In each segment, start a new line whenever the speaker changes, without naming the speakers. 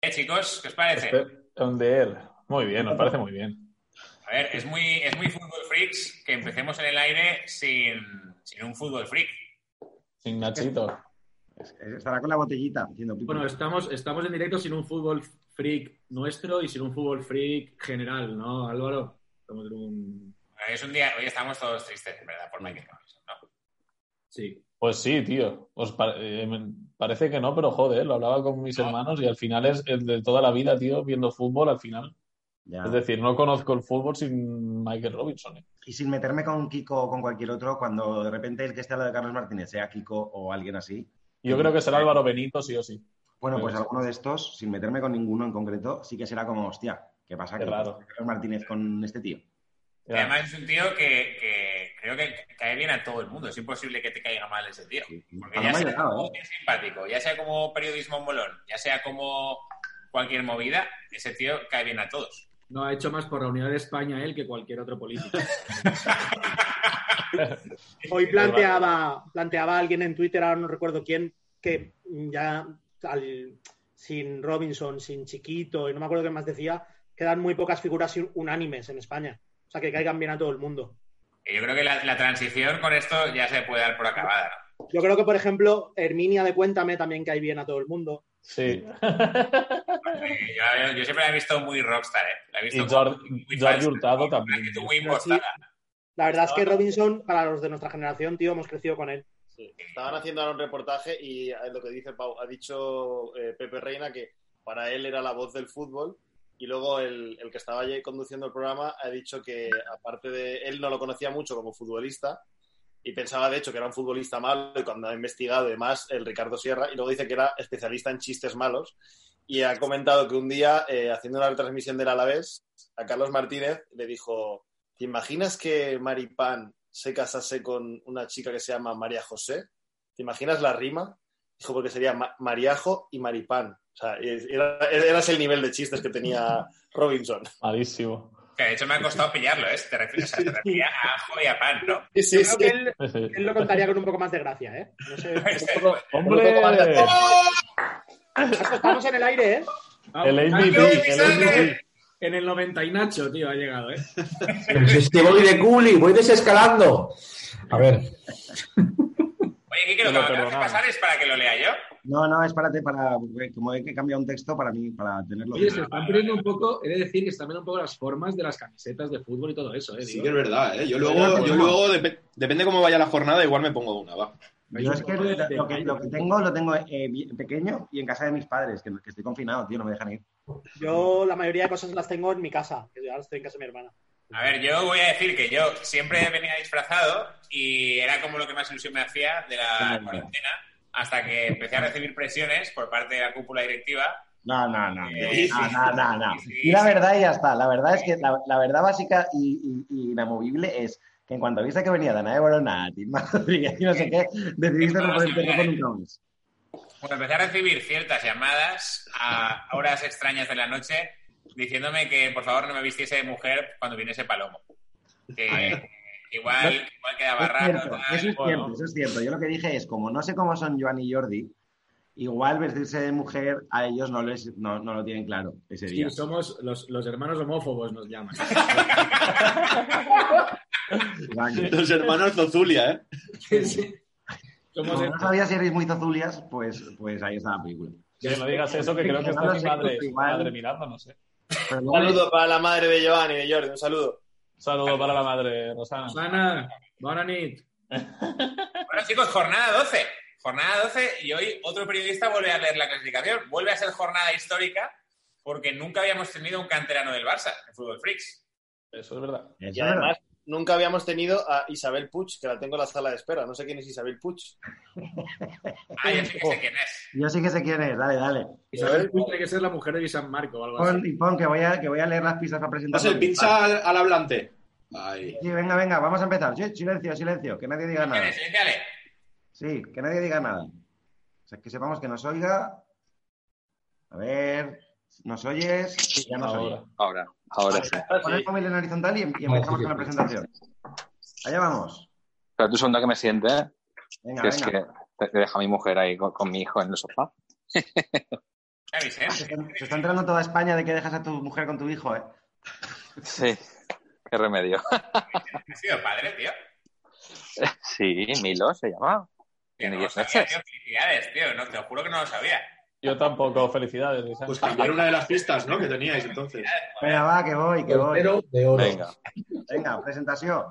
Eh, chicos? ¿Qué os parece?
On the air. Muy bien, nos parece muy bien.
A ver, es muy, es muy fútbol freaks que empecemos en el aire sin, sin un fútbol freak.
Sin Nachito.
Estará con la botellita haciendo pipi.
Bueno, estamos, estamos en directo sin un fútbol freak nuestro y sin un fútbol freak general, ¿no, Álvaro? Estamos en un...
Hoy Es un día, hoy estamos todos tristes, en verdad, por Michael Robinson, ¿no?
Sí.
Pues sí, tío. Os pa- eh, me- parece que no, pero joder, lo hablaba con
Ah.
mis hermanos y al final es el de toda la vida, tío, viendo fútbol al final.
Ya.
Es decir, no conozco el fútbol sin Michael Robinson. eh.
Y sin meterme con Kiko o con cualquier otro, cuando de repente el que esté al lado de Carlos Martínez sea Kiko o alguien así, eh,
Yo creo que será Álvaro Benito, sí o sí.
bueno,
Pero
pues
sí.
alguno de estos, sin meterme con ninguno en concreto, sí que será como, hostia, ¿qué pasa?
Qué
que
raro.
Carlos Martínez con este tío?
Y además es un tío que, que creo que cae bien a todo el mundo. Es imposible que te caiga mal ese tío.
Sí.
Porque
A lo
ya
más
sea
llegado,
como
¿eh?
que es simpático, ya sea como periodismo molón, ya sea como cualquier movida, ese tío cae bien a todos.
No ha hecho más por la unidad de España él que cualquier otro político.
Hoy planteaba, planteaba alguien en Twitter, ahora no recuerdo quién, que ya al- sin Robinson, sin Chiquito, y no me acuerdo qué más decía, quedan muy pocas figuras un- unánimes en España. O sea, que caigan bien a todo el mundo.
Y yo creo que la, la transición con esto ya se puede dar por acabada. ¿no?
Yo creo que, por ejemplo, Herminia de Cuéntame también cae bien a todo el mundo.
Sí.
Porque Yo, yo siempre la he visto muy rockstar, ¿eh? La he visto
Y
como
Jordi-
muy
Jordi
falsa,
Hurtado
muy-
también.
que tú muy
Pero sí,
impostada.
La verdad es que Robinson, para los de nuestra generación, tío, hemos crecido con él.
Sí. Estaban haciendo ahora un reportaje y eh, lo que dice Pau, ha dicho eh, Pepe Reina que para él era la voz del fútbol y luego el, el que estaba allí conduciendo el programa ha dicho que aparte de él no lo conocía mucho como futbolista y pensaba de hecho que era un futbolista malo y cuando ha investigado y demás el Ricardo Sierra y luego dice que era especialista en chistes malos y ha comentado que un día eh, haciendo una retransmisión del Alavés a Carlos Martínez le dijo ¿Te imaginas que Maripán se casase con una chica que se llama María José? ¿Te imaginas la rima? Dijo, porque sería Ma- Mariajo y Maripán. O sea, es- era, era ese el nivel de chistes que tenía Robinson.
Malísimo.
Que de hecho me ha costado pillarlo, ¿eh? Te refieres, o sea, te refería a ajo y a pan, ¿no?
Yo
Sí,
creo
sí.
que él, él lo contaría con un poco más de gracia, ¿eh? No sé.
¡Hombre!
Nacho, Estamos en el aire, ¿eh?
Vamos,
Ah,
El MVP,
¡Ay, mi
el
sangre!
MVP.
en el 90 y Nacho, tío, ha llegado, ¿eh?
Pero
Pues
si es que voy de culi, voy desescalando. A ver,
Oye, Kike,
Te
lo
lo
que me acabas de
perdonamos.
pasar es para que lo lea yo.
No, no, espérate para, porque como hay que cambiar un texto para mí, para tenerlo.
Oye, se están perdiendo un poco, he de decir que se están perdiendo un poco las formas de las camisetas de fútbol y todo eso, ¿eh?
Sí
Digo,
que es verdad, ¿eh? Yo
Pero
luego,
no,
yo
no.
luego depe- depende cómo vaya la jornada, igual me pongo una, va.
Yo es que
Hay un poco de-
lo que, lo que tengo lo tengo eh, bien- pequeño y en casa de mis padres, que, que estoy confinado, tío, no me dejan ir.
Yo la mayoría de cosas las tengo en mi casa, que ahora estoy en casa de mi hermana.
A ver, yo voy a decir que yo siempre venía disfrazado y era como lo que más ilusión me hacía de la
Claro.
cuarentena hasta que empecé a recibir presiones por parte de la cúpula directiva. Eh,
No, no, no. tío.
Sí, sí,
No, no, no, no.
sí, sí,
Y la
sí.
verdad y ya está. La verdad es que la, la verdad básica y, y- y inamovible es que en cuanto viste que venía Dana de Borona, Tim Rodríguez y no sé qué, decidiste no ponerte ropa nunca más.
Bueno, empecé a recibir ciertas llamadas a horas extrañas de la noche diciéndome que por favor no me vistiese de mujer cuando viniese Palomo. Que igual, igual quedaba
Es
raro.
cierto,
tal.
eso es
bueno.
cierto, eso es cierto. Yo lo que dije es, como no sé cómo son Joan y Jordi, igual vestirse de mujer a ellos no, les, no, no lo tienen claro ese
sí,
día.
somos los, los hermanos homófobos, nos llaman.
Vale.
Los hermanos Zozulia, ¿eh?
Somos
Como no sabía si erais muy zazulias, pues, pues ahí está la película.
Que no digas eso, que creo que está mi madre, mi madre mirando, no
¿eh?
sé.
Pero
Un
luego-
saludo para la madre de Giovanni, de Jordi, un saludo.
Un saludo para la madre, Rosana.
Susana, bona nit.
Bueno, chicos, jornada 12. Jornada 12 y hoy otro periodista vuelve a leer la clasificación. Vuelve a ser jornada histórica porque nunca habíamos tenido un canterano del Barça en Fútbol Freaks.
Eso es verdad.
Eso
Y
es verdad.
además nunca habíamos tenido a Isabel Puch, que la tengo en la sala de espera. No sé quién es Isabel Puch.
Ah, ya sé que sé quién es.
Yo sí que sé quién es, dale, dale.
Isabel Puig tiene que ser la mujer de San Marco o algo
Pon,
así.
y pon que voy a, que voy a leer las pistas para presentar.
Haz el pizza al, al hablante. Ahí.
Sí, venga, venga, vamos a empezar. Sí, silencio, silencio, que nadie diga
¿Quién
nada.
es? Silenciale.
Sí, que nadie diga nada. O sea, que sepamos que nos oiga. A ver, ¿nos oyes? Sí, ya Ah, nos oyes.
Ahora.
Ahora, ahora
Ah,
sí.
Pon el móvil en horizontal y, y empezamos con la presentación. Allá vamos.
Pero tú sonda que me sientes, ¿eh?
Venga,
que
venga.
es que te, te deja mi mujer ahí con, con mi hijo en el sofá.
Ya ves, ¿eh?
Se está, se está entrando toda España de que dejas a tu mujer con tu hijo, ¿eh?
Sí, qué remedio.
¿Has sido padre, tío?
Sí, Milo se llama.
Que
Tiene
no lo
10
sabía,
meses.
tío. Felicidades, tío. No, te lo juro que no lo sabía.
Yo tampoco, felicidades. Isaac.
Pues cambiar una de las pistas, ¿no? Que teníais entonces.
Venga, va, que voy, que voy.
Portero de oro.
Venga.
Venga, presentación.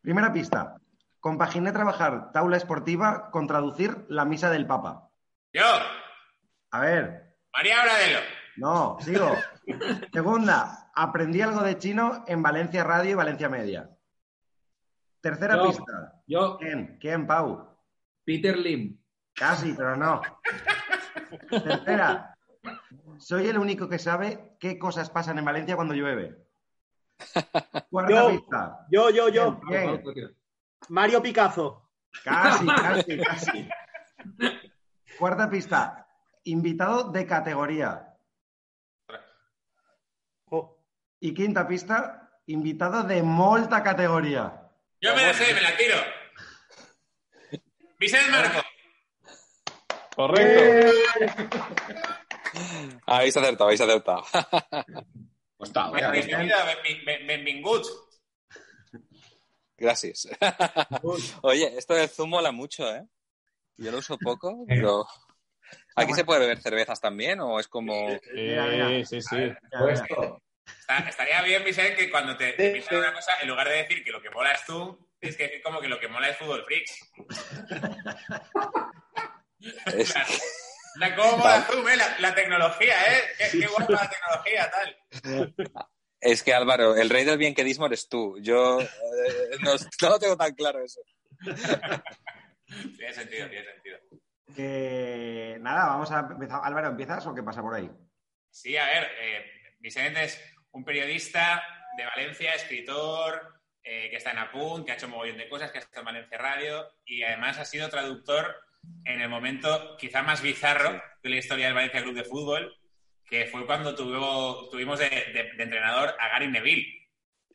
Primera pista. Compaginé trabajar taula esportiva con traducir la misa del Papa.
Yo,
A ver,
María Bradelo.
no, sigo. Segunda, aprendí algo de chino en Valencia Radio y Valencia Media. Tercera
Yo.
pista.
Yo,
¿Quién? ¿Quién, Pau?
Peter Lim.
Casi, pero no. Tercera. Soy el único que sabe qué cosas pasan en Valencia cuando llueve. Cuarta
Yo.
pista.
Yo, yo, yo.
Bien, bien.
Mario Picasso.
Casi, casi, casi. Cuarta pista. Invitado de categoría.
Jo.
Y quinta pista. Invitado de molta categoría.
Yo me la sé, me la tiro. Vicente Marco.
Correcto.
Habéis acertado, habéis acertado.
Pues está,
Bueno,
vaya.
bienvenido, ben- ben- benvinguts.
Gracias. Oye, esto del zumo mola mucho, ¿eh? Yo lo uso poco,
Eh.
pero. ¿Aquí se puede beber cervezas también o es como.?
Mira, mira.
Sí, sí, Pues sí.
Ya, mira.
Está- estaría bien, Vicente, que cuando te te invitan a una cosa, en lugar de decir que lo que mola es tú, tienes que decir como que lo que mola es Fútbol Freaks.
es-
La cómo mola tú, eh, la, la tecnología, ¿eh? Qué, qué guapa la tecnología, tal.
Es que Álvaro, el rey del bienquedismo eres tú. Yo eh, no, no lo tengo tan claro eso.
Tiene sentido, tiene sentido.
Que, nada, vamos a empezar. Álvaro, ¿empiezas o qué pasa por ahí?
Sí, a ver, eh, Vicente es un periodista de Valencia, escritor, eh, que está en Apunt, que ha hecho mogollón de cosas, que ha estado en Valencia Radio y además ha sido traductor en el momento quizá más bizarro de la historia del Valencia Club de Fútbol, que fue cuando tuvo- tuvimos de, de- de entrenador a Gary Neville.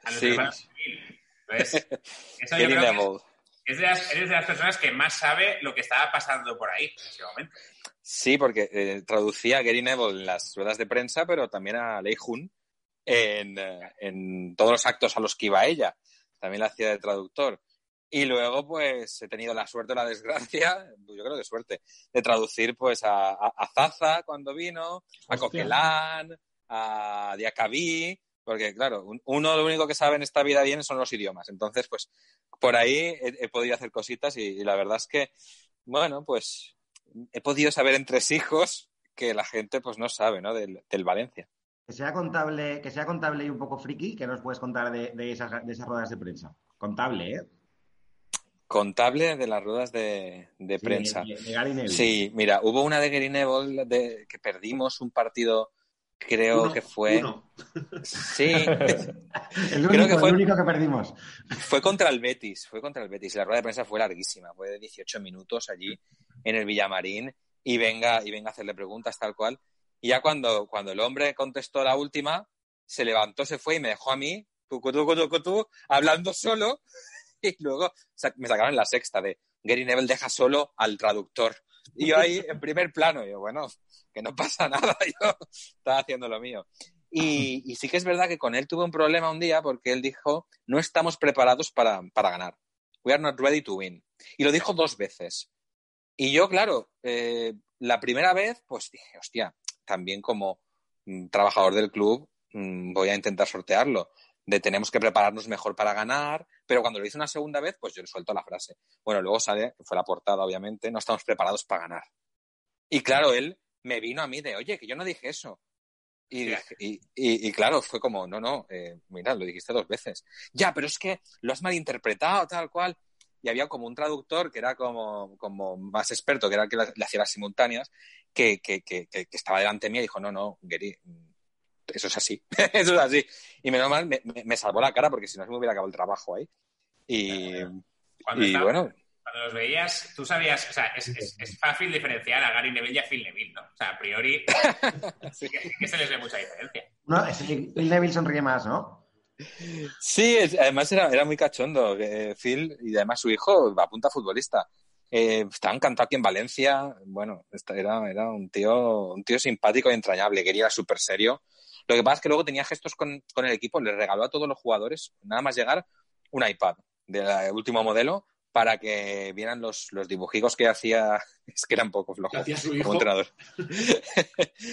A los
Sí.
hermanos Neville. Entonces, eso yo
Kenny
creo que
Neville.
es de las, eres de las personas que más sabe lo que estaba pasando por ahí en ese momento.
Sí, porque eh, traducía a Gary Neville en las ruedas de prensa, pero también a Lei Jun en, eh, en todos los actos a los que iba ella. También la hacía de traductor. Y luego, pues, he tenido la suerte o la desgracia, yo creo que suerte, de traducir, pues, a, a- a Zaza cuando vino, a
Hostia.
Coquelán, a Diacabí, porque, claro, un- uno lo único que sabe en esta vida bien son los idiomas. Entonces, pues, por ahí he, he podido hacer cositas y, y la verdad es que, bueno, pues, he podido saber entre hijos que la gente, pues, no sabe, ¿no?, del, del Valencia.
Que sea contable, que sea contable y un poco friki, que nos puedes contar de, de esas, de esas ruedas de prensa. Contable, ¿eh?
Contable de las ruedas de, de
Sí,
prensa.
de- de Gary Neville.
Sí, mira, hubo una de Gary Neville de, que perdimos un partido, creo
Uno,
que fue.
uno.
Sí,
El único,
Creo que fue-
el único que perdimos.
fue contra el Betis, fue contra el Betis. y La rueda de prensa fue larguísima, fue de 18 minutos allí en el Villamarín y venga, y venga a hacerle preguntas tal cual. Y ya cuando, cuando el hombre contestó la última, se levantó, se fue y me dejó a mí, tucu, tucu, tucu, tu, hablando solo. Y luego sa- me sacaron la sexta de Gary Neville deja solo al traductor. Y yo ahí en primer plano, yo, bueno, que no pasa nada, yo estaba haciendo lo mío. Y, y sí que es verdad que con él tuve un problema un día porque él dijo, no estamos preparados para, para ganar. We are not ready to win. Y lo dijo dos veces. Y yo, claro, eh, la primera vez, pues dije, hostia, también como mm, trabajador del club mm, voy a intentar sortearlo. De tenemos que prepararnos mejor para ganar, pero cuando lo hice una segunda vez, pues yo le suelto la frase. Bueno, luego sale, fue la portada, obviamente, no estamos preparados para ganar. Y claro, él me vino a mí de, oye, que yo no dije eso. Y,
Ya.
dije- y, y- y claro, fue como, no, no, eh, mira, lo dijiste dos veces. Ya, pero es que lo has malinterpretado, tal cual. Y había como un traductor que era como, como más experto, que era el que la- le hacía las simultáneas, que, que, que, que- que estaba delante mía y dijo, no, no, Gary, mm, eso es así, eso es así. Y menos mal me, me- me salvó la cara porque si no se me hubiera acabado el trabajo ahí. Y,
Cuando
y
estaba-
bueno,
cuando los veías, tú sabías, o sea, es, es- es fácil diferenciar a Gary Neville y a Phil Neville, ¿no? O sea, a priori, sí que, sí que se les ve mucha diferencia.
No, es que Phil Neville sonríe más, ¿no?
Sí, es- además era, era muy cachondo. eh, Phil, y además su hijo apunta a futbolista. Eh, estaba encantado aquí en Valencia. Bueno, esta- era, era un tío, un tío simpático y entrañable, quería súper serio. Lo que pasa es que luego tenía gestos con, con el equipo, le regaló a todos los jugadores, nada más llegar, un iPad del eh, último modelo para que vieran los, los dibujicos que hacía, es que eran poco flojos
¿Qué hacía su
como
hijo?
entrenador.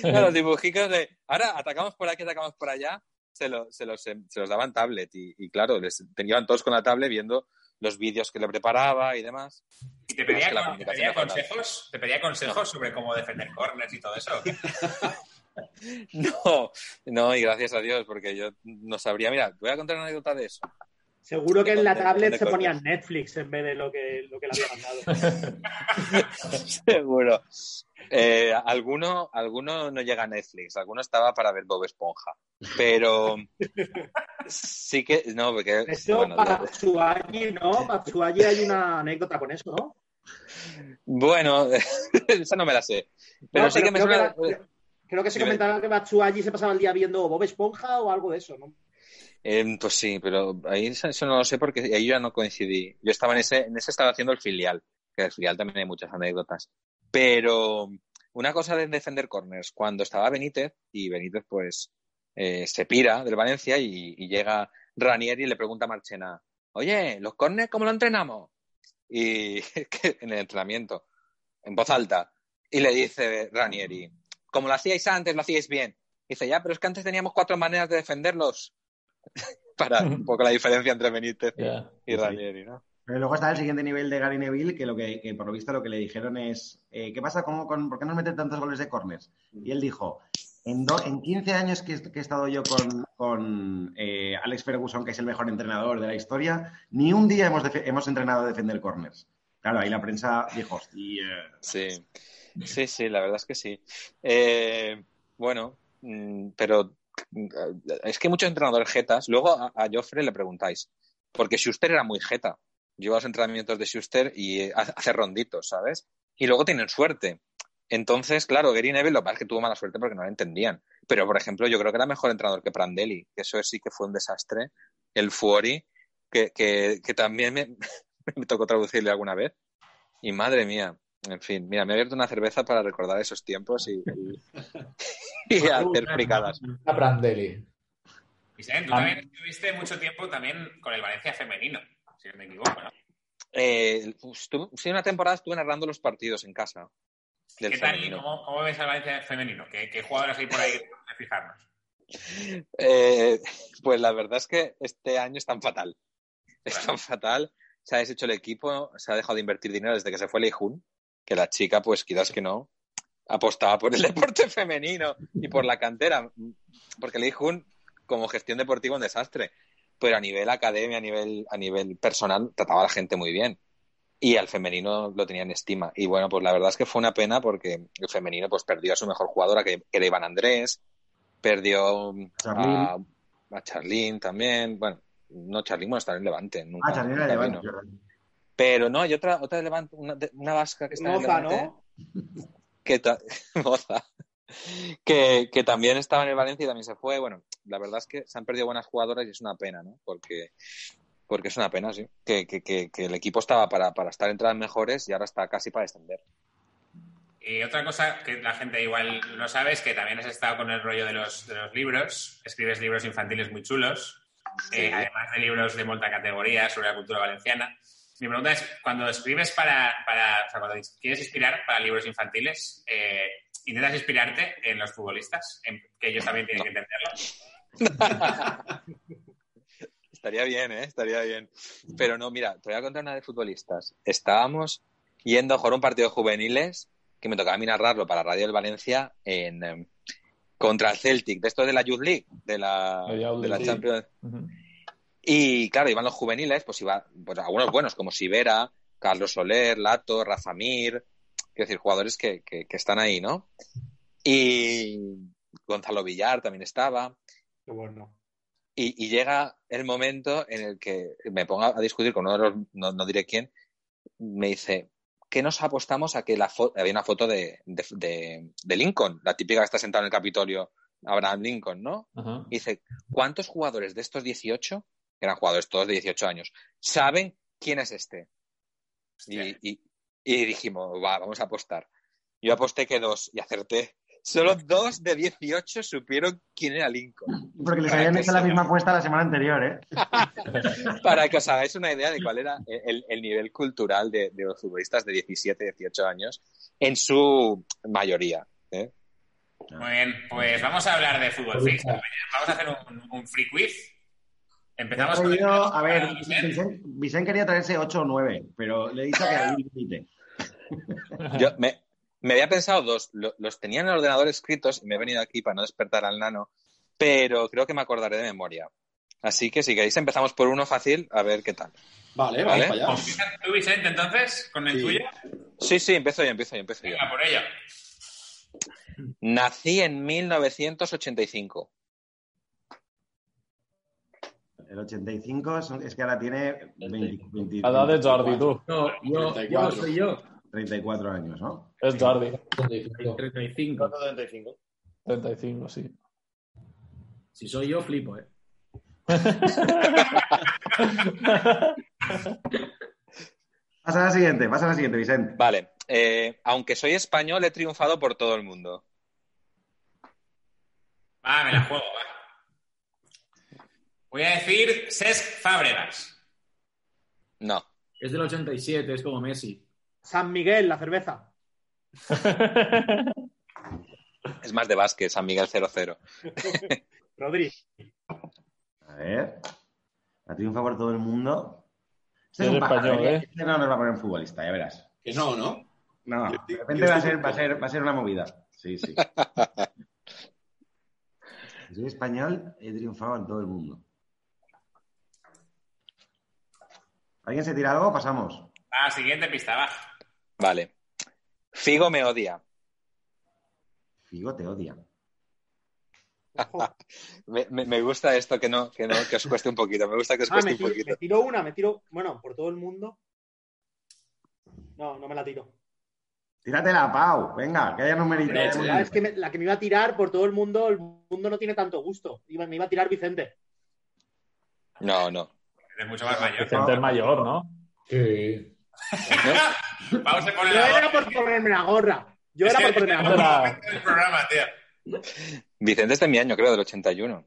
No, los dibujicos de ahora atacamos por aquí, atacamos por allá, se, lo- se los, em, se los daban tablet y, y claro, les tenían todos con la tablet viendo los vídeos que le preparaba y demás.
¿Y te
Pero es
pedía,
que la
con- te
comunicación
pedía
es fatal.
consejos? ¿Te pedía consejos sobre cómo defender corners y todo eso?
No, no, y gracias a Dios, porque yo no sabría. Mira, voy a contar una anécdota de eso.
Seguro que en la
De- de-
tablet
de
se ponía
cosas.
Netflix en vez de lo que, lo que le había mandado.
Seguro. Eh, alguno, alguno no llega a Netflix, alguno estaba para ver Bob Esponja. Pero sí que. No, porque.
De hecho,
bueno,
para Tsuagi, ¿no? Para Tsuagi hay una anécdota con eso, ¿no?
Bueno, esa no me la sé. Pero
No,
sí que me
creo
suena.
que era- Creo que se
Dime.
comentaba que Batsuagi se pasaba el día viendo Bob Esponja o algo de eso, ¿no?
Eh, pues sí, pero ahí eso eso no lo sé porque ahí yo ya no coincidí. Yo estaba en ese, en ese estaba haciendo el filial, que el filial también hay muchas anécdotas. Pero una cosa de defender corners, cuando estaba Benítez, y Benítez pues eh, se pira del Valencia y, y llega Ranieri y le pregunta a Marchena, oye, ¿los corners cómo lo entrenamos? Y que en el entrenamiento, en voz alta, y le dice Ranieri, como lo hacíais antes, lo hacíais bien. Dice, ya, pero es que antes teníamos cuatro maneras de defenderlos. Para un poco la diferencia entre Benítez
Ya.
y Ranieri, ¿no?
Pero luego está el siguiente nivel de Gary Neville, que, lo que, que por lo visto lo que le dijeron es, eh, ¿qué pasa? ¿Cómo, con, ¿Por qué nos meten tantos goles de corners? Y él dijo, en, do- en 15 años que, he- que he estado yo con, con, eh, Alex Ferguson, que es el mejor entrenador de la historia, ni un día hemos, defe- hemos entrenado a defender corners. Claro, ahí la prensa dijo, hostia.
Sí, sí, sí, la verdad es que sí. Eh, bueno, mm, pero mm, es que muchos entrenadores jetas, luego a, a Joffre le preguntáis, porque Schuster era muy jeta. Lleva los entrenamientos de Schuster y eh, ha- hace ronditos, ¿sabes? Y luego tienen suerte. Entonces, claro, Gary Neville lo que pasa es que tuvo mala suerte porque no lo entendían. Pero, por ejemplo, yo creo que era mejor entrenador que Prandelli, que eso sí que fue un desastre. El Fuori, que, que, que también me, me tocó traducirle alguna vez. Y madre mía, en fin, mira, me he abierto una cerveza para recordar esos tiempos y, y- y hacer fricadas.
A Prandelli.
Vicente, tú
Ah.
también estuviste mucho tiempo también con el Valencia femenino, si no me equivoco, ¿no?
Eh, estuve- sí, una temporada estuve narrando los partidos en casa. Del
¿Qué tal y
femenino.
cómo, cómo ves al Valencia femenino? ¿Qué, qué jugadoras hay por ahí que fijarnos?
Eh, pues la verdad es que este año es tan fatal. Es tan fatal. Se ha deshecho el equipo, se ha dejado de invertir dinero desde que se fue Lei Jun, que la chica, pues quizás que no, apostaba por el deporte femenino y por la cantera. Porque Lei Jun, como gestión deportiva, un desastre. Pero a nivel academia, a nivel, a nivel personal, trataba a la gente muy bien. Y al femenino lo tenía en estima. Y bueno, pues la verdad es que fue una pena porque el femenino pues perdió a su mejor jugadora, que, que era Iván Andrés, perdió a,
Charlín.
a Charlín también. Bueno, no Charlín, bueno, está en Levante. Nunca,
Ah, Charlene
nunca
era de
vino. Pero no, hay otra, otra de Levante, una, de- una vasca que está
Moza,
en Levante.
¿no?
Que ta- Moza. Que, que también estaba en el Valencia y también se fue. Bueno, la verdad es que se han perdido buenas jugadoras y es una pena, ¿no? Porque, porque es una pena, sí. Que, que, que, que el equipo estaba para, para estar entre las mejores y ahora está casi para descender.
Y otra cosa que la gente igual no sabe es que también has estado con el rollo de los, de los libros, escribes libros infantiles muy chulos, eh, además de libros de mucha categoría sobre la cultura valenciana. Mi pregunta es, cuando escribes para, para o sea, cuando quieres inspirar para libros infantiles, eh, ¿intentas inspirarte en los futbolistas? En- que ellos también tienen que entenderlo.
Estaría bien, ¿eh? Estaría bien. Pero no, mira, te voy a contar una de futbolistas. Estábamos yendo a jugar un partido de juveniles que me tocaba a mí narrarlo para Radio del Valencia en, em, contra el Celtic, de esto de la Youth League, de la,
La Youth
de la
League.
Champions.
Ujú.
Y claro, iban los juveniles, pues iba, pues algunos buenos como Sivera, Carlos Soler, Lato, Rafa Mir, quiero decir, jugadores que, que- que están ahí, ¿no? Y Gonzalo Villar también estaba.
Qué bueno.
Y, y llega el momento en el que me pongo a discutir con uno de los, no, no diré quién, me dice, ¿qué nos apostamos a que la foto, había una foto de, de- de- de Lincoln, la típica que está sentado en el Capitolio, Abraham Lincoln, ¿no?
Ajá.
Y dice, ¿cuántos jugadores de estos 18, que eran jugadores todos de 18 años, saben quién es este? Y,
Hostia.
y- Y dijimos, va, vamos a apostar. Yo aposté que dos y acerté. Solo dos de 18 supieron quién era Lincoln.
Porque les
Para
habían
que
hecho la
se-
misma apuesta la semana anterior, ¿eh?
Para que os hagáis una idea de cuál era el, el nivel cultural de, de los futbolistas de 17, 18 años, en su mayoría. ¿eh?
Muy bien, pues vamos a hablar de fútbol six. Vamos a hacer un, un free quiz. Empezamos con. el- ¿eh?
Yo, a ver,
Vicente.
Vicente, Vicente quería traerse 8 o 9, pero le he dicho que hay un límite.
Yo me, me había pensado dos, lo- los tenía en el ordenador escritos y me he venido aquí para no despertar al nano, pero creo que me acordaré de memoria. Así que si queréis empezamos por uno fácil, a ver qué tal.
Vale, vamos
Vale.
para allá.
¿Empiezas tú, Vicente, entonces? ¿Con el
Sí.
tuyo?
Sí, sí, empiezo yo, empiezo yo, empiezo yo.
Venga, por ello.
Nací en 1985.
El 85 son- es que ahora tiene 20, 20,
La edad de Jordi, tú.
No, yo, yo
34.
soy yo.
34 años, ¿no?
Es Jordi.
35.
4.35.
35, sí.
Si soy yo, flipo, ¿eh?
Pasa a la siguiente, pasa a la siguiente, Vicente.
Vale, eh, aunque soy español, he triunfado por todo el mundo.
Va, me la juego, va. Voy a decir Cesc Fábregas.
No.
Es del 87, es como Messi.
San Miguel, la cerveza.
Es más de básquet, San Miguel 0-0.
Rodri.
A ver. La triunfa por todo el mundo. Este
Es
un pájaro,
español, ¿eh?
Este no nos va a poner futbolista, ya verás.
Que no, ¿no?
No,
Yo-
de
yo
repente va a,
estoy
ser,
con
va, a
todo.
ser, va a ser una movida. Sí, sí. Soy español, he triunfado en todo el mundo. ¿Alguien se tira algo? Pasamos.
Va, siguiente pista, va.
Vale. Figo me odia.
Figo te odia.
Ojo.
Me, me- me gusta esto que no, que no, que os cueste un poquito. Me gusta que os
Ah,
cueste
me
un
tiro,
poquito.
me tiro una, me tiro. Bueno, por todo el mundo. No, no me la tiro.
Tíratela, Pau. Venga, que haya numerito.
Hombre, sí.
La, es que me- la que me iba a tirar por todo el mundo, el mundo no tiene tanto gusto. Iba- me iba a tirar Vicente.
No, no.
Es mucho más mayor.
Vicente es mayor, ¿no?
Sí.
Vamos a poner
Yo
la ¿eh?
era por ponerme la gorra. Yo era por ponerme la gorra.
gorra.
el programa, tío.
Vicente es de mi año, creo, del 81.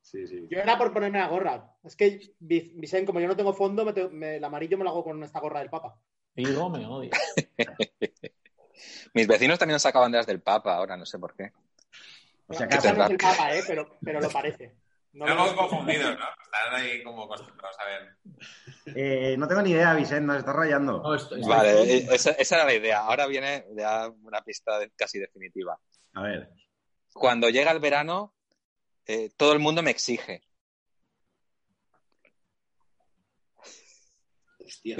Sí, sí.
Yo era por ponerme la gorra. Es que, Vi- Vicente, como yo no tengo fondo, me te- me- el amarillo me lo hago con esta gorra del Papa.
Figo me odia.
Mis vecinos también han sacado banderas del Papa ahora, no sé por qué.
O sea,
Quizá
casa.
no es el Papa, ¿eh? pero, pero lo parece. No
Estamos
lo-
confundidos, ¿no? Están ahí como acostumbrados a ver.
Eh, no tengo ni idea, Vicente, nos está rayando.
No, estoy- estoy-
Vale, eh, esa, esa era la idea. Ahora viene ya una pista de- casi definitiva.
A ver.
Cuando llega el verano, eh, todo el mundo me exige.
Hostia.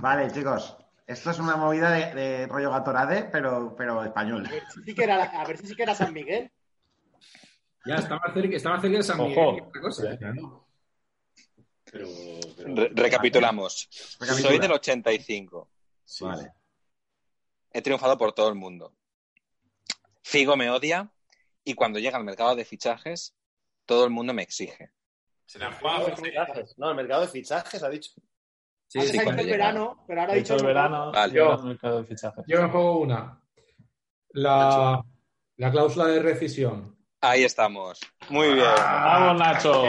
Vale, chicos. Esto es una movida de, de rollo gatorade, pero, pero español.
A ver si sí que era, a ver si sí que era San Miguel.
Ya, está más cerca, está más cerca de San Miguel
Ojo.
que otra cosa. ¿eh?
Pero, pero-
Re- recapitulamos.
Recapitula.
Soy del 85.
sí.
Vale.
He triunfado por todo el mundo. Figo me odia y cuando llega al mercado de fichajes, todo el mundo me exige.
Se la juega José.
Fichajes. No, el mercado de fichajes, ha dicho.
Ah,
Sí,
Antes
sí,
ha dicho
cuando
el
llega.
verano, pero ahora ha
He dicho
dicho
el verano,
Vale.
llega al mercado de fichajes.
Yo me juego una. La, la cláusula de rescisión.
Ahí estamos. Muy bien.
Vamos, Nacho.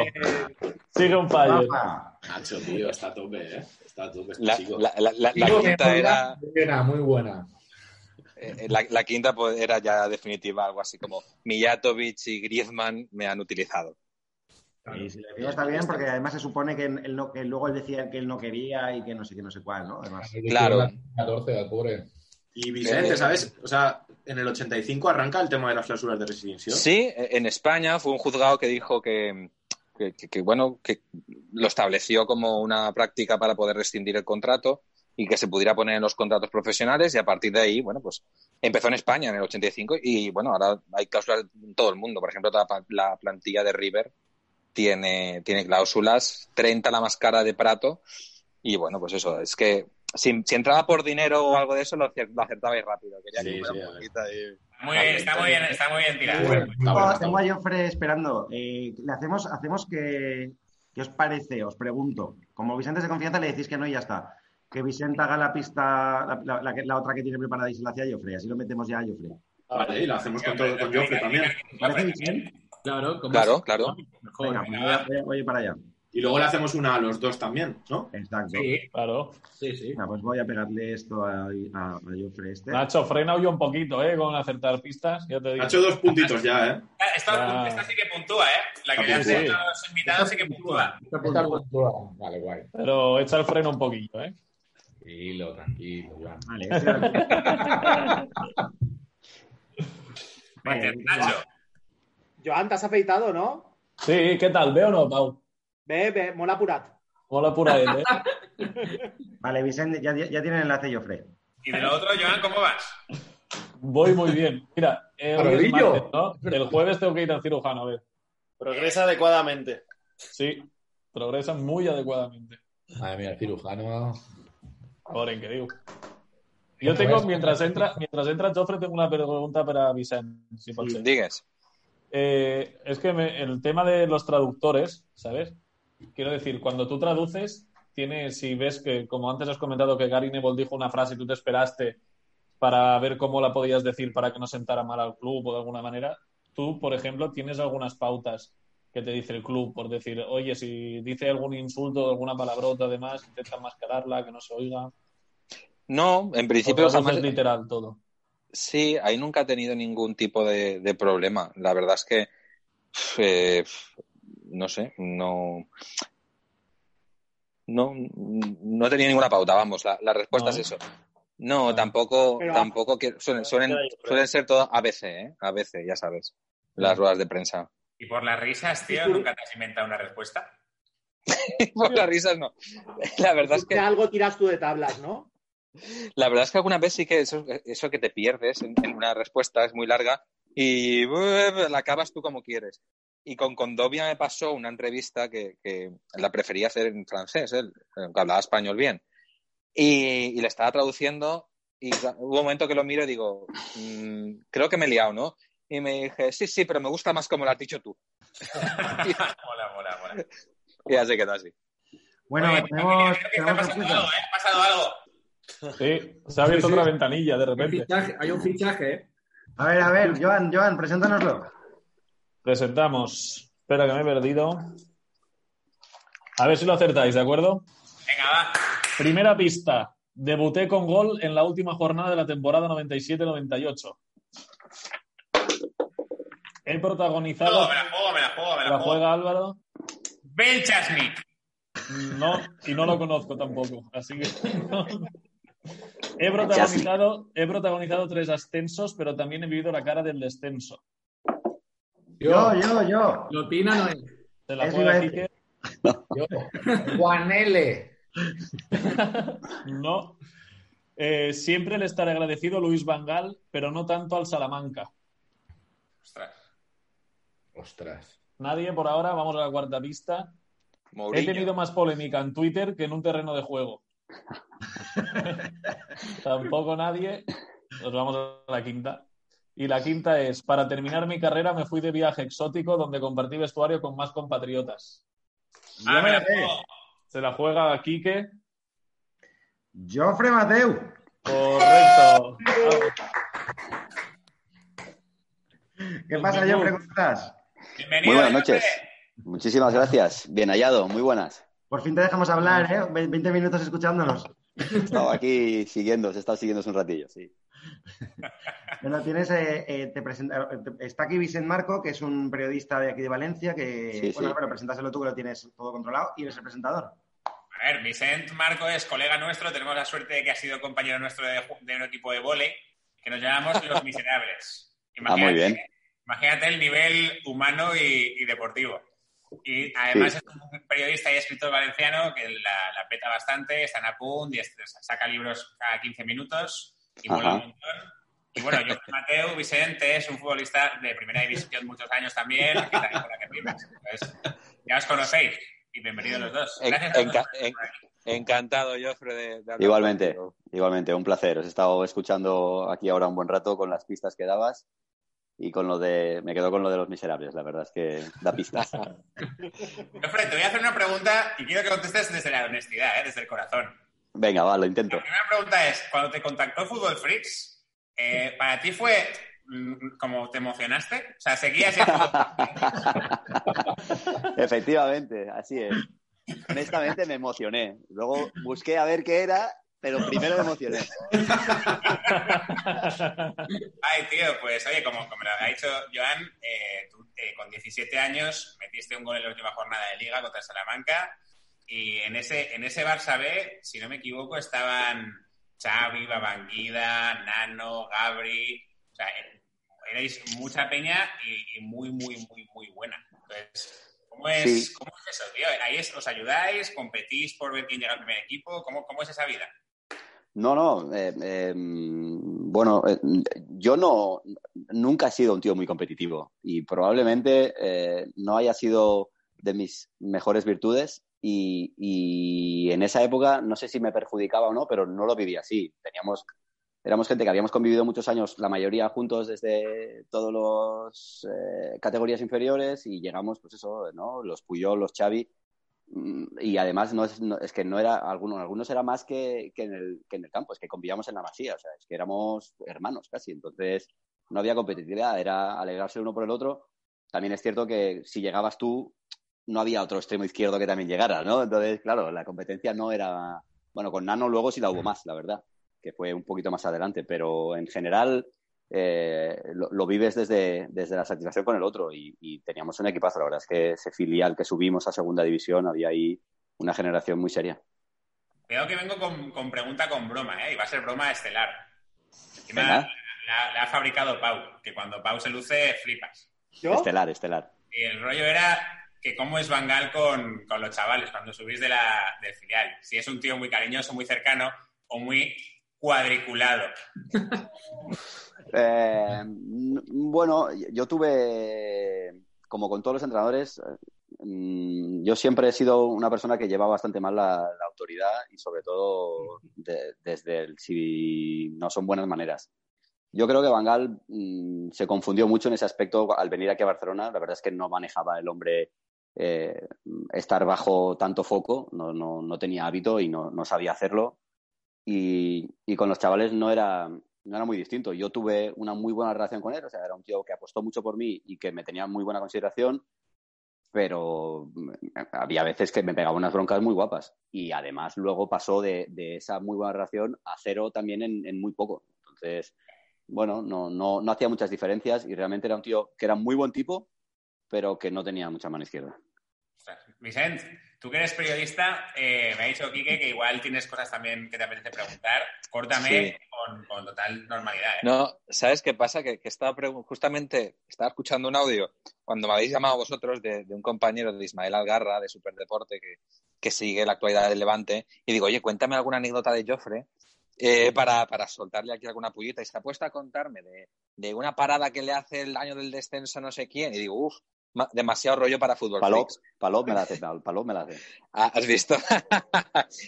Sigue un fallo.
Rafa,
Nacho, tío, está a tope, ¿eh? Está a
Pues
tope, este
La,
chico.
la- la- la- la
Digo que
quinta
muy
era,
buena, muy buena.
eh, la, la quinta pues, era ya definitiva, algo así como Mijatovic y Griezmann me han utilizado.
Y si lo decimos está bien, porque además se supone que, él no, que luego él decía que él no quería y que no sé qué, no sé cuál, ¿no? Además.
Claro.
14, al pobre.
Y Vicente, ¿sabes? O sea, en el 85 arranca el tema de las clausuras de residencia.
Sí, en España fue un juzgado que dijo que, que- que- que, bueno, que lo estableció como una práctica para poder rescindir el contrato y que se pudiera poner en los contratos profesionales y a partir de ahí, bueno, pues empezó en España en el 85 y bueno, ahora hay cláusulas en todo el mundo. Por ejemplo, toda la, pa- la plantilla de River tiene, tiene cláusulas, 30 la más cara de Prato y bueno, pues eso, es que si, si entraba por dinero o algo de eso lo, acer- lo acertabais rápido. Quería que
Sí,
fuera
sí,
un
a ver.
poquito ahí.
Muy bien, está muy bien, está muy bien tirado.
Bueno,
está bueno, está
tengo a Joffre esperando. Eh, le hacemos, hacemos que. ¿Qué os parece? Os pregunto. Como Vicente es de confianza, le decís que no y ya está. que Vicente haga la pista, la, la- la que- la otra que tiene preparada y se la hace a Jofre. Así lo metemos ya a Jofre.
Ah,
Vale, y lo hacemos con, todo, con Joffre también.
¿Parece bien?
Claro, como
Claro, claro.
mejor.
Venga, pues voy a- voy, a- voy a ir para allá.
Y luego le hacemos una a los dos también, ¿no?
Exacto.
Sí,
Claro.
sí, sí.
Venga, pues voy a pegarle esto a, a, a Jofre este.
Nacho, frena hoy un poquito, ¿eh? Con acertar pistas, ya te digo.
Ha hecho dos puntitos ya, ¿eh?
Ah, Esta,
Ah.
esta sí que puntúa, ¿eh? La que le han
Sí.
hecho a los invitados sí que puntúa.
Está
Esta
puntual.
puntúa. Vale, guay.
Pero echa el freno un poquito, ¿eh?
Tranquilo, tranquilo, Joan.
Vale, este era el- Vale,
Nacho,
Joan, te has afeitado, ¿no?
Sí, ¿qué tal? ¿Veo o no, Pau?
Ve, ve, mola purat.
Mola pura él, ¿eh?
vale, Vicente, ya, ya tiene el enlace Jofre.
y de lo otro, Joan, ¿cómo vas?
Voy muy bien. Mira, eh, hoy es
Maravilla.
martes, ¿no? El jueves tengo que ir al cirujano, a ver.
Progresa adecuadamente.
Sí, progresan muy adecuadamente.
Madre mía, el cirujano.
Joder, que digo. Yo tengo, mientras entra, mientras entra Jofre, tengo una pregunta para Vicente, si pot ser.
Digues.
Eh, es que me- el tema de los traductores, ¿sabes? Quiero decir, cuando tú traduces, tienes, si ves que, como antes has comentado, que Gary Neville dijo una frase y tú te esperaste para ver cómo la podías decir para que no sentara mal al club o de alguna manera, tú, por ejemplo, tienes algunas pautas que te dice el club por decir, oye, si dice algún insulto, alguna palabrota, además, intenta mascararla, que no se oiga.
No, en principio
O traduces
jamás.
literal todo.
Sí, ahí nunca he tenido ningún tipo de, de problema. La verdad es que, pf, eh, pf, no sé, no, no, no tenía ninguna pauta, vamos, la, la respuesta
No.
es eso. No, tampoco,
Pero-
tampoco que suelen, suelen, suelen ser todo a veces, ¿eh? A veces, ya sabes,
Mm.
las ruedas de prensa.
Y por las risas, tío, nunca te has inventado una respuesta.
Por las risas no. La verdad es
Que
que
algo tiras tú de tablas, ¿no?
La verdad es que alguna vez sí que eso, eso que te pierdes en, en una respuesta es muy larga y eh, la acabas tú como quieres. Y con Condovia me pasó una entrevista que, que la prefería hacer en francés, él, aunque hablaba español bien. Y, y la estaba traduciendo y cla- hubo un momento que lo miro y digo, "Mm, creo que me he liado, ¿no? Y me dije, sí, sí, pero me gusta más como lo has dicho tú.
mola, mola, mola.
Y así quedó así.
Bueno,
Oye, familia,
tenemos,
creo que está
tenemos
pasando algo,
respuesta.
¿eh? Ha pasado algo.
Sí, se ha abierto
Sí, sí.
otra ventanilla de
Hay,
repente.
fichaje- hay un fichaje, ¿eh?
A ver, a ver, Joan, Joan, preséntanoslo.
Presentamos. Espera que me he perdido. A ver si lo acertáis, ¿de acuerdo?
Venga, va.
Primera pista. Debuté con gol en la última jornada de la temporada 97-98. He protagonizado.
No, me la juego, me la juego, me la
¿La
juego.
juega Álvaro?
Belchasnik.
No, y no lo conozco tampoco. Así que. He protagonizado, he protagonizado tres ascensos, pero también he vivido la cara del descenso.
Yo, yo, yo.
Lo opina no es.
Se la
Eso
juega
iba a decir.
Quique.
Yo. Juan L.
No. Eh, siempre le estaré agradecido a Luis Vangal, pero no tanto al Salamanca.
Ostras.
Ostras.
Nadie por ahora, vamos a la cuarta pista. He
Mourinho.
tenido más polémica en Twitter que en un terreno de juego. Tampoco nadie. Nos vamos a la quinta. Y la quinta es, para terminar mi carrera me fui de viaje exótico donde compartí vestuario con más compatriotas.
Ah, me la
Joan, eh,
juego.
Se la juega Quique.
Jofre Mateu.
Correcto.
¿Qué pasa,
Ningún.
Jofre? ¿Cómo estás?
Bienvenido.
Muy buenas
Jorge.
noches. Muchísimas gracias. Bien hallado, muy buenas.
Por fin te dejamos hablar, ¿eh? Ve- 20 minutos escuchándonos.
Estaba aquí siguiendo, se está siguiendo un ratillo, sí.
Bueno, tienes, eh, eh, te presenta- te- está aquí Vicente Marco, que es un periodista de aquí de Valencia, que,
Sí, sí.
bueno, bueno, preséntaselo tú, que lo tienes todo controlado, y eres el presentador.
A ver, Vicent Marco es colega nuestro. Tenemos la suerte de que ha sido compañero nuestro de, ju- de un equipo de vóley que nos llamamos Los Miserables.
Ah, muy bien.
Imagínate el nivel humano y, y deportivo. Y además
Sí.
es un periodista y escritor valenciano que la, la peta bastante, está en Apunt y es- saca libros cada 15 minutos y mola
Ajá.
un montón. Y bueno, yo Mateo Vicente es un futbolista de primera división muchos años también, que también con la que rimas. Entonces, ya os conocéis y bienvenidos los dos.
En-
Gracias a
enca-
todos.
en- encantado, Joffre, de, de hablar
Igualmente.
contigo.
Igualmente, un placer. Os he estado escuchando aquí ahora un buen rato con las pistas que dabas y con lo de. Me quedo con lo de los miserables, la verdad es que da pistas.
Jofre, te voy a hacer una pregunta y quiero que contestes desde la honestidad, ¿eh? desde el corazón.
Venga, va, lo intento.
La primera pregunta es, cuando te contactó Fútbol Freaks, eh, ¿para ti fue mm, como te emocionaste? O sea, ¿seguías siendo-
Efectivamente, así es. Honestamente me emocioné. Luego busqué a ver qué era, pero primero me emocioné.
Ay, tío, pues oye, como, como lo ha dicho Joan, eh, tú eh, con 17 años metiste un gol en la última jornada de Liga contra Salamanca y en ese, en ese Barça B, si no me equivoco, estaban Xavi, Babanguida, Nano, Gabri, o sea, eh, erais mucha peña y, y muy, muy, muy, muy buena. Entonces, ¿cómo es,
Sí.
¿cómo es eso, tío? Ahí es- ¿Os ayudáis? ¿Competís por ver quién llega al primer equipo? ¿Cómo, cómo es esa vida?
No, no. eh, eh, bueno, eh, yo no nunca he sido un tío muy competitivo y probablemente eh, no haya sido de mis mejores virtudes y, y en esa época no sé si me perjudicaba o no, pero no lo viví así. Teníamos éramos gente que habíamos convivido muchos años, la mayoría juntos desde todos los eh, categorías inferiores y llegamos, pues eso, ¿no? Los Puyol, los Xavi, Mm, y además no es, no- es que no era algunos algunos era más que, que en el que en el campo es que convivíamos en la masía o sea es que éramos hermanos casi entonces no había competitividad era alegrarse el uno por el otro también es cierto que si llegabas tú no había otro extremo izquierdo que también llegara no entonces claro la competencia no era bueno con Nano luego sí la hubo más la verdad que fue un poquito más adelante pero en general eh, lo, lo vives desde, desde la satisfacción con el otro y, y teníamos un equipazo. La verdad es que ese filial que subimos a segunda división había ahí una generación muy seria.
Cuidado que vengo con, con pregunta con broma, ¿eh? Y va a ser broma estelar. Encima
Venga.
la, la ha fabricado Pau, que cuando Pau se luce, flipas.
¿Yo?
Estelar, estelar.
Y el rollo era que cómo es Bangal con, con los chavales cuando subís de la, del filial. Si es un tío muy cariñoso, muy cercano o muy cuadriculado.
Eh, n- bueno, yo tuve, como con todos los entrenadores, eh, mm, yo siempre he sido una persona que lleva bastante mal la, la autoridad y sobre todo de- desde el si no son buenas maneras. Yo creo que Bangal mm, se confundió mucho en ese aspecto al venir aquí a Barcelona. La verdad es que no manejaba el hombre eh, estar bajo tanto foco, no, no, no tenía hábito y no, no sabía hacerlo. Y, y con los chavales no era, no era muy distinto. Yo tuve una muy buena relación con él, o sea, era un tío que apostó mucho por mí y que me tenía muy buena consideración, pero mm, había veces que me pegaba unas broncas muy guapas. Y además luego pasó de, de esa muy buena relación a cero también en, en muy poco. Entonces, bueno, no, no, no hacía muchas diferencias y realmente era un tío que era muy buen tipo, pero que no tenía mucha mano izquierda.
Vicent, tú que eres periodista, eh, me ha dicho Quique que igual tienes cosas también que te apetece preguntar. Córtame
Sí.
con, con total normalidad, ¿eh?
No, ¿sabes qué pasa? Que, que estaba pregun- justamente estaba escuchando un audio cuando me habéis llamado vosotros de, de un compañero de Ismael Algarra de Superdeporte que, que sigue la actualidad del Levante y digo, oye, cuéntame alguna anécdota de Joffre eh, para, para soltarle aquí alguna pullita y se ha puesto a contarme de, de una parada que le hace el año del descenso no sé quién y digo, uff, demasiado rollo para fútbol.
Palop,
Freaks.
Palop me la hace, Pal- Palop me la hace.
Ah, ¿Has visto?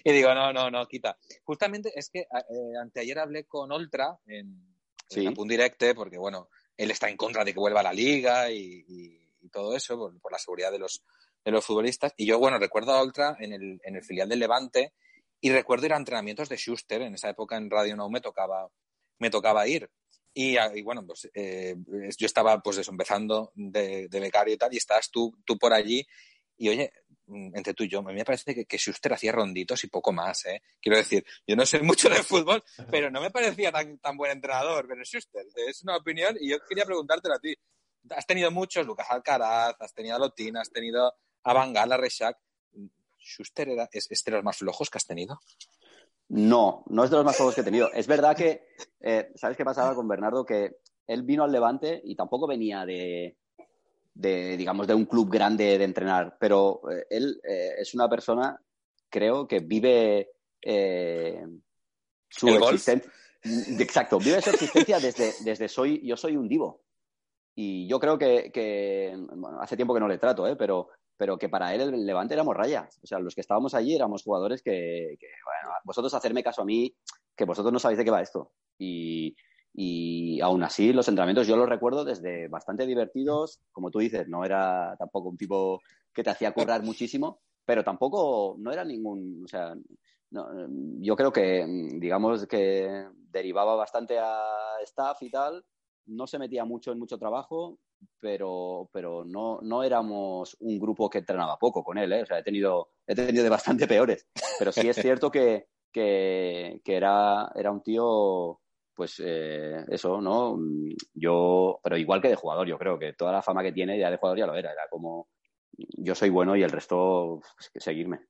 y digo, no, no, no, quita. Justamente es que a- eh, anteayer hablé con Oltra en,
Sí.
un directo, porque bueno, él está en contra de que vuelva a la liga y, y- y todo eso, por, por la seguridad de los, de los futbolistas. Y yo, bueno, recuerdo a Oltra en el, en el filial del Levante y recuerdo ir a entrenamientos de Schuster. En esa época en Radio No me tocaba, me tocaba ir. Y, a- y bueno, pues eh, yo estaba pues eso, empezando de, de becario y tal, y estabas tú, tú por allí. Y oye, mm, entre tú y yo, a mí me parece que, que Schuster hacía ronditos y poco más, ¿eh? Quiero decir, yo no sé mucho de fútbol, pero no me parecía tan, tan buen entrenador, pero Schuster, es una opinión y yo quería preguntártelo a ti. Has tenido muchos, Lucas Alcaraz, has tenido a Lotín, has tenido a Bangal, a Reshak. ¿Schuster era, es, es de los más flojos que has tenido?
No, no es de los más juegos que he tenido. Es verdad que, eh, ¿sabes qué pasaba con Bernardo? Que él vino al Levante y tampoco venía de, de, digamos, de un club grande de entrenar, pero eh, él eh, es una persona, creo, que vive eh, su
¿El golf?
existencia. Exacto, vive su existencia desde, desde soy, yo soy un divo. Y yo creo que, que, bueno, hace tiempo que no le trato, ¿eh? pero, pero que para él el Levante éramos rayas. O sea, los que estábamos allí éramos jugadores que, que, bueno, vosotros hacerme caso a mí, que vosotros no sabéis de qué va esto. Y, y aún así, los entrenamientos yo los recuerdo desde bastante divertidos. Como tú dices, no era tampoco un tipo que te hacía currar muchísimo, pero tampoco, no era ningún, o sea, no, yo creo que, mm, digamos, que derivaba bastante a staff y tal, no se metía mucho en mucho trabajo, pero, pero no, no éramos un grupo que entrenaba poco con él, ¿eh? o sea, he tenido, he tenido de bastante peores, pero sí es cierto que, que, que era, era un tío, pues eh, eso, ¿no? Mm, Yo, pero igual que de jugador, yo creo que toda la fama que tiene ya de jugador ya lo era, era como yo soy bueno y el resto, pues, que seguirme.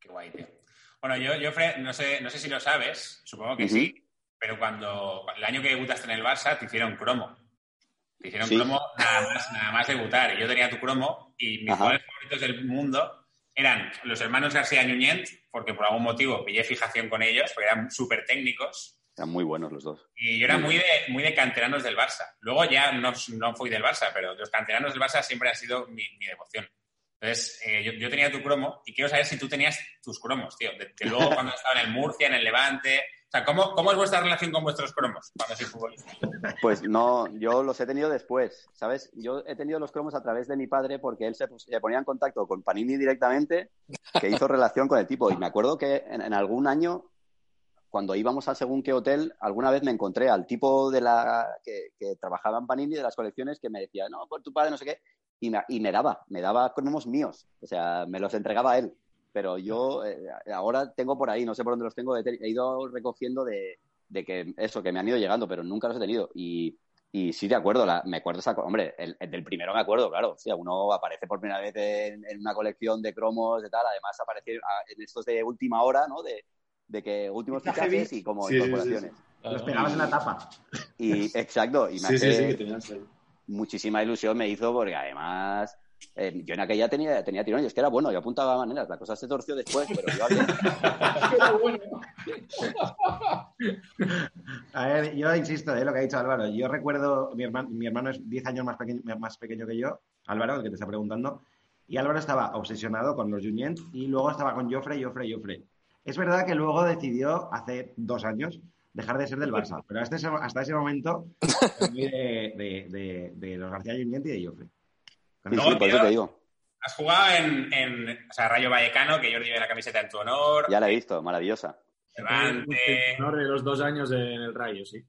Qué guay, tío. Bueno, yo, yo Fred, no sé, no sé si lo sabes, supongo que
Ujú.
sí, pero cuando el año que debutaste en el Barça te hicieron cromo. Te hicieron
Sí.
cromo nada más, nada más debutar. Y Yo tenía tu cromo y mis
Ajá.
jugadores favoritos del mundo eran los hermanos García Ñuñent, porque por algún motivo pillé fijación con ellos, porque eran súper técnicos.
Eran muy buenos los dos.
Y yo era muy de, muy de canteranos del Barça. Luego ya no, no fui del Barça, pero los canteranos del Barça siempre ha sido mi, mi devoción. Entonces, eh, yo, yo tenía tu cromo y quiero saber si tú tenías tus cromos, tío. De, que luego cuando estaba en el Murcia, en el Levante. O sea, ¿cómo, ¿cómo es vuestra relación con vuestros cromos cuando sois futbolistas?
Pues no, yo los he tenido después, ¿sabes? Yo he tenido los cromos a través de mi padre porque él se, pus- se ponía en contacto con Panini directamente, que hizo relación con el tipo. Y me acuerdo que en, en algún año, cuando íbamos a según qué hotel, alguna vez me encontré al tipo de la que, que trabajaba en Panini de las colecciones que me decía, no, por tu padre, no sé qué. Y me, y me daba, me daba cromos míos. O sea, me los entregaba a él. Pero yo eh, ahora tengo por ahí, no sé por dónde los tengo, he te- he ido recogiendo de, de que eso, que me han ido llegando, pero nunca los he tenido. Y, y sí, de acuerdo, la- me acuerdo esa. co- Hombre, el, el del primero me acuerdo, claro. O sea, uno aparece por primera vez en, en una colección de cromos, de tal. Además, aparece a- en estos de última hora, ¿no? De, de que últimos
Fichajes.
fichajes y como
Sí, sí, sí,
incorporaciones.
Los pegabas en la tapa.
Y exacto, y me
Sí, sí,
hace-
sí, que tenías ahí.
muchísima ilusión me hizo porque además eh, yo en aquella tenía, tenía tirón y es que era bueno, yo apuntaba maneras, la cosa se torció después, pero yo al-
A ver, yo insisto, eh, lo que ha dicho Álvaro. Yo recuerdo, mi hermano, mi hermano es 10 años más pequeño, más pequeño que yo, Álvaro, el que te está preguntando, y Álvaro estaba obsesionado con los Junient y luego estaba con Joffre, Joffre, Joffre. Es verdad que luego decidió, hace dos años, dejar de ser del Barça, pero hasta ese, hasta ese momento eh, fue muy de, de- de- de los García Junient y de Joffre. Con
Sí,
eso-
sí, por eso te digo,
Has jugado en, en, o sea, Rayo Vallecano, que Jordi lleva la camiseta en tu honor,
ya la he visto, maravillosa.
Levante,
Honor de los dos años en el Rayo, sí.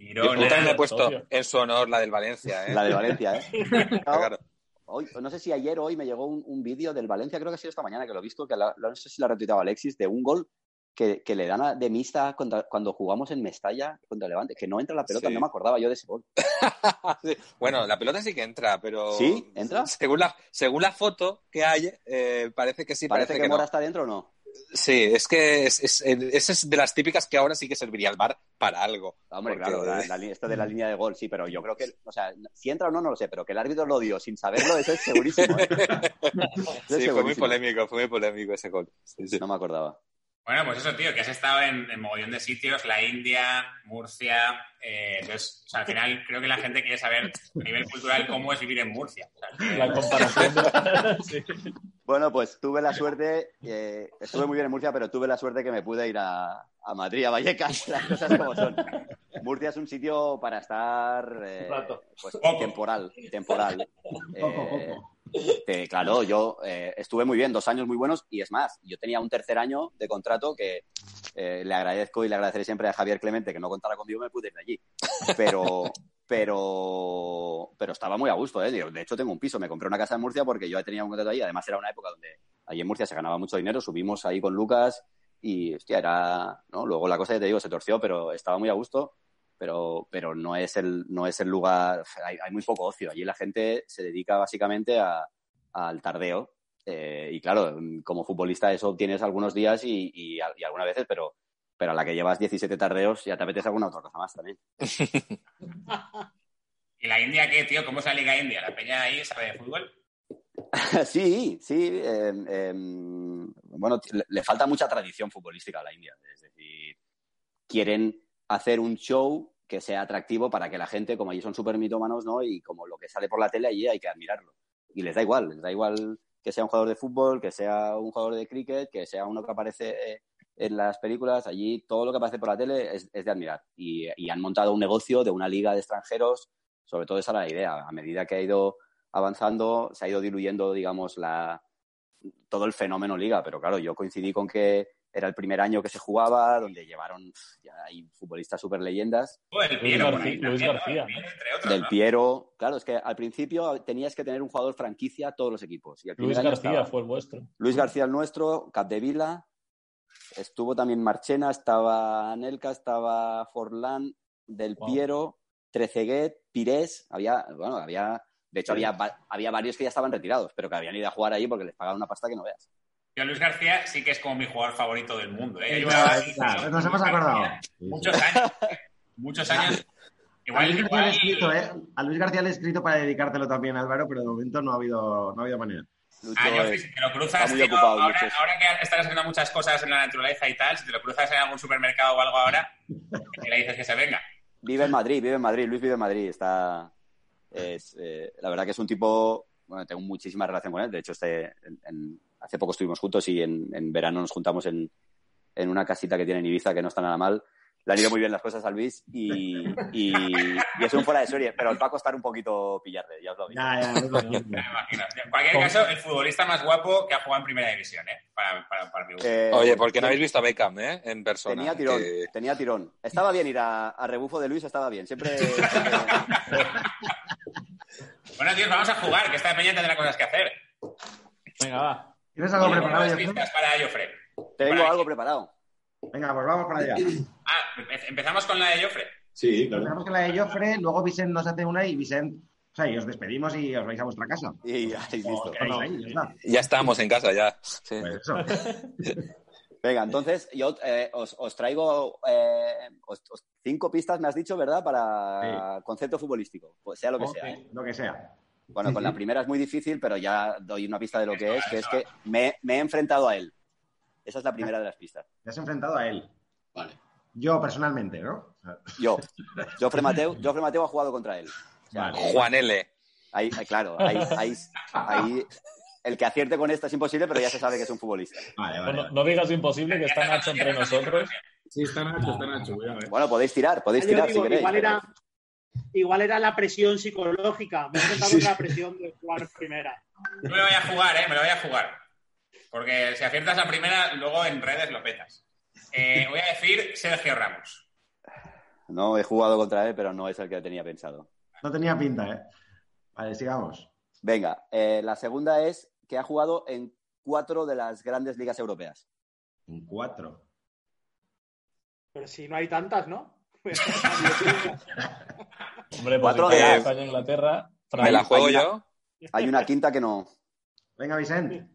Yo también
Girona.
he puesto
socio.
en su honor la del Valencia, ¿eh?
La de Valencia, ¿eh?
Claro.
Hoy, no sé si ayer o hoy me llegó un, un vídeo del Valencia, creo que ha sido esta mañana que lo he visto, que la- no sé si lo ha retuiteado Alexis, de un gol que, que le dan a- de mixta contra- cuando jugamos en Mestalla contra Levante, que no entra la pelota,
Sí.
no me acordaba yo de ese gol.
Sí. Bueno, la pelota sí que entra, pero.
¿Sí? ¿Entra?
Según la, según la foto que hay, eh, parece que sí,
¿Parece,
parece,
que,
que, no.
Mora está dentro o no?
Sí, es que es, es- esa es de las típicas que ahora sí que serviría el bar para algo.
Hombre,
Porque-
claro, la- la li- esto de la línea de gol, sí, pero yo creo que, o sea, si entra o no, no lo sé, pero que el árbitro lo dio sin saberlo, eso es segurísimo. ¿eh? Eso es
Sí, fue muy
segurísimo.
polémico, fue muy polémico ese gol. Sí, sí.
No me acordaba.
Bueno, pues eso, tío, que has estado en, en mogollón de sitios, la India, Murcia. eh, entonces, o sea, al final creo que la gente quiere saber a nivel cultural cómo es vivir en Murcia. O sea, que-
La comparación de- Sí.
Bueno, pues tuve la suerte, eh, estuve muy bien en Murcia, pero tuve la suerte que me pude ir a, a Madrid, a Vallecas, las cosas como son. Murcia es un sitio para estar eh,
Un rato.
pues,
Poco.
temporal, temporal.
Poco,
Eh,
poco.
te- claro, yo eh, estuve muy bien, dos años muy buenos, y es más, yo tenía un tercer año de contrato que eh, le agradezco y le agradeceré siempre a Javier Clemente que no contara conmigo, me pude ir de allí. Pero, pero, pero estaba muy a gusto, ¿eh? Yo, De hecho, tengo un piso, me compré una casa en Murcia porque yo tenía un contrato ahí, además era una época donde allí en Murcia se ganaba mucho dinero, subimos ahí con Lucas y, hostia, era, ¿no? Luego la cosa, ya te digo, se torció, pero estaba muy a gusto. Pero, pero no es el, no es el lugar, hay, hay muy poco ocio. Allí la gente se dedica básicamente a, al tardeo. eh, y claro, como futbolista eso tienes algunos días y, y, al- y algunas veces, pero, pero a la que llevas 17 tardeos ya te apetece alguna otra cosa más también.
¿Y la India qué, tío? ¿Cómo es la Liga India? ¿La peña ahí sabe de fútbol?
sí, sí. eh, eh, bueno, t- le, le falta mucha tradición futbolística a la India. Es decir, quieren hacer un show que sea atractivo para que la gente, como allí son súper mitómanos, ¿no? Y como lo que sale por la tele allí hay que admirarlo. Y les da igual, les da igual que sea un jugador de fútbol, que sea un jugador de cricket, que sea uno que aparece eh, en las películas, allí todo lo que aparece por la tele es, es de admirar. Y, y han montado un negocio de una liga de extranjeros, sobre todo esa era la idea. A medida que ha ido avanzando, se ha ido diluyendo, digamos, la, todo el fenómeno liga, pero claro, yo coincidí con que era el primer año que se jugaba, donde llevaron ya hay futbolistas super leyendas.
el Piero, por ahí
Luis
también, ¿no?
García.
Entre otros,
Del
¿no?
Piero, claro, es que al principio tenías que tener un jugador franquicia a todos los equipos. Y el primer
Luis
año
García
estaba
fue el vuestro.
Luis García el nuestro, Capdevila, estuvo también Marchena, estaba Anelka, estaba Forlán, Del
Wow.
Piero, Treceguet, Pires, había, bueno, había, de hecho había, va- había varios que ya estaban retirados, pero que habían ido a jugar ahí porque les pagaban una pasta que no veas.
Yo, Luis García, sí que es como mi jugador favorito del mundo. ¿eh? Yo llevaba
Ya, ya, Nos hemos acordado.
muchos años. Muchos años.
A
Igual,
Luis, García le
igual.
he escrito, ¿eh? A Luis García le he escrito para dedicártelo también, Álvaro, pero de momento no ha habido, no ha habido manera.
Lucho
Ah, yo,
es-
si te lo
está
cruzas,
muy
tío,
ocupado,
ahora,
Lucho, sí.
ahora que estás haciendo muchas cosas en la naturaleza y tal, si te lo cruzas en algún supermercado o algo ahora, que le dices que se venga.
Vive en Madrid, vive en Madrid, Luis vive en Madrid. Está, es, eh, la verdad que es un tipo, bueno, tengo muchísima relación con él. De hecho, este, en- en- hace poco estuvimos juntos y en, en verano nos juntamos en, en una casita que tiene en Ibiza que no está nada mal. Le han ido muy bien las cosas a Luis y, y, y es un fuera de serie, pero os va a costar un poquito pillarle, ya os lo digo.
Ya, ya, no te
Ya
preocupes.
me imagino. En cualquier caso, el futbolista más guapo que ha jugado en primera división, ¿eh? Para, para, para mi gusto.
Eh,
Oye, ¿por qué no habéis visto a Beckham, eh? En persona.
Tenía tirón,
Que-
tenía tirón. Estaba bien ir a, a rebufo de Luis, estaba bien. Siempre... siempre-
Bueno, tíos, vamos a jugar, que esta peña tendrá cosas que hacer.
Venga, va.
¿Tienes algo
Oye,
preparado,
unas
Jofre?
pistas para Joffre.
tengo algo preparado.
Venga, pues vamos para allá.
Ah, empe- empezamos con la de Joffre.
Sí, claro.
Empezamos con la de Jofre, luego Vicent nos hace una y Vicent, o sea, y os despedimos y os vais a vuestra casa.
Y ya estáis
O os
listos.
quedáis
No, no.
eh.
ahí, ya está.
Ya estábamos en casa, ya. Sí.
Pues eso.
Venga, entonces yo eh, os, os traigo eh, os- os- cinco pistas, me has dicho, ¿verdad? Para concepto futbolístico, pues sea lo que sea. ¿eh?
Lo que sea.
Bueno, con la primera es muy difícil, pero ya doy una pista de lo que es, que es que me, me he enfrentado a él. Esa es la primera de las pistas.
Te has enfrentado a él.
Vale.
Yo personalmente, ¿no?
Yo, Jofre Mateu, Jofre Mateu ha jugado contra él.
Vale.
Juan L.
Ahí, eh, claro, ahí, ahí, ahí el que acierte con esta es imposible, pero ya se sabe que es un futbolista.
Vale, vale.
No, no digas imposible que está
Ya
Nacho entre
dando
nosotros.
información.
Sí, está Nacho, está Nacho, cuidado, eh.
Bueno, podéis tirar, podéis
Yo
tirar
digo,
si queréis.
igual,
pero-
era, igual era la presión psicológica. Me he enfrentado
Sí.
con la presión de jugar en primera.
Yo me lo voy a jugar, ¿eh? Me lo voy a jugar. Porque si aciertas la primera, luego en redes lo petas. Eh, voy a decir Sergio Ramos.
No he jugado contra él, pero no es el que tenía pensado.
No tenía pinta, ¿eh? Vale, sigamos.
Venga, eh, la segunda es que ha jugado en cuatro de las grandes ligas europeas.
En cuatro.
Pero si no hay tantas, ¿no? Pues,
Hombre, pues
Cuatro
Italia,
de-
España, Inglaterra,
¿Me
Francia.
la juego
Ahí, ahí
yo?
Hay una quinta que no.
Venga, Vicent.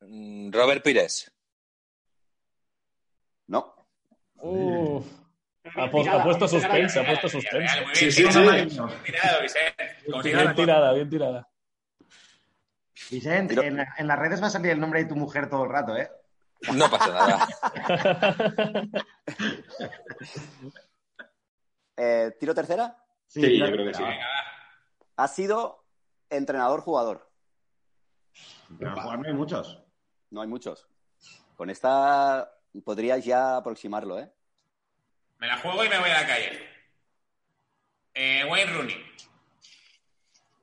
Mm, Robert Pires.
No.
Uf. Ha, pu-
Picada,
ha puesto
picada,
suspense, ha
picada.
puesto suspense.
Villarreal, muy
Sí,
bien.
sí,
Tirado,
sí.
Mario. Tirado, Vicente. Como si nada.
Bien tirada, bien tirada.
Vicent,
Pero-
en, en las redes va a salir el nombre de tu mujer todo el rato, ¿eh?
No pasa nada.
Eh, ¿Tiro tercera?
Sí,
tira-
yo creo que sí.
Ha sido entrenador-jugador.
Pero a jugar no hay muchos.
No hay muchos. Con esta podrías ya aproximarlo, ¿eh?
Me la juego y me voy a la calle. Eh, Wayne Rooney.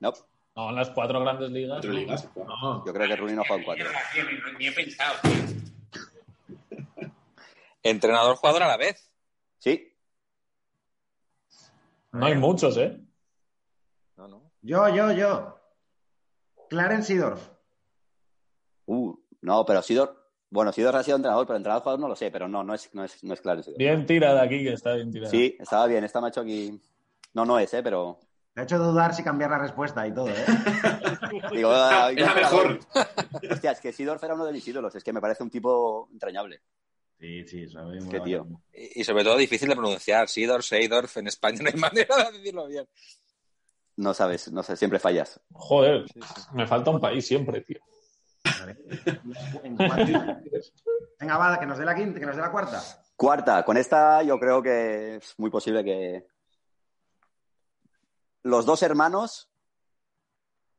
No.
No, en las cuatro grandes ligas.
Cuatro ligas.
No,
Yo creo que Rooney no ha jugado en cuatro.
Mierda, tío, ni, ni he pensado. tío.
Entrenador, jugador a la vez.
Sí.
No hay muchos, ¿eh?
No, no.
Yo, yo, yo. Clarence Seedorf.
Uh, no, pero Sidor. Bueno, Sidor ha sido entrenador, pero entrenador-jugador no lo sé, pero no, no es, no es, no es claro. Sidor.
Bien tirada aquí, que está bien tirada.
Sí, estaba bien, esta macho aquí. No, no es, ¿eh? Pero.
Te ha hecho dudar si cambiar la respuesta y todo, ¿eh?
Digo, ah,
Es la mejor.
Hostia, es que Sidorf era uno de mis ídolos. Es que me parece un tipo entrañable.
Sí, sí, sabemos.
Qué tío.
Y y sobre todo difícil de pronunciar. Sidor, Seidorf, en España no hay manera de decirlo bien.
No sabes, no sé, siempre fallas.
Joder, me falta un país siempre, tío.
En cuatro. Venga, va, que nos dé la quinta, que nos dé la cuarta.
Cuarta, con esta yo creo que es muy posible que. Los dos hermanos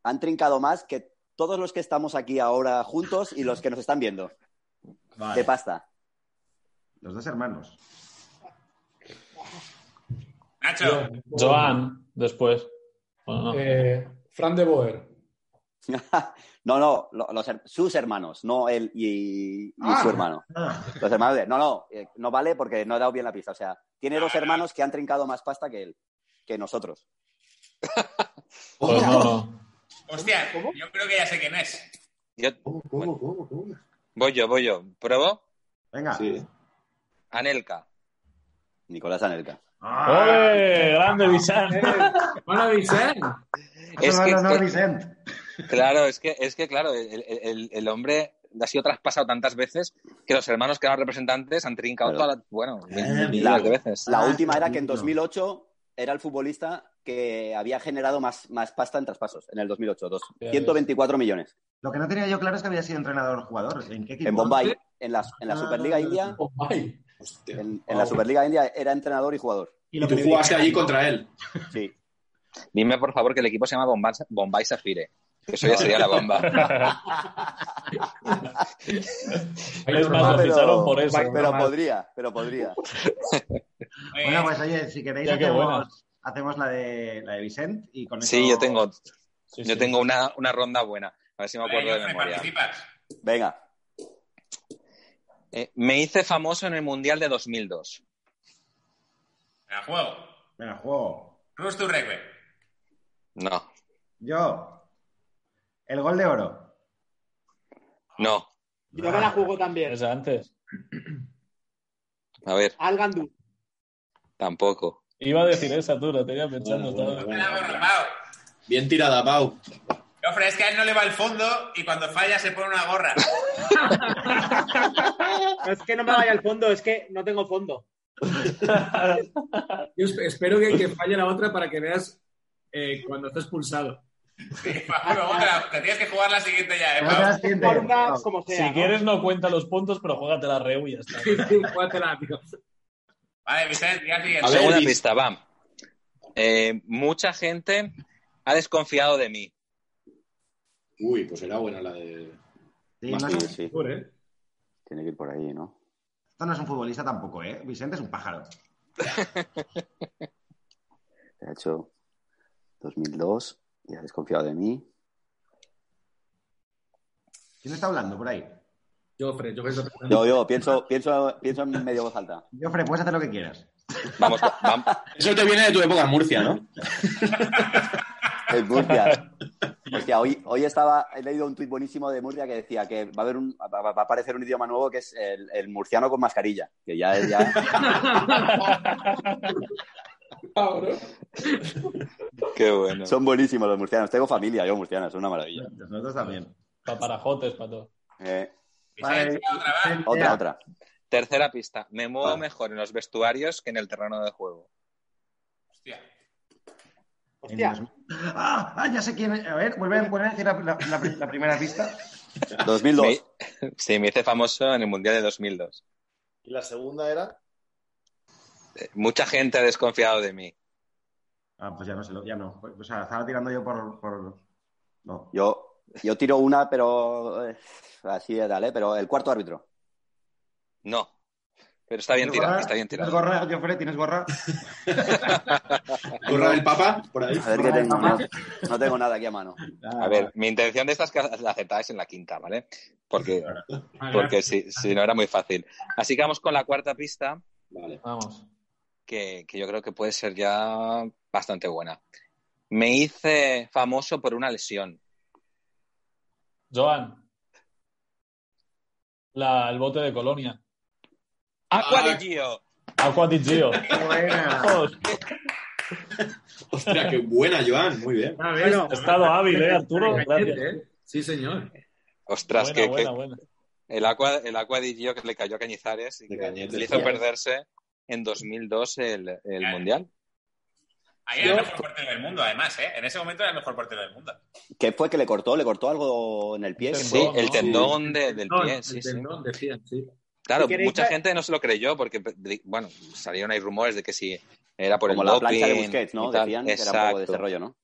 han trincado más que todos los que estamos aquí ahora juntos y los que nos están viendo. De pasta.
Los dos hermanos.
Nacho,
Joan, después. Bueno, no.
Eh, Fran de Eh, Boer.
no, no, lo- los her- sus hermanos, no él y, y
Ah.
su hermano.
Ah.
Los hermanos de... No, no, eh, no vale porque no he dado bien la pista. O sea, tiene dos hermanos que han trincado más pasta que él, que nosotros.
Pues no, no.
Hostia, yo creo que ya sé quién es.
Bueno. Voy yo, voy yo. ¿Pruebo?
Venga.
Anelka.
Nicolás Anelka.
Ah,
Ah.
eh,
¡Ole! ¡Grande, Vicent!
¡Hola, Vicent!
Ah. Es que,
no,
es que-
Vicent.
claro, es que, es que claro, el, el- el hombre ha sido traspasado tantas veces que los hermanos que eran representantes han trincado
Claro.
todas las, bueno,
Ah,
mil-
La,
millones de veces.
la última era que en 2008 era el futbolista que había generado más, más pasta en traspasos, en el 2008, dos-
ves.
124 millones.
Lo que no tenía yo claro es que había sido entrenador-jugador. ¿En qué equipo?
En Bombay, en la, en la Superliga India, en, en la Superliga India era entrenador y jugador.
Y tú jugaste allí contra él.
Sí.
Dime, por favor, que el equipo se llama Bombay, Bombay Safire. Que eso ya sería la bomba.
Es más, lo
pero-
ficharon por eso.
pero podría, pero podría.
Bueno, pues oye, si queréis
Ya, qué buena.
hacemos, hacemos la de la de Vicent y con
Sí,
eso-
yo tengo,
Sí,
yo
sí.
tengo una, una ronda buena. A ver si me
Vale,
acuerdo de
Jofre,
memoria.
participas.
Venga.
Eh, me hice famoso en el Mundial de 2002.
Me la juego.
Venga, juego.
Rus tu reque.
No,
Yo. El gol de oro.
no.
Yo me la juego también.
Es antes.
A ver,
Al Gandú.
tampoco.
Iba a decir esa, tú, la tenía pensando.
Bueno,
estaba-
bueno,
Me
bueno.
la borro, Pau. Eh,
Bien tirada, Pau.
Jofre, es que a él no le va al fondo y cuando falla se pone una gorra.
Es que no me vaya al fondo, es que no tengo fondo.
Yo esp- espero que, que falle la otra para que veas eh, cuando estás pulsado.
Sí, Pablo, otra, te tienes que jugar la siguiente ya, ¿eh,
No te
Pau?
das tiempo.
Por una, como sea.
Si
¿no?
quieres, no cuenta los puntos, pero juégate la reu y ya está.
Júgatela, tío.
Vale, Vicente, ya
A
siguiente.
ver,
Segunda
Liz.
pista, va. Eh, mucha gente ha desconfiado de mí.
Uy, pues era buena la de.
Sí, no,
Sí, sí.
Por, ¿eh?
Tiene que ir por ahí, ¿no?
Esto no es un futbolista tampoco, ¿eh? Vicente es un pájaro.
Se ha hecho 2002 y ha desconfiado de mí.
¿Quién está hablando por ahí?
Jofre, Jofre está pensando.
Yo, yo, pienso, pienso, pienso en medio voz alta.
Jofre, puedes hacer lo que quieras.
Vamos, va- va-
Eso te viene de tu época en Murcia, ¿no?
En Murcia. Hostia, hoy, hoy estaba, he leído un tuit buenísimo de Murcia que decía que va a, haber un, va, va a aparecer un idioma nuevo que es el, el murciano con mascarilla, que ya es ya...
qué bueno.
Son buenísimos los murcianos. Tengo familia yo murciana, es una maravilla.
Nosotros también.
Pa- para jotes, para todo.
Eh,
Pues
Vicente, otra, va.
Vicente,
otra, otra.
Tercera pista. Me muevo
Vale.
mejor en los vestuarios que en el terreno de juego.
Hostia.
en
Hostia,
dos- Ah, ah, ya sé quién es. A ver, vuelve, vuelve a decir la, la- la pri- la primera pista.
2002.
Me- sí, me hice famoso en el Mundial de 2002.
Y la segunda era.
Eh, mucha gente ha desconfiado de mí.
Ah, pues ya no sé, lo- ya no. O sea, estaba tirando yo por... por- No.
Yo, yo tiro una, pero eh, así es, dale, pero el cuarto árbitro.
No. Pero está bien
¿Tienes
tirado,
gorra?
está bien
¿Tienes
tirado.
gorra, Jofre? ¿Tienes gorra?
Corra del Papa, por ahí.
A ver qué tengo, ¿no? No tengo nada aquí a mano.
A ver, mi intención de estas es que la aceptáis en la quinta, ¿vale? Porque,
Ah,
porque si, si no era muy fácil. Así que vamos con la cuarta pista,
Vale.
Vamos.
que, que yo creo que puede ser ya bastante buena. Me hice famoso por una lesión.
Joan. La- el bote de Colonia. Ah,
¡Aqua di Gio!
Aqua di Gio.
Buena.
Ostras, qué buena,
Ah,
Joan. Muy bien.
Ya Ah, ves.
bueno,
Has estado hábil, ¿eh, Arturo?
Cachete,
Gracias.
¿eh? Sí, señor.
Ostras, que,
Buena,
que-
buena, buena.
El Aqua, el Aqua di Gio que le cayó a Cañizares y
De
que
Cañete,
le hizo
sí.
perderse en 2002 el, el
Ya.
Mundial.
Ahí era el mejor portero del mundo, además, ¿eh? En ese momento era el mejor portero del mundo.
¿Qué fue que le cortó? ¿Le cortó algo en el pie?
Sí.
Sí,
Tendón,
el
¿no?
tendón de- del
No,
pie,
el
sí, sí.
tendón, decían, sí.
Claro,
Si queréis
mucha
ver-
gente no se lo creyó porque, de- bueno, salieron ahí rumores de que si era por
Como
el
la
doping
plancha de Busquets, ¿no?
y tal.
Decían que era un poco de
Exacto.
ese rollo, ¿no?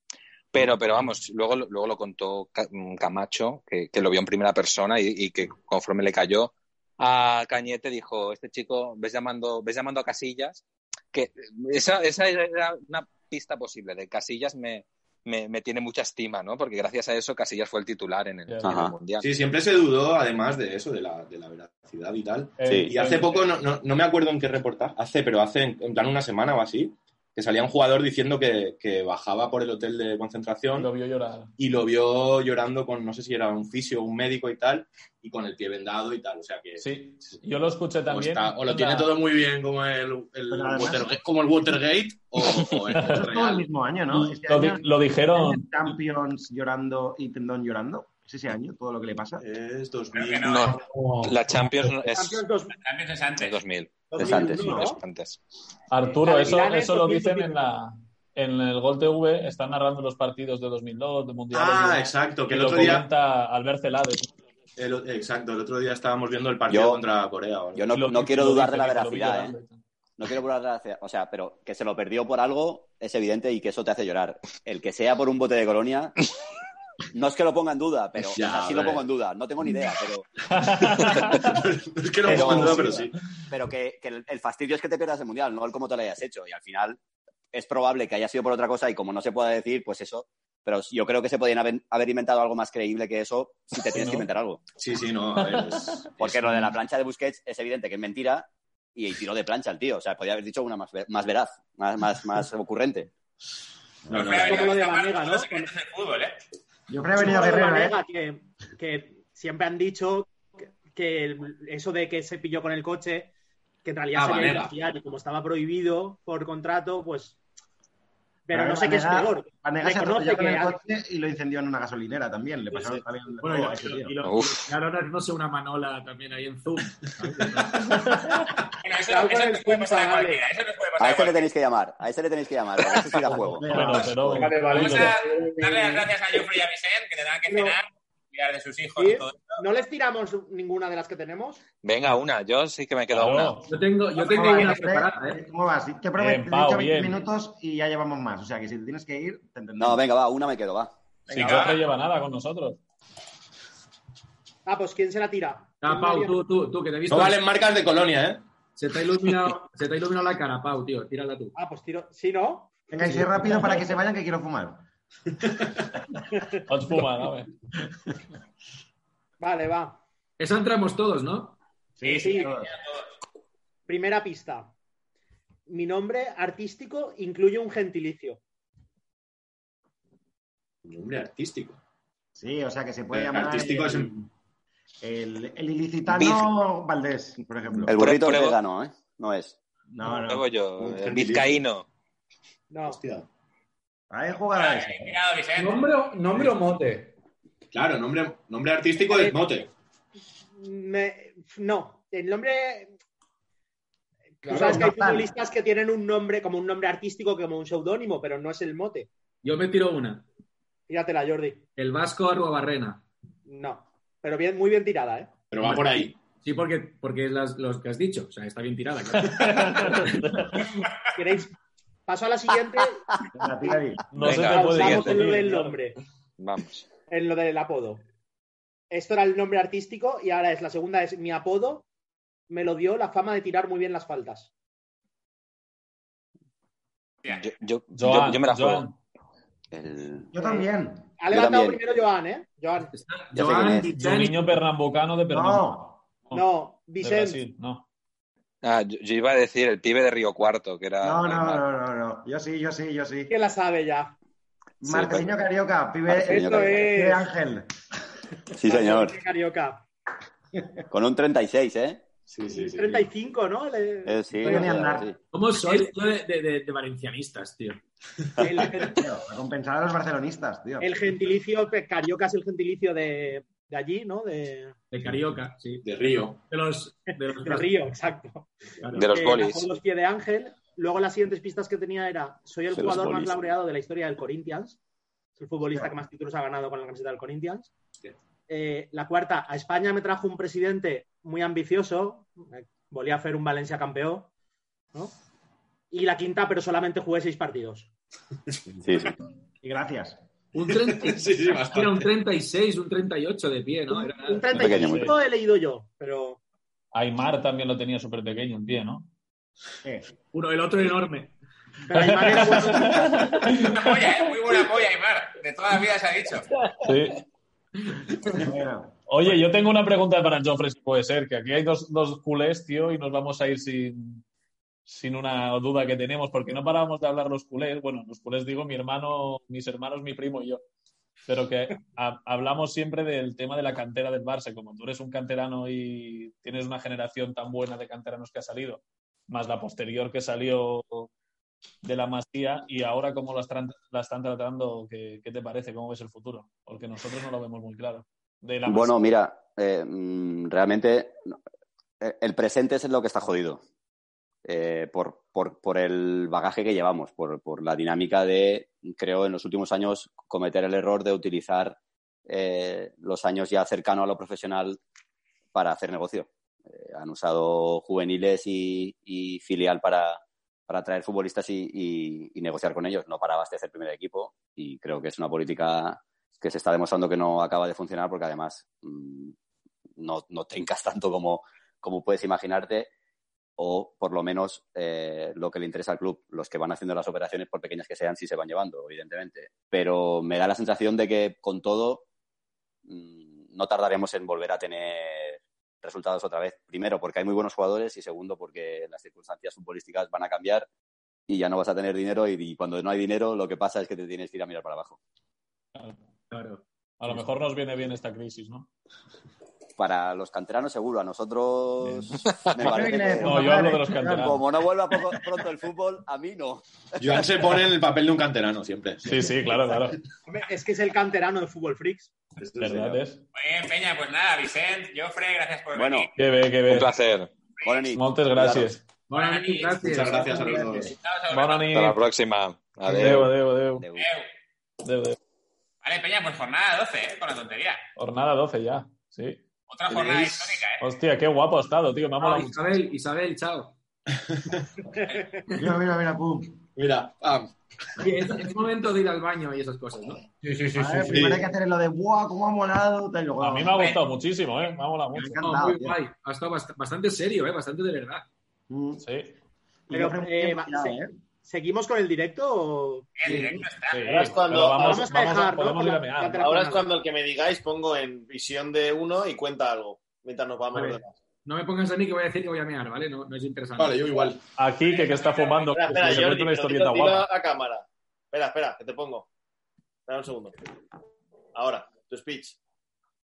Pero, pero vamos, luego, lo- luego lo contó Ca- mm, Camacho, que, que lo vio en primera persona y, y que conforme le cayó a Cañete dijo, este chico, ves llamando, ves llamando a Casillas, que esa, esa era una pista posible, de Casillas me, me, me tiene mucha estima, ¿no? Porque gracias a eso Casillas fue el titular en el, en el
Ajá.
Mundial.
Sí, siempre se dudó, además de eso, de la, de la veracidad y tal.
Eh,
Sí.
Y hace poco, no, no- no me acuerdo en qué reportaje, hace, pero hace en, en plan una semana o así, que salía un jugador diciendo que, que bajaba por el hotel de concentración.
Lo vio llorar.
Y lo vio llorando con, no sé si era un fisio o un médico y tal, y con el pie vendado y tal. O sea que.
Sí, yo lo escuché también.
O, está- o lo tiene
La-
todo muy bien, como el, el
Pero además-
Watergate, como el Watergate, o, o el
Todo el
Real.
mismo año, ¿no? Este
Lo
año-
di- lo dijeron-
¿Es Champions llorando y Tendón llorando. ¿Es ese año todo lo que le pasa?
Es
que
2000.
no.
No, la Champions no- es
Champions dos-
Champions es antes.
2000.
Es
antes,
sí,
¿no?
es antes.
Arturo,
La de
eso,
Milán es
eso lo
2000.
dicen en la en el Gol TV, están narrando los partidos de 2002, de Mundial.
Ah, exacto, que el
lo
otro día-
comenta Albert Celades.
El- exacto, el otro día estábamos viendo el partido
Yo-
contra Corea. ¿vale?
Yo no,
Lo
no
dice-
quiero
lo
dudar
dice,
de la
dice, lo vi
veracidad,
llorando
¿eh? No quiero dudar de la veracidad. O sea, pero que se lo perdió por algo es evidente y que eso te hace llorar. El que sea por un bote de colonia, no es que lo ponga en duda, pero o
Ya,
sea, sí
a
lo
ver.
pongo en duda. No tengo ni idea, pero,
es que no
Pero-
pongo en duda, pero sí.
pero que, que el el fastidio es que te pierdas el mundial, no el cómo te lo hayas hecho. Y al final es probable que haya sido por otra cosa y como no se pueda decir, pues eso. Pero yo creo que se podían haber, haber inventado algo más creíble que eso si te tienes
¿no?
que inventar algo.
Sí, sí, no. a ver, es-
Porque
es
lo de la
un-
plancha de Busquets es evidente que es mentira y tiró de plancha el tío. O sea, podía haber dicho una más, ve- más veraz, más, más, más ocurrente.
no, no,
Pero
no.
habría
como lo de
que escapar
Vanega,
todos
¿no?
los secretos del fútbol, ¿eh?
Yo creo que ha venido
Como lo de
Guerrero, ¿eh?
Vanega, que, que siempre han dicho que, que el- eso de que se pilló con el coche, que en realidad
Ah,
se había ido
Vanega.
a fiar y como estaba prohibido por contrato, pues. Pero
Pero
no sé qué es
Vanega-
peor.
Vanega se
Reconoce
atropelló con
que
el
al-
coche y lo incendió en una gasolinera también. Le pasaron también el
Bueno, y
fuego a
lo-
ese
y lo- y
tío.
lo-
Uf.
y ahora no sé, una manola también ahí en Zoom. ¿sabes?
Bueno, eso,
Claro,
eso
con
no
el
puede pasar a
Zumba, vale.
cualquiera. Eso no puede pasar a
A ese le
cualquiera.
tenéis que llamar, a ese le tenéis que llamar, porque ese sí da juego.
Bueno, pero
Vale, vale,
Vamos
vale.
a darle las gracias a Jeffrey y a Vicente, que tendrán que
No.
cenar, cuidar de sus hijos
¿Sí?
y todo eso.
¿No les tiramos ninguna de las que tenemos?
Venga, una. Yo sí que me quedo una.
Claro.
Yo tengo, yo
¿Cómo
tengo
vas,
una
Guerrero?
preparada, ¿eh?
¿Cómo vas? Te prometo
Bien,
que
Pau,
te he dicho 20
bien.
minutos y ya llevamos más. O sea, que si te tienes que ir, te entendemos.
No, venga, va, una me quedo, va.
Si
Venga,
no
va.
se lleva nada con nosotros.
Ah, pues ¿quién se la tira?
Ah,
¿Quién
Pau,
haría?
tú, tú, tú, que te he visto.
No valen marcas de colonia, ¿eh?
Se te ha iluminado, se te ha iluminado la cara, Pau, tío. Tírala tú.
Ah, pues tiro. ¿Sí, no?
Venga, y sé rápido para que se vayan, que quiero fumar.
Os fuman, a ver.
Vale, va.
Esa entramos todos, ¿no?
Sí, sí.
todos.
Primera pista. Mi nombre artístico incluye un gentilicio.
Un hombre artístico.
Sí, o sea, que se puede
Eh,
llamar.
artístico
el,
es un-
el, el ilicitano Valdés, por ejemplo.
El burrito
Pruebo-
es vegano, ¿eh? No es.
No,
Luego
no.
yo,
Un
eh,
gentilicio.
vizcaíno.
No.
Hostia.
Ahí jugará ese.
Cuidado, Vicente.
Nombre, o- nombre o mote.
Claro, nombre, nombre artístico es mote.
Me- no. El nombre. Tú
Claro,
sabes que hay
normal.
futbolistas que tienen un nombre como un nombre artístico, como un seudónimo, pero no es el mote.
Yo me tiro una.
Tíratela, Jordi.
El Vasco Arruabarrena.
No. Pero bien, muy bien tirada, ¿eh?
Pero va por ahí.
Sí, porque, porque es las, los que has dicho. O sea, está bien tirada. claro.
¿Queréis? Paso a la siguiente.
Venga, tira ahí.
No
Venga,
se te
Pausamos
puede
en lo
discutir,
del
claro.
nombre.
Vamos.
en lo del apodo. Esto era el nombre artístico y ahora es la segunda, es mi apodo. Me lo dio la fama de tirar muy bien las faltas.
Yo, yo,
Joan,
yo- yo me la juego.
Joan.
El...
Yo también.
Ha levantado
también.
primero Joan, ¿eh? Joan.
Ya sé
Joan,
quién
Es un
Vicente,
niño pernambucano de Pernambuco.
No.
No,
de
Vicente.
Brasil, no.
Ah, yo, yo iba a decir el pibe de Río Cuarto, que era.
Ah,
No, no,
Neymar.
no, no, no. Yo sí, yo sí, yo sí.
Que la sabe ya.
Sí,
Marcelino Carioca, pibe,
pues, Marcelino
Esto
pibe
es.
Ángel.
Sí, señor.
Carioca.
Con un 36, ¿eh?
Sí, sí, sí.
35, ¿no? Le-
Eh, sí,
Voy a
o sea,
andar.
sí.
¿Cómo sois tío, de, de- de- de valencianistas, tío?
El,
Tío, a compensar a los barcelonistas, tío.
el gentilicio, pues, Carioca es el gentilicio de, de allí, ¿no? De,
De carioca, sí.
De Río.
De los... De los
de Río, exacto.
claro.
De los
Eh,
golis.
bajo los pies de Ángel. Luego las siguientes pistas que tenía era, soy el
De los
jugador más
golis.
laureado de la historia del Corinthians. Es el futbolista que más títulos ha ganado con la camiseta del Corinthians.
Hostia.
Eh, la cuarta, a España me trajo un presidente muy ambicioso. eh, Volía a hacer un Valencia campeón. ¿no? Y la quinta, pero solamente jugué seis partidos.
Sí, sí.
Y gracias.
Un 30
Sí, sí, bastante.
Era un 36, un 38 de pie, ¿no? Era-
un
pequeño, muy
35 he leído yo, pero
Aymar también lo tenía súper pequeño, un pie, ¿no?
Eh,
uno, el otro enorme.
Pero Aymar es una polla, ¿eh? Muy buena polla, Aymar. De toda la vida se ha dicho.
Sí. Oye, yo tengo una pregunta para Joffre, si puede ser, que aquí hay dos, dos culés, tío, y nos vamos a ir sin, sin una duda que tenemos, porque no parábamos de hablar los culés. Bueno, los culés digo mi hermano, mis hermanos, mi primo y yo. Pero que ha- hablamos siempre del tema de la cantera del Barça. Como tú eres un canterano y tienes una generación tan buena de canteranos que ha salido, más la posterior que salió de la Masía, y ahora cómo la están, la están tratando, ¿qué, qué te parece? ¿Cómo ves el futuro? Porque nosotros no lo vemos muy claro. De la
Bueno,
Masía.
mira, eh, mm, realmente no, eh, el presente es lo que está jodido. eh, por, por, por el bagaje que llevamos, por, por la dinámica de, creo, en los últimos años cometer el error de utilizar eh, los años ya cercano a lo profesional para hacer negocio. Eh, han usado juveniles y, y filial para, para traer futbolistas y, y- y negociar con ellos, no para abastecer primer equipo. Y creo que es una política que se está demostrando que no acaba de funcionar porque además mm, no, no trincas tanto como, como puedes imaginarte o por lo menos eh, lo que le interesa al club, los que van haciendo las operaciones, por pequeñas que sean, sí se van llevando, evidentemente. Pero me da la sensación de que con todo mm, no tardaremos en volver a tener resultados otra vez. Primero, porque hay muy buenos jugadores y segundo, porque las circunstancias futbolísticas van a cambiar y ya no vas a tener dinero y, y cuando no hay dinero lo que pasa es que te tienes que ir a mirar para abajo.
Claro. A lo mejor nos viene bien esta crisis, ¿no?
Para los canteranos seguro, a nosotros me
No,
parece que-
yo hablo de los canteranos.
Como no vuelva poco- pronto el fútbol, a mí no.
Joan se pone en el papel de un canterano siempre.
Sí, sí, claro, claro.
Hombre, es que es el canterano de Fútbol Freaks.
¿Verdad es?
Muy bien, Peña, pues nada, Vicent, Jofre, gracias por
Bueno,
venir.
Qué ve, qué ve.
Un placer.
Montes, gracias.
Bueno, Niki, gracias.
Muchas gracias a los dos.
Bueno,
Hasta la próxima.
Adeu,
Adiós.
adeu, adeu. Adeu, adeu.
Vale, Peña, pues jornada 12, ¿eh? Con la tontería.
Jornada 12 ya, sí.
Otra jornada histórica, ¿eh?
Hostia, qué guapo ha estado, tío. Me ha molado
Ah,
mucho.
Isabel, Isabel, chao.
Mira, mira, mira, pum.
Mira, pam.
Oye, es, es momento de ir al baño y esas cosas, ¿no?
Sí, sí, sí.
A ver, primero hay que hacer lo de ¡buah, cómo ha molado! tal, y luego-
A mí me ha gustado muchísimo, ¿eh? Me ha molado mucho.
No,
Encantado,
muy
tío.
guay. Ha estado bast- bastante serio, ¿eh? Bastante de verdad.
Mm.
Sí.
Y
Pero,
yo creo
eh,
que-
va-
cuidado,
se-
¿eh?
¿Seguimos con el directo o...?
El directo está.
Sí,
Ahora es cuando-
pero vamos,
Vamos a
vamos a-
dejar, ¿no?
podemos
Con
ir a
la-
mear,
la
¿no?
terapia.
Ahora es cuando el que me digáis pongo en visión de uno y cuenta algo. Mientras nos vamos.
Vale.
de la-
No me pongas a mí que voy a decir que voy a mear, ¿vale? No, no es interesante.
Vale, yo igual.
A Quique, que está fumando.
Espera, espera,
que se
Jordi,
cuenta una
pero
historieta
dilo- dilo
guapa.
a cámara. Espera, espera, que te pongo. Espera un segundo. Ahora, tu speech.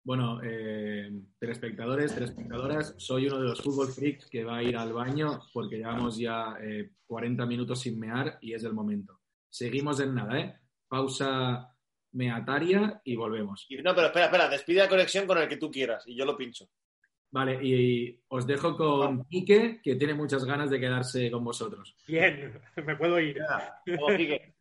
Bueno, eh, telespectadores, telespectadoras, soy uno de los fútbol freaks que va a ir al baño porque llevamos ya eh, 40 minutos sin mear y es el momento. Seguimos en nada, ¿eh? Pausa meataria y volvemos.
Y- no, pero espera, espera, despide la conexión con el que tú quieras y yo lo pincho.
Vale, y os dejo con Quique, que tiene muchas ganas de quedarse con vosotros.
Bien, me puedo ir.
Luego, Quique.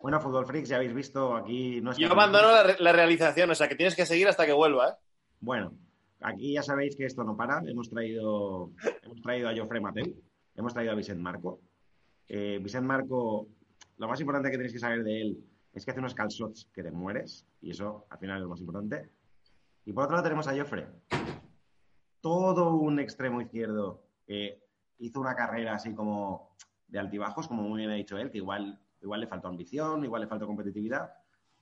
Bueno, Fútbol Freaks, ya habéis visto aquí. No es
Yo
que-
abandono la, re- la realización, o sea que tienes que seguir hasta que vuelva, ¿eh?
Bueno, aquí ya sabéis que esto no para. Hemos traído, hemos traído a Jofre Mateu, hemos traído a Vicent Marco. Eh, Vicent Marco, lo más importante que tenéis que saber de él es que hace unos calzots que te mueres, y eso al final es lo más importante. Y por otro lado tenemos a Jofre, todo un extremo izquierdo que hizo una carrera así como de altibajos, como muy bien ha dicho él, que igual, igual le faltó ambición, igual le faltó competitividad,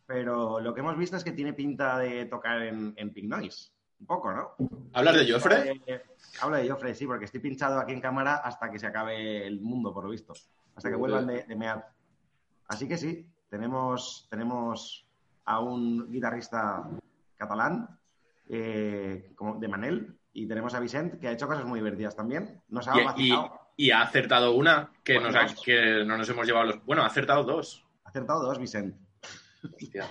pero lo que hemos visto es que tiene pinta de tocar en, en Pink Noise, un poco, ¿no?
¿Hablar de Joffre?
Eh, Hablo de Joffre, sí, porque estoy pinchado aquí en cámara hasta que se acabe el mundo, por lo visto. Hasta que vuelvan de, de mear. Así que sí, tenemos, tenemos a un guitarrista catalán eh, como de Manel y tenemos a Vicent, que ha hecho cosas muy divertidas también. Nos ha
Y, y-
vacilado.
y ha acertado una que,
Bueno,
nos ha-
dos.
que no nos hemos llevado los. Bueno, ha acertado dos.
Ha acertado dos, Vicent.
Hostia.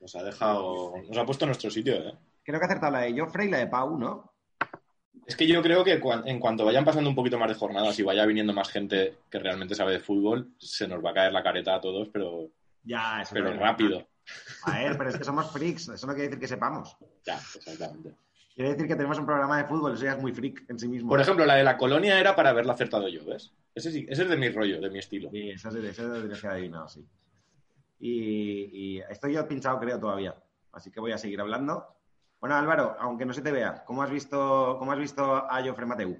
Nos ha dejado. Nos ha puesto en nuestro sitio, ¿eh?
Creo que ha acertado la de Joffre y la de Pau, ¿no?
Es que yo creo que cuan- en cuanto vayan pasando un poquito más de jornadas y vaya viniendo más gente que realmente sabe de fútbol, se nos va a caer la careta a todos, pero,
Ya, eso
pero
no-
rápido.
A ver, pero es que somos freaks, eso no quiere decir que sepamos.
Ya, exactamente.
Quiere decir que tenemos un programa de fútbol, eso ya es muy freak en sí mismo.
Por ejemplo, la de la colonia era para haberla acertado yo, ¿ves? Ese, sí- ese es de mi rollo, de mi estilo.
Sí, eso sí, eso lo tienes que haber adivinado, sí. Y, y estoy yo pinchado, creo, todavía. Así que voy a seguir hablando. Bueno, Álvaro, aunque no se te vea, ¿cómo has visto, cómo has visto a Jofre Mateu?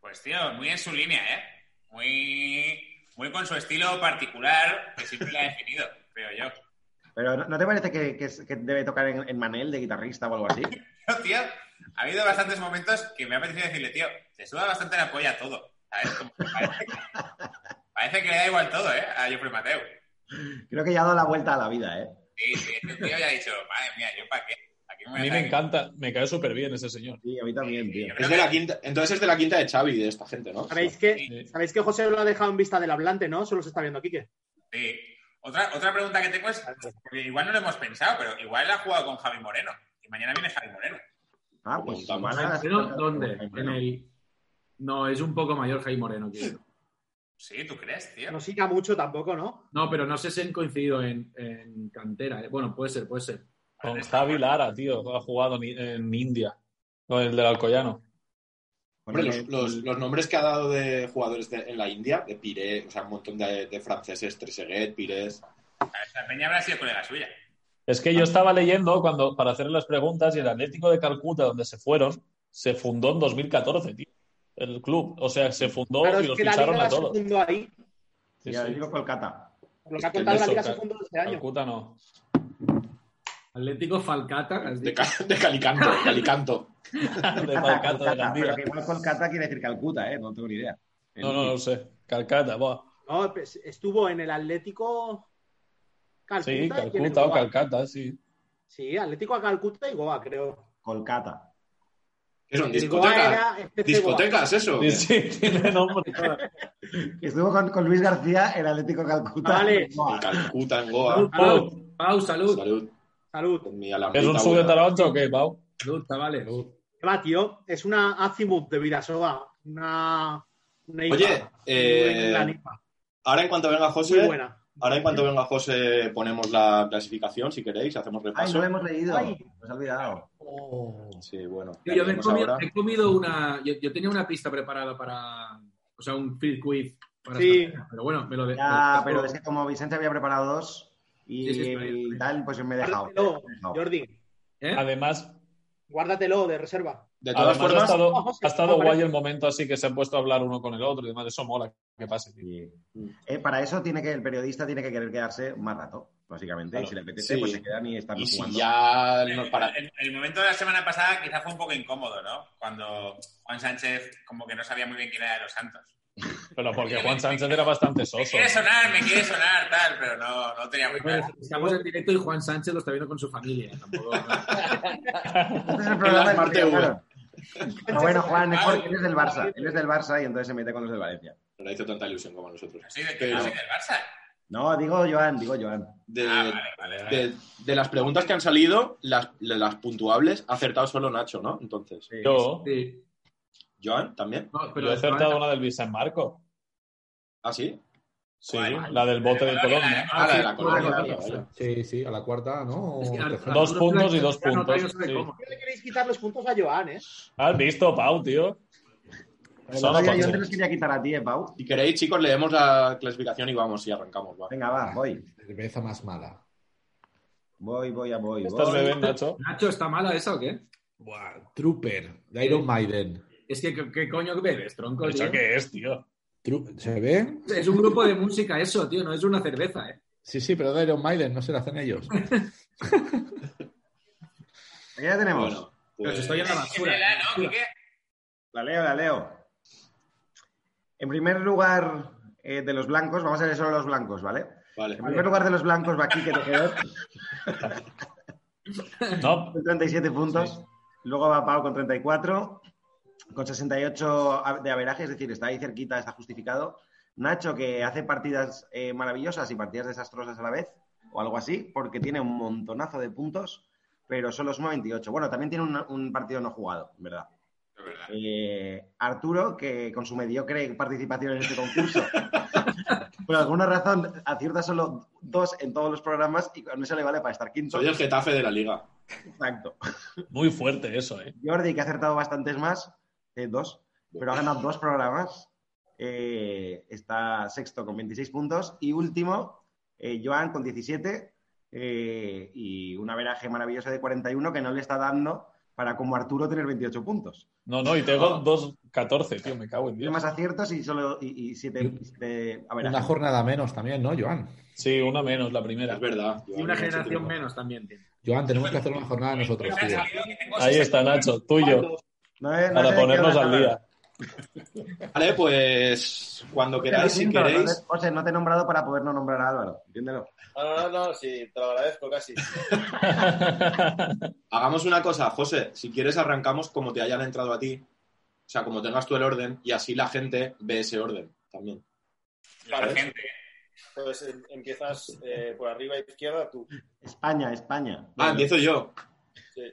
Pues tío, muy en su línea, ¿eh? Muy Muy con su estilo particular, que siempre le ha definido, creo yo.
Pero ¿no, no te parece que, que es- que debe tocar en, en Manel de guitarrista o algo así?
Yo, tío, ha habido bastantes momentos que me ha parecido decirle, tío, se suda bastante la polla a todo. ¿Sabes? Como que parece, que, parece que le da igual todo, ¿eh? A Joffrey Mateu.
Creo que ya ha dado la vuelta a la vida, ¿eh?
Sí, sí, este tío ya ha dicho, madre mía, ¿yo para qué? Aquí me
A mí
voy
me
estar aquí".
encanta, me cae súper bien ese señor.
Sí, a mí también, tío.
Es de la quinta, entonces es de la quinta de Xavi, de esta gente, ¿no?
¿Sabéis que, ¿Sabéis que José lo ha dejado en vista del hablante, no? Solo se está viendo Quique.
Sí. Otra, otra pregunta que tengo es, porque igual no lo hemos pensado, pero igual ha jugado con Javi Moreno. Y mañana viene Javi Moreno.
Ah, pues.
Preguntamos.
van a-
Pero, ¿Dónde?
Jaime
En
Moreno.
el... No, es un poco mayor Jaime Moreno. quiero.
Sí, ¿tú crees, tío?
No siga mucho tampoco, ¿no?
No, pero no sé si han coincidido en, en cantera. ¿eh? Bueno, puede ser, puede ser.
Con Javi Lara, tío, ha jugado en, en India, con el del Alcoyano.
Hombre, los, los- los nombres que ha dado de jugadores de- en la India, de Piré, o sea, un montón de, de franceses, Treseguet, Pirés.
La Peña habrá sido colega suya.
Es que yo estaba leyendo cuando para hacer las preguntas y el Atlético de Calcuta, donde se fueron, se fundó en 2014, tío. El club, o sea, se fundó
Claro,
y
es
los
que la
ficharon
liga
a
se
todos.
fundó ahí.
Sí,
Ya,
sí.
digo Kolkata.
Por Lo que ha
que
contado, la
no
liga
son
se
ca-
fundó este año.
Calcuta no.
Atlético Falcata. has
De,
dicho.
Ca- de Calicanto, de Calicanto.
De Calcata,
Kolkata,
de
Kolkata, pero
Gandía.
que igual Kolkata quiere decir Calcuta, ¿eh? No tengo ni idea.
No, no, no lo sé. Calcata, buah.
No, pues, estuvo en el Atlético Calcuta. y en
Sí,
el
Calcuta o
Goa.
Calcata, sí.
Sí, Atlético a Calcuta y Goa, creo.
Kolkata.
¿Qué son?
El Goa
¿Discotecas?
era FC
¿Discotecas, eso?
Sí, sí, tiene nombre.
Estuvo con, con Luis García en Atlético Calcuta.
Ah,
Vale.
Buah,
En Calcuta, en
Pau,
Goa.
Pau, Pau, salud.
Salud.
Goa. Salud.
Con mi
¿Es
alambrita
un sube
buena.
taroncho o qué, Pau?
Salud, chavales.
¿Qué va, tío? Es una Azimuth de Vidasoa. Una. una
Oye,
IPA.
eh,
Una IPA.
Ahora en cuanto venga
Muy
José,
buena.
ahora en cuanto venga José ponemos la clasificación, si queréis, hacemos
Ay, no
repaso.
lo hemos leído.
Ay.
Nos ha olvidado.
Oh.
Sí, bueno.
Tío, Yo me he
haremos
comido,
Pues ahora.
he comido una. Yo, yo tenía una pista preparada para. O sea, un field quiz. Para
Sí.
esta cena, pero bueno, me lo de-
Ya,
me lo-
pero es que como Vicente había preparado dos y,
Sí, sí, está bien, está bien.
tal, pues yo me he dejado.
Guárdatelo,
Me he dejado.
Jordi.
¿Eh?
Además,
Guárdatelo de reserva.
De
además
todas
ha
formas,
estado,
Ojo, sí,
ha estado
no,
guay
parece.
el momento así que se han puesto a hablar uno con el otro y demás. Eso mola que pase, tío.
Sí. Eh, para eso tiene que el periodista tiene que querer quedarse más rato, básicamente.
Claro,
y si le apetece,
sí.
pues se quedan y están
y si
jugando.
ya
El,
no, para,
el- el momento de la semana pasada quizá fue un poco incómodo, ¿no? Cuando Juan Sánchez como que no sabía muy bien quién era de los Santos.
Pero porque Juan Sánchez era bastante
Me
soso.
quiere sonar, me quiere sonar, tal, pero no, no tenía muy claro.
Estamos en directo y Juan Sánchez lo está viendo con su familia. ¿eh? Tampoco.
Este es el programa
Las
del
Marte
que
V.
ganaron. Pero Ah, bueno, Juan, es
Ay.
porque él es del Barça. Él es del Barça y entonces se mete con los del Valencia.
no le hizo tanta ilusión como a nosotros.
Soy de que
Pero
no soy del Barça.
No, digo Joan, digo Joan.
de,
Ah, vale, vale, vale.
de- de las preguntas que han salido, las, las puntuables, ha acertado solo Nacho, ¿no? Entonces,
Sí.
Yo,
Sí.
Joan también.
No, pero
yo he acertado
estaban-
una del Vicente Marco.
¿Ah, sí?
Sí,
Guay.
la del bote de Colombia.
Ah, la de la
sí,
colonia.
claro,
vale,
claro.
vale.
Sí, sí, a la cuarta, ¿no?
Es que Ar-
Tercera.
Dos
Arturo
puntos y
Blanco
dos
ya no
puntos,
sabe
sí.
cómo.
¿Por qué le queréis quitar los puntos a Joan, eh?
¿Has visto, Pau, tío?
Pero
Solo
todavía
por
yo
ser.
te los quería quitar a ti, eh, Pau.
Si queréis, chicos, leemos la clasificación y vamos y arrancamos. va.
Venga, va, voy.
Cerveza más mala.
Voy, voy, a voy.
¿Estás
voy.
bebé, Nacho?
Nacho, ¿está mala esa o qué?
Buah, Trooper, de Iron Maiden.
Es que, ¿qué, qué coño bebes, tronco?
¿Eso
tío?
qué es, tío?
Tru- ¿Se ve?
Es un grupo de música eso, tío, no es una cerveza, ¿eh?
Sí, sí, pero de Iron Maiden, no se la hacen ellos.
Aquí la tenemos.
Bueno, pues-
Pero se está yendo a la
Es
basura.
verdad, ¿no? Quique?
La leo, la leo. En primer lugar eh, de los blancos, vamos a ver solo los blancos, ¿vale?
vale.
En primer lugar de los blancos va Quique Tejedor,
No,
con 37 puntos. Luego va Pau con 34, con 68 a- de averaje, es decir, está ahí cerquita, está justificado. Nacho, que hace partidas eh, maravillosas y partidas desastrosas a la vez, o algo así, porque tiene un montonazo de puntos, pero solo suma 28. Bueno, también tiene un, un partido no jugado, en ¿verdad?
Es verdad.
Eh, Arturo, que con su mediocre participación en este concurso, por alguna razón acierta solo dos en todos los programas y con eso le vale para estar quinto.
Soy el Getafe de la liga.
Exacto.
muy fuerte eso, ¿eh?
Jordi, que ha acertado bastantes más, eh, dos, pero ha ganado dos programas. Eh, está sexto con 26 puntos. Y último, eh, Joan con 17 eh, y un averaje maravilloso de 41 que no le está dando para como Arturo tener 28 puntos.
No, no, y tengo dos 14, tío, me cago en
Tiene
Dios. Mm.
más aciertos y solo y, y siete, siete- a ver,
Una
así.
jornada menos también, ¿no, Joan?
Sí, una menos, la primera.
Es verdad.
Y una generación menos también tiene.
Joan, tenemos que hacer una jornada nosotros, tío.
Ahí está, Nacho, tuyo.
No, eh, no
Para
sé de qué
ponernos
hablas
al
ahora.
día.
Vale, pues cuando
Te
queráis,
lo
si
siento, no te-
queréis.
José, no te he nombrado para poder no nombrar a Álvaro, entiéndelo.
No, no, no, no, sí, te lo agradezco casi.
Hagamos una cosa, José, si quieres arrancamos como te hayan entrado a ti, o sea, como tengas tú el orden, y así la gente ve ese orden también.
La
¿Sabes?
gente.
Pues em- empiezas eh, por arriba izquierda tú.
España, España.
Ah, empiezo yo.
Sí.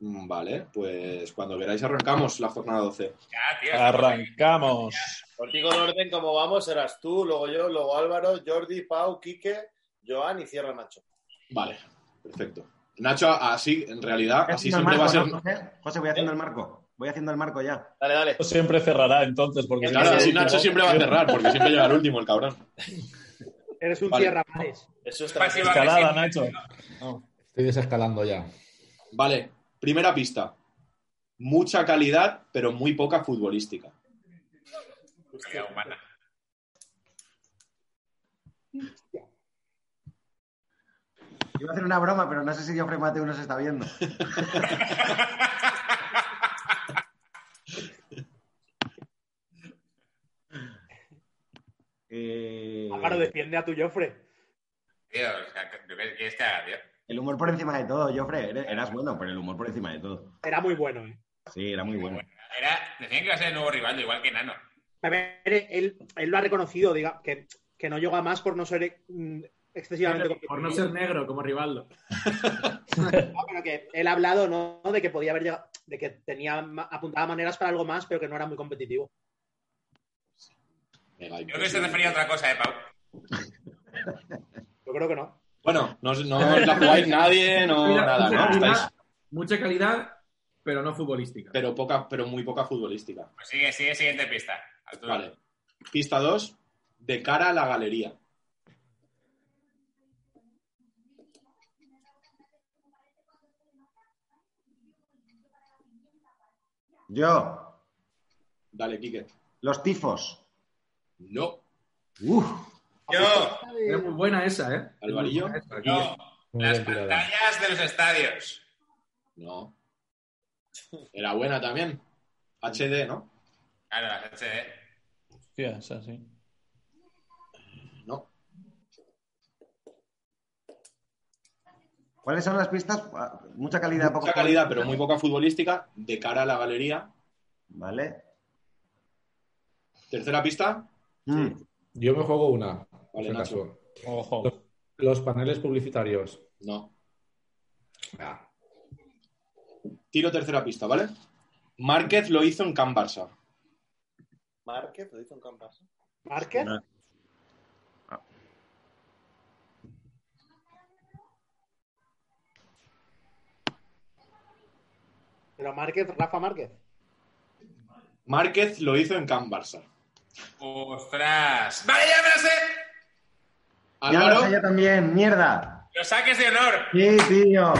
Mm, Vale, pues cuando queráis arrancamos la jornada 12.
Ya, tío,
Arrancamos.
Contigo el orden como vamos, serás tú, luego yo, luego Álvaro, Jordi, Pau, Quique, Joan y cierra Nacho.
Vale, perfecto. Nacho, así, en realidad,
Voy
así
haciendo el
siempre va a ser...
marco, ¿no, José? José, voy haciendo el marco. Voy haciendo el marco ya.
Dale, dale.
Siempre cerrará entonces, porque si
Claro,
no es
así
el
Nacho
último.
siempre va a cerrar, porque siempre lleva el último, el cabrón.
Eres un
Vale.
cierramares.
Eso es
Pasiva
tranquilo.
Escalada,
que sí.
Nacho.
Estoy desescalando ya.
Vale, primera pista. Mucha calidad, pero muy poca futbolística.
Calidad humana.
Iba a hacer una broma, pero no sé si Geoffrey Mateo nos está viendo. Eh,
Álvaro, defiende a tu Joffre.
Tío, o sea, ¿qué qué quieres que haga, tío?
el humor por encima de todo, Geoffrey. Eres- Eras bueno, pero el humor por encima de todo.
Era muy bueno, ¿eh?
Sí, era muy bueno.
Era, decían que iba a ser el nuevo Rivaldo, igual que Nano.
A ver, él, él lo ha reconocido, diga, que, que no llega más por no ser mm, excesivamente
Por no
competitivo.
ser negro como Rivaldo.
No, pero que él ha hablado, ¿no? De que podía haber llegado, de que tenía ma- apuntaba maneras para algo más, pero que no era muy competitivo.
Mega
Yo creo que se
imposible.
refería a otra cosa, eh, Pau.
Yo creo que no.
Bueno, no, no os la jugáis nadie, no
Mira,
nada,
mucha,
¿no?
calidad,
Estáis-
mucha calidad, pero no futbolística.
pero, poca, pero muy poca futbolística.
Pues sigue, sigue, siguiente pista. Arturo.
Vale. Pista 2, de cara a la galería.
Yo,
Dale, Quique.
los tifos.
No.
Uf,
Yo,
Era muy buena esa, ¿eh?
Alvarillo.
Muy buena esa, aquí.
yo,
Muy
las
bien tirada.
pantallas de los estadios.
No. Era buena también. HD, ¿no?
Claro, Ah, las eh. HD.
Hostia, es así.
No.
¿Cuáles son las pistas? Ah, Mucha calidad, poco
Mucha calidad, pero muy poca futbolística. De cara a la galería.
Vale.
Tercera pista.
Mm.
Yo me juego una, por si
Nacho.
acaso.
Ojo.
Los paneles publicitarios.
No.
Ah,
Tiro tercera pista, ¿vale? Márquez lo hizo en Can Barça.
Márquez, lo dice un campas.
¿Márquez?
No.
Pero Márquez, Rafa Márquez.
Márquez lo hizo en Can Barça.
¡Ostras! ¡Vale, ya me lo sé!
Ya lo
Álvaro.
sé yo también, mierda.
¡Los saques de honor!
Sí, tío.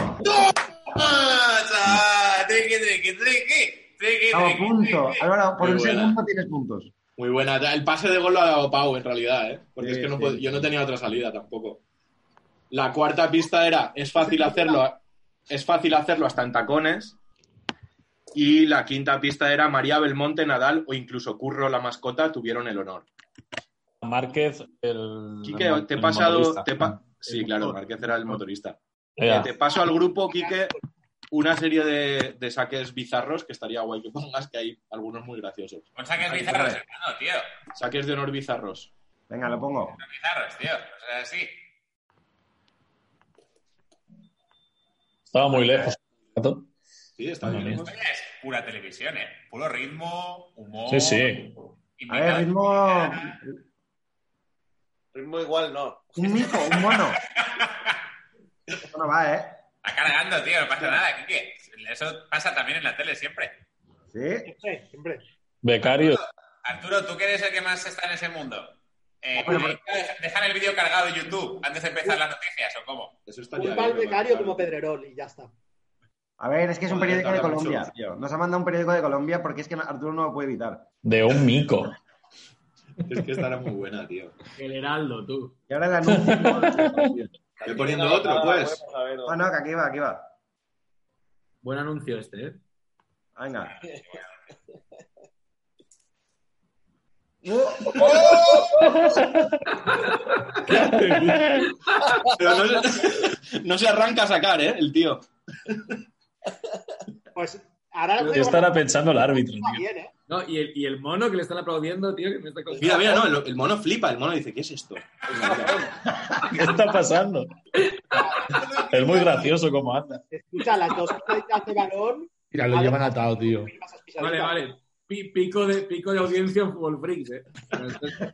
¡Ah, chaval! ¡Triqui, triqui, triqui! ¡Triqui,
Estamos
triqui,
a punto.
triqui!
Álvaro, por
Muy
un
buena.
segundo tienes puntos.
Muy buena. El pase de gol lo ha dado Pau, en realidad, ¿eh? Porque
Sí,
es que no
sí.
pod- yo no tenía otra salida tampoco. La cuarta pista era, es fácil hacerlo, es fácil hacerlo hasta en tacones. Y la quinta pista era María Belmonte, Nadal o incluso Curro, la mascota, tuvieron el honor.
Márquez, el.
Quique,
el-
te he
el
pasado...
motorista.
te pa- sí,
El
claro,
motor.
Márquez era el motorista.
Ya.
Eh, te paso al grupo, Quique, una serie de, de saques bizarros que estaría guay que pongas, que hay algunos muy graciosos.
Con Pues saques bizarros, hermano, tío.
Saques de honor bizarros.
Venga, lo pongo.
Los bizarros, tío. O sea, sí.
Estaba muy lejos.
Sí, está
Madre
bien.
mía.
lejos.
Esto ya es pura televisión, ¿eh? Puro ritmo, humor.
Sí, sí.
A ver, ritmo.
Ritmo igual no.
Un mico, un mono. Esto no va, ¿eh?
Está cargando, tío, no pasa nada, Quique. Eso pasa también en la tele siempre.
Sí.
Siempre, siempre.
Becarios.
Arturo, tú que eres el que más está en ese mundo. Eh,
Bueno,
¿deja- ¿Dejar el vídeo cargado en YouTube antes de empezar las noticias o cómo?
Eso estaría
Un mal
bien,
becario
claro.
como Pedrerol y ya está.
A ver, es que es un
Joder,
periódico de
tarda mucho.
Colombia, tío. Nos ha mandado un periódico de Colombia porque es que Arturo no lo puede evitar.
De un mico.
Es que estará muy buena, tío.
El Heraldo, tú.
Y ahora el anuncio.
Voy poniendo otro, pues.
No, no, que aquí va, aquí va.
Buen anuncio este, ¿eh?
Venga.
Pero no se, no se arranca a sacar, ¿eh? El tío.
Pues ahora
Yo estará pensando el árbitro, tío.
bien, ¿eh?
No, y el, y el mono que le están aplaudiendo, tío, que me está
Mira, mira, no, el, el mono flipa, el mono dice, ¿qué es esto?
¿Qué está pasando? Es muy gracioso como anda.
Escucha, las dos pisaditas de balón,
Mira, lo llevan atado, tío.
esas pisaditas.
Vale, vale. Pi- Pico de, pico de audiencia en Fútbol Freaks, ¿eh? Este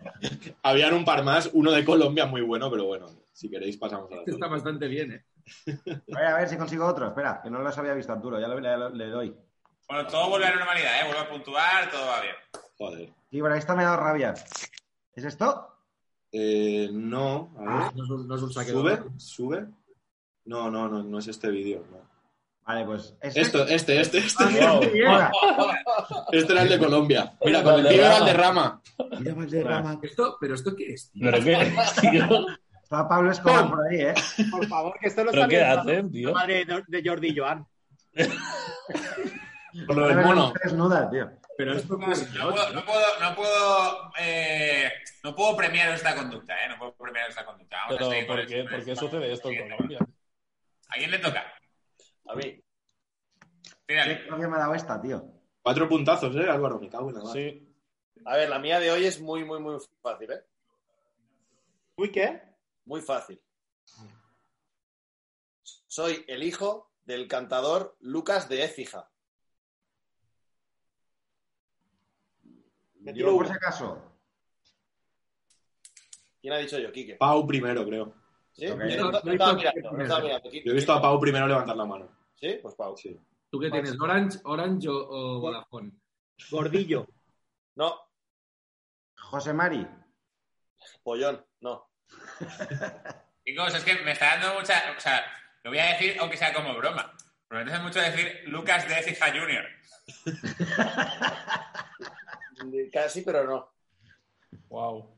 Habían un par más, uno de Colombia muy bueno, pero bueno, si queréis pasamos a la
Este está bastante bien, ¿eh?
A ver, a ver si consigo otro. Espera, que no los había visto Arturo. Ya lo, ya lo- le doy.
Bueno, todo vuelve a la normalidad, ¿eh? Vuelve a puntuar, todo va bien.
Joder.
Y bueno, esta me ha dado rabia. ¿Es esto?
Eh, no, a
Ah, No es un, no es un
ver.
saque de
¿Sube?
banda.
¿Sube? No, no, no, no es este vídeo. no.
Vale, pues. ¿es Ah,
Esto, este, este, este.
Hola.
Este era el de Colombia. Mira, con el tío era el de Rama.
Esto- ¿Pero esto qué es, tío?
¿Pero qué, tío?
Está Pablo Escobar por ahí, ¿eh?
Por favor, que esto lo
¿Pero qué
viendo
hacen,
la
tío?
madre de- de Jordi y Joan.
Con lo
Ahora
del
veremos
mono.
Desnuda, tío.
Pero esto qué es,
No puedo, no puedo, no puedo, eh, no puedo premiar esta conducta, ¿eh? No puedo premiar esta conducta. Vamos
Pero,
a seguir con
¿por
el-
qué,
con
por
el-
qué sucede esto en Colombia?
¿A quién le toca?
A mí.
Tírale.
¿Qué rabia me ha dado esta, tío?
Cuatro puntazos, ¿eh, Álvaro? Me cago en la madre.
Sí.
A ver, la mía de hoy es muy, muy, muy fácil, ¿eh?
Uy, ¿qué?
Muy fácil. Soy el hijo del cantador Lucas de Écija.
Me tiro
Yo, por
una.
si acaso.
¿Quién ha dicho yo? Quique.
Pau primero, creo.
¿Sí?
Ok.
Yo No, no estaba mirando, no estaba mirando. Quique.
Yo he visto a Pau primero levantar la mano.
¿Sí? Pues Pau.
Sí.
¿Tú qué tienes? ¿Orange, Orange o, o Vodafone?
Gordillo.
No,
José Mari.
pollón, no.
Chicos, es que me está dando mucha. O sea, lo voy a decir aunque sea como broma. Pero me interesa mucho decir Lucas de Ecija Jr.
Casi, pero no.
Wow.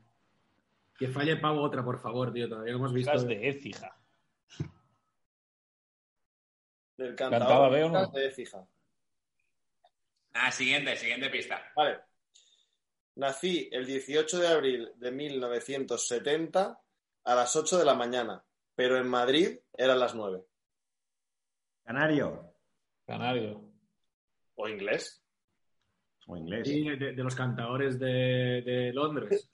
Que falle Pau otra, por favor, tío. Todavía no hemos visto.
Lucas de Écija.
Del
Cantaba
cantador
B o no.
Lucas de Écija.
Ah, siguiente, siguiente pista.
Vale. Nací el 18 de abril de 1970 a las 8 de la mañana, pero en Madrid eran las 9.
Canario.
Canario.
¿O inglés?
O inglés.
Sí, de, de los cantadores de, de Londres.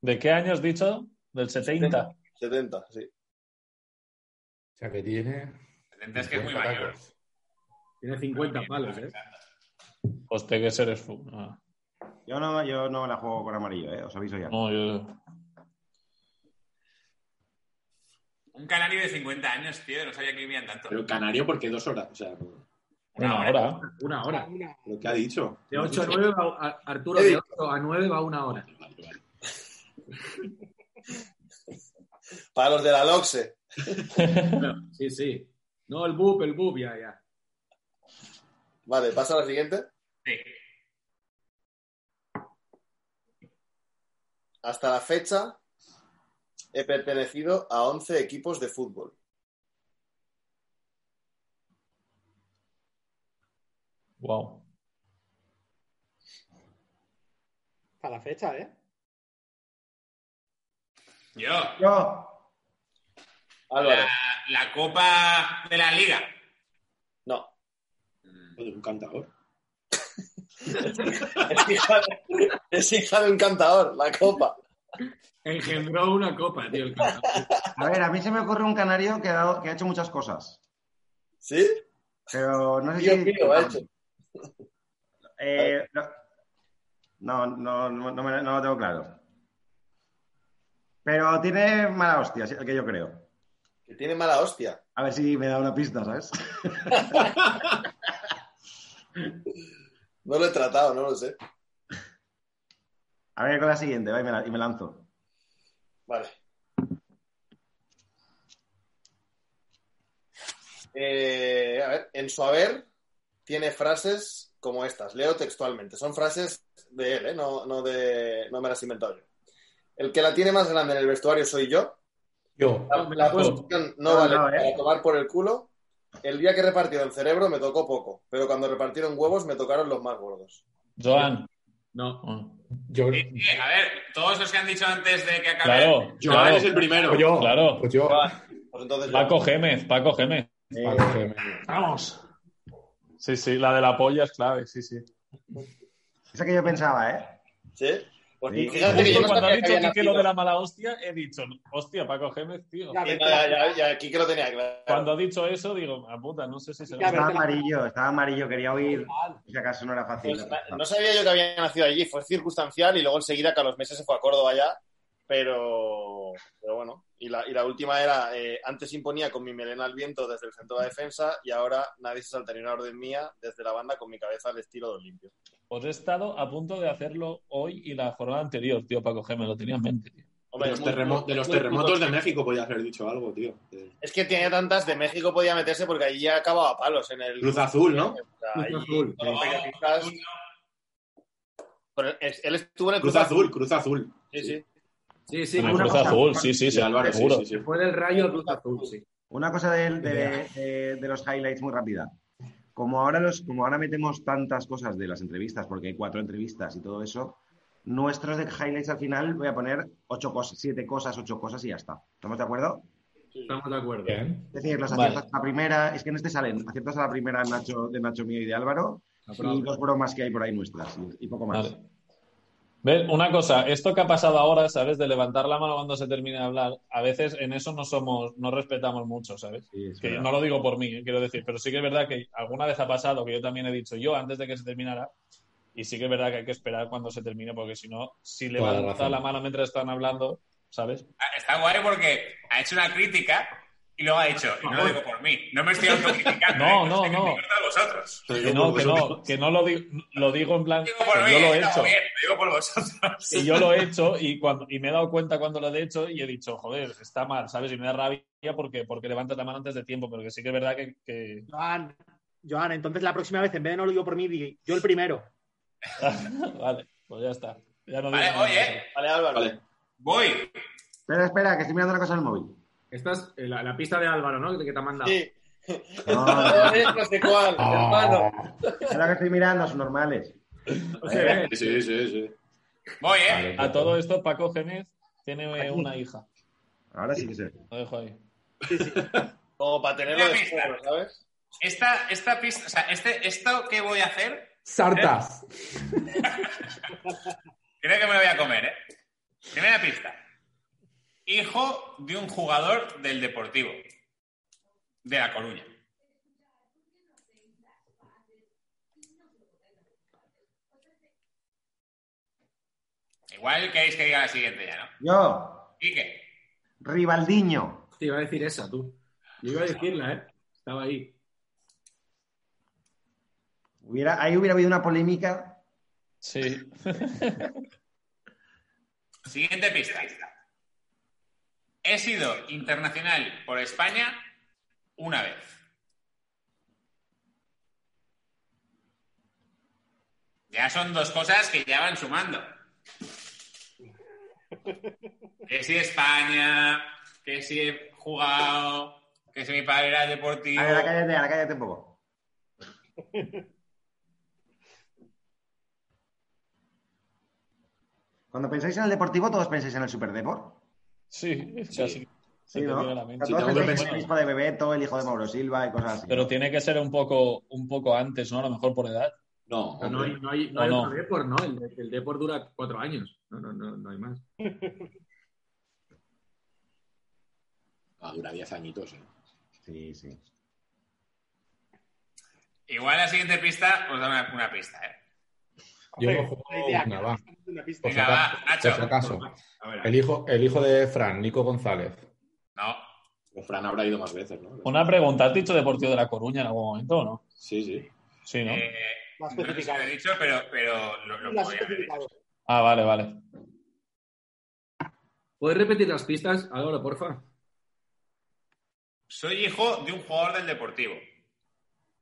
¿De qué año has dicho? Del 70.
70, sí.
O sea, que tiene...
Es que es muy
50
mayor.
tacos.
Tiene 50 palos, ¿eh?
Hostia, que seres fu. Ah,
Yo no, yo no la juego con amarillo, ¿eh? Os aviso ya.
no, yo.
Un canario de 50 años, tío. No sabía que vivían tanto.
Pero Canario, pues. ¿por qué dos horas? O sea, no.
Una hora.
Una hora.
Una.
¿lo que ha dicho?
De 8 a 9 va. a- Arturo,
He
de
dicho.
8 a 9 va una hora.
Vale, vale.
Para los de la LOXE.
Bueno, sí, sí. No, el boop, el boop, ya, ya.
Vale, pasa a la siguiente.
Sí.
Hasta la fecha he pertenecido a 11 equipos de fútbol.
Wow.
Hasta la fecha, ¿eh?
Yo.
Yo.
Álvaro,
La, la Copa de la Liga.
no.
Joder, un cantador.
Es hija, de, es hija de un cantador, la copa.
Engendró una copa, tío. El cantador.
A ver, a mí se me ocurre un canario que ha, dado- que ha hecho muchas cosas.
¿Sí?
Pero no sé
Tío
si.
mío, ha hecho.
Eh, no, no, no, no me- no lo tengo claro. Pero tiene mala hostia, sí, el que yo creo.
Que tiene mala hostia.
A ver si me da una pista, ¿sabes?
No lo he tratado, no lo sé.
A ver con la siguiente, va, y me, la- y me lanzo.
Vale. Eh, a ver, en su haber tiene frases como estas. Leo textualmente. Son frases de él, ¿eh? no, no, de, no me las he inventado yo. El que la tiene más grande en el vestuario soy yo.
Yo.
La, la posición no,
No,
vale
no, ¿eh?
para tomar por el culo. El día que repartieron cerebro me tocó poco, pero cuando repartieron huevos me tocaron los más gordos.
Joan.
No.
Yo,
Eh, a ver, todos los que han dicho antes de que acabe.
Claro.
Joan
claro.
es el primero.
Pues yo.
Claro.
Pues yo.
Pues entonces, Eh,
Paco Gémez, Paco Gémez.
Paco Gémez.
Vamos. Sí, sí, la de la polla es clave, sí, sí.
Esa que yo pensaba, ¿eh?
¿Sí? Pues
Sí.
fíjate que yo no
cuando ha
sabía que
dicho
había
que lo de
nacido.
la mala hostia, he dicho, hostia, Paco Gémez, tío.
Ya
Y
ves,
nada, ya- ya aquí que lo tenía claro.
Cuando ha dicho eso, digo, a puta, no sé si se
Ya
lo
ves.
Estaba amarillo, estaba amarillo, quería oír. Si acaso no era fácil.
Pues, na- no sabía yo que había nacido allí, fue circunstancial y luego enseguida que a los meses se fue a Córdoba ya, pero, pero bueno. Y la, y la última era, eh, antes imponía con mi melena al viento desde el centro de la defensa y ahora nadie se saltaría una orden mía desde la banda con mi cabeza al estilo de Olimpio.
Os Pues he estado a punto de hacerlo hoy y la jornada anterior, tío, Paco Gémez, lo tenía en mente, tío.
Hombre,
De los,
muy-
terremo- de los
muy
terremotos
puto.
de México podía haber dicho algo, tío. Eh,
Es que tenía tantas, de México podía meterse porque allí ya acababa a palos en el...
Cruz Azul, ¿no?
O sea, allí
Cruz Azul,
todos los
sí.
periodistas- Pero es- él estuvo en el
Cruz Azul, Cruz Azul.
Sí, sí.
Sí, sí.
En el
una
Cruz
cosa-
Azul, sí, sí,
Sí,
sí,
Álvarez, sí,
seguro.
sí, sí.
Fue del rayo al Cruz Azul, sí.
Una cosa del- de, de- de los highlights muy rápida. Como ahora, los, como ahora metemos tantas cosas de las entrevistas, porque hay cuatro entrevistas y todo eso, nuestros de highlights al final voy a poner ocho cosas, siete cosas, ocho cosas y ya está. ¿Estamos de acuerdo?
Estamos de acuerdo.
Bien.
Es decir, los
Vale.
aciertos a la primera, es que en este salen aciertos a la primera Nacho, de Nacho mío y de Álvaro, y dos bromas que hay por ahí nuestras, y, y poco más.
Vale. Ver, una cosa, esto que ha pasado ahora, ¿sabes? De levantar la mano cuando se termine de hablar, a veces en eso no somos, no respetamos mucho, ¿sabes?
Sí, es
Que
verdad.
no lo digo por mí, eh, quiero decir, pero sí que es verdad que alguna vez ha pasado que yo también he dicho yo antes de que se terminara, y sí que es verdad que hay que esperar cuando se termine, porque si no, si
Toda la
levanta
razón.
la mano mientras están hablando, ¿sabes?
Ah, Está guay porque ha hecho una crítica y luego ha dicho, y no lo digo por mí, no me estoy autocriticando.
No,
eh,
no,
estoy
no.
criticando a vosotros.
Lo digo
Que no,
por
que
vosotros.
no, que no lo digo, lo digo en plan,
Lo digo
que
por mí,
yo lo he
está
hecho.
bien, lo digo por vosotros.
Y yo lo he hecho y, cuando, y me he dado cuenta cuando lo he hecho y he dicho, joder, está mal, ¿sabes? Y me da rabia porque, porque levantas la mano antes de tiempo, porque sí que es verdad que... que-
Joan, Joan, entonces la próxima vez, en vez de no lo digo por mí, di yo el primero.
vale, pues ya está. Ya no digo
Vale,
nada
oye,
más.
Vale, Álvaro.
Vale.
Voy.
Espera, espera, que estoy mirando una cosa en el móvil.
Esta es eh, la, la pista de Álvaro, ¿no? Que te ha mandado.
Sí.
No,
No, es no sé cuál,
Ah.
hermano.
es lo que estoy mirando, son normales.
No se ve.
Sí, sí, sí.
Voy, ¿eh?
A todo esto, Paco Gémez tiene una hija.
Ahora sí que sé.
Lo dejo ahí.
Como para tenerlo
Una
de
pista.
juego, ¿sabes?
Esta, esta pista, o sea, este, esto que voy a hacer,
Sartas.
creo que me lo voy a comer, ¿eh? Primera pista. Hijo de un jugador del Deportivo. De La Coruña. Igual queréis que diga la siguiente ya, ¿no?
Yo,
¿Y qué?
Rivaldiño.
Te iba a decir esa, tú. Yo iba a decirla, ¿eh? Estaba ahí.
Hubiera, ahí hubiera habido una polémica.
Sí.
Siguiente pista. He sido internacional por España una vez. Ya son dos cosas que ya van sumando. Que si España, que si he jugado, que si mi padre era deportivo.
A ver, ahora cállate, ahora cállate un poco. Cuando pensáis en el deportivo, todos pensáis en el superdeport.
Sí, es que así se
Sí,
te
¿no?
viene a la mente.
Todos
Sí, tengo que
pensáis en
pensar.
el hijo de Bebeto, el hijo de Mauro Silva y cosas así.
Pero tiene que ser un poco, un poco antes, ¿no? A lo mejor por edad.
No,
No, no
hombre.
hay, no hay, no
¿O
hay
no?
otro Depor, ¿no? El, el Depor dura cuatro años. No, no, no, no hay más.
Ah, dura 10 añitos, eh.
Sí, sí.
Igual la siguiente pista os da una, una pista. ¿eh?
Yo
Hombre,
no juego
una idea,
una, va.
Una pista.
Por si
Venga, va,
acaso.
Nacho.
Por si acaso.
A ver,
El hijo, el hijo de Fran, Nico González.
No.
Pero Fran habrá ido más veces, ¿no?
Una pregunta, ¿has dicho Deportivo de La Coruña en algún momento o no?
Sí, sí.
Sí, ¿no?
Eh,
Más
no sé si lo
especificado.
he dicho, pero, pero lo, lo
Las
podría haber dicho.
especificado.
Ah, vale, vale.
¿Puedes repetir las pistas, Álvaro, porfa?
Soy hijo de un jugador del Deportivo.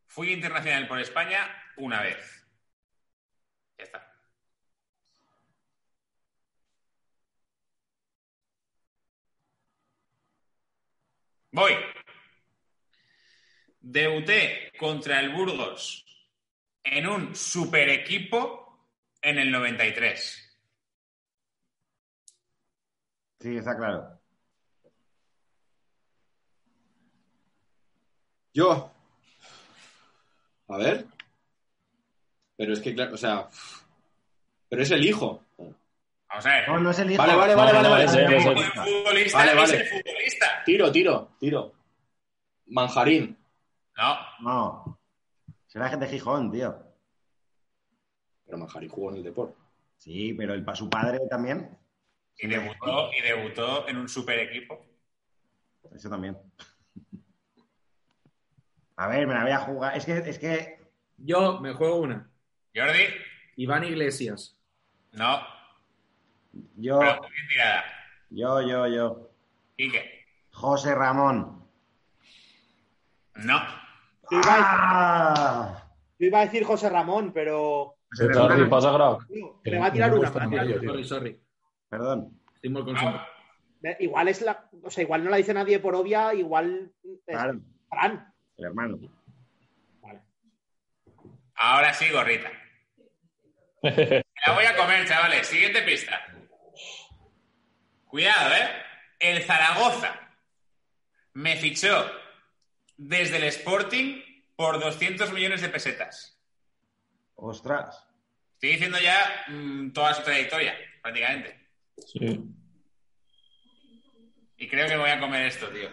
Fui internacional por España una vez. Ya está. Voy. Debuté contra el Burgos en un super equipo en el 93.
Sí, está claro.
Yo. A ver. Pero es que, claro, o sea. Pero es el hijo.
Vamos a ver.
No, no es el hijo.
Vale, vale, vale,
Vale,
vale.
vale,
vale,
sí, sí,
Buen futbolista
Vale,
es
vale.
el futbolista.
Tiro, tiro, tiro. Manjarín.
No,
No. Será gente de Gijón, tío.
Pero Manjarín jugó en el deporte.
Sí, pero el, pa- su padre también.
y debutó, y debutó en un super equipo.
Eso también. A ver, me la voy a jugar. Es que, es que
Yo me juego una.
Jordi,
Iván Iglesias.
no,
yo,
pero muy bien tirada.
yo, yo, yo.
Quique,
José Ramón.
no.
Yo iba, a,
¡Ah!
yo iba a decir José Ramón, pero
José
Jordi,
Ramón,
pasa Grau.
tío,
Que
me
no-
va a tirar
no me
una.
gusta
me va a tirar una.
Mario,
Ah.
tío.
Sorry, sorry.
Perdón.
Estoy muy consumido.
Ve, Igual es la, o sea, igual no la dice nadie por obvia, igual es
Claro,
Fran.
el hermano.
Ahora sí, gorrita. Me la voy a comer, chavales. Siguiente pista. Cuidado, ¿eh? El Zaragoza me fichó desde el Sporting por 200 millones de pesetas.
Ostras.
Estoy diciendo ya mm, toda su trayectoria, prácticamente.
Sí.
Y creo que me voy a comer esto, tío.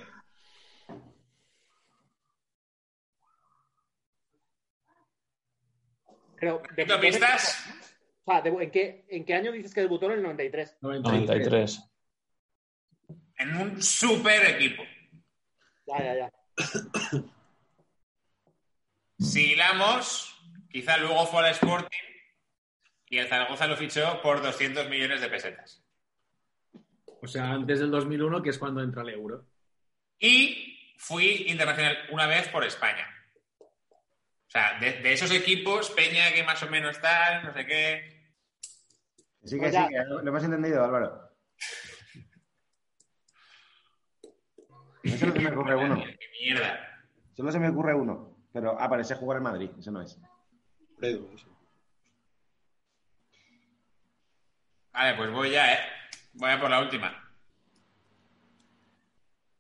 Pero,
¿Tengo pistas?
O sea, debu- ¿en, qué, ¿en qué año dices que debutó en el 93?
93.
En un super equipo.
Ya, ya, ya.
Si hilamos, quizá luego fue al Sporting y el Zaragoza lo fichó por 200 millones de pesetas.
O sea, antes del 2001, que es cuando entra el euro.
Y fui internacional una vez por España. O sea, de, de esos equipos, Peña que más o menos tal, no sé qué.
Sí que
Pues
sí,
ya.
que lo lo hemos entendido, Álvaro. Eso no se me ocurre uno.
Qué mierda.
Solo se me ocurre uno. Pero, ah, parece jugar en Madrid. Eso no es.
Fredo, ese.
Vale, pues voy ya, ¿eh? Voy a por la última.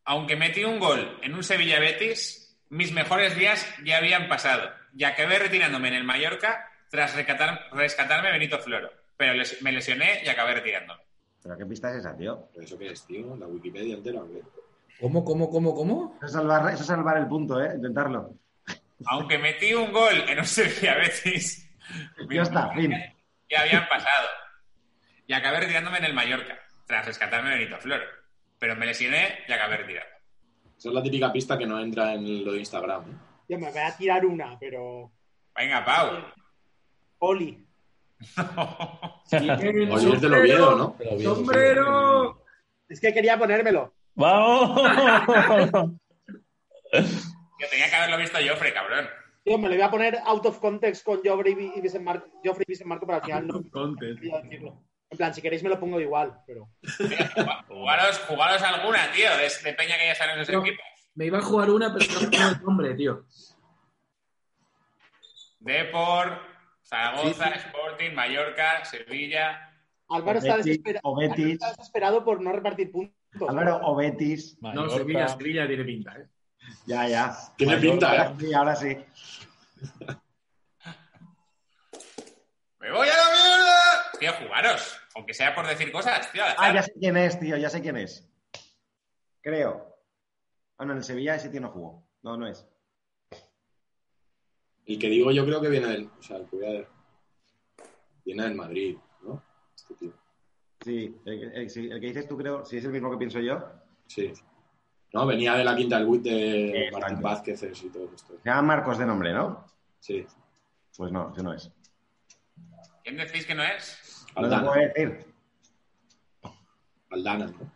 Aunque metí un gol en un Sevilla Betis, mis mejores días ya habían pasado, ya que acabé retirándome en el Mallorca tras recatar- rescatarme Benito Floro. Pero les- me lesioné y acabé retirándome.
¿Pero qué pista es esa, tío?
¿Pero eso qué es, tío? La Wikipedia entera. hombre.
¿Cómo, cómo, cómo, cómo?
Eso es salvar, eso es salvar el punto, ¿eh? Intentarlo.
Aunque metí un gol en un Sevilla Betis.
Ya está, fin.
ya habían pasado. Y acabé retirándome en el Mallorca, tras rescatarme de Benito Floro. Pero me lesioné y acabé retirado.
Esa es la típica pista que no entra en lo de Instagram. ¿eh?
Yo me voy a tirar una, pero.
Venga, Pau.
Oli.
Oye, es del Oviedo, ¿no?
Te lo vi,
¡Sombrero!
Es que quería ponérmelo.
Oh.
¡Vamos!
Yo tenía que haberlo visto yo, Fre, cabrón.
Yo me lo voy a poner out of context con Joffrey y y Vicent Mar- Joffrey y Vicent Marco, pero al final no
Content.
quería decirlo. En plan, si queréis me lo pongo igual, pero.
Mira, jugar- Jugaros, jugaros alguna, tío, de, de Peña que ya salen los
No.
equipos.
Me iba a jugar una, pero no me acuerdo el nombre, tío.
Depor, Zaragoza, Sporting, Mallorca, Sevilla.
Álvaro está,
Betis,
desespera-
o
Álvaro
Betis.
está desesperado por no repartir puntos.
Álvaro o Betis.
No,
Mallorca.
Sevilla, Sevilla tiene pinta, ¿eh?
Ya, ya.
Tiene
Mallorca.
pinta, ¿eh?
Sí, ahora sí.
¡Me voy a la mierda! Tío, jugaros. Aunque sea por decir cosas, tío. al
Ah,
azar.
ya sé quién es, tío, ya sé quién es. Creo. Ah, no, en el Sevilla ese tío no jugó. No, no es.
El que digo yo creo que viene del. O sea, el que voy a ver. Viene del Madrid, ¿no? Este tío.
Sí, el, que- el- sí, el que dices tú, creo, si es el mismo que pienso yo.
Sí. No, venía de la quinta del Buit de
Exacto.
Martín Vázquez y todo esto.
Se llama Marcos de nombre, ¿no?
Sí.
Pues no, ese no es. Ah.
¿Quién decís que no es?
No te
Aldana.
puedo decir.
Aldana, ¿no?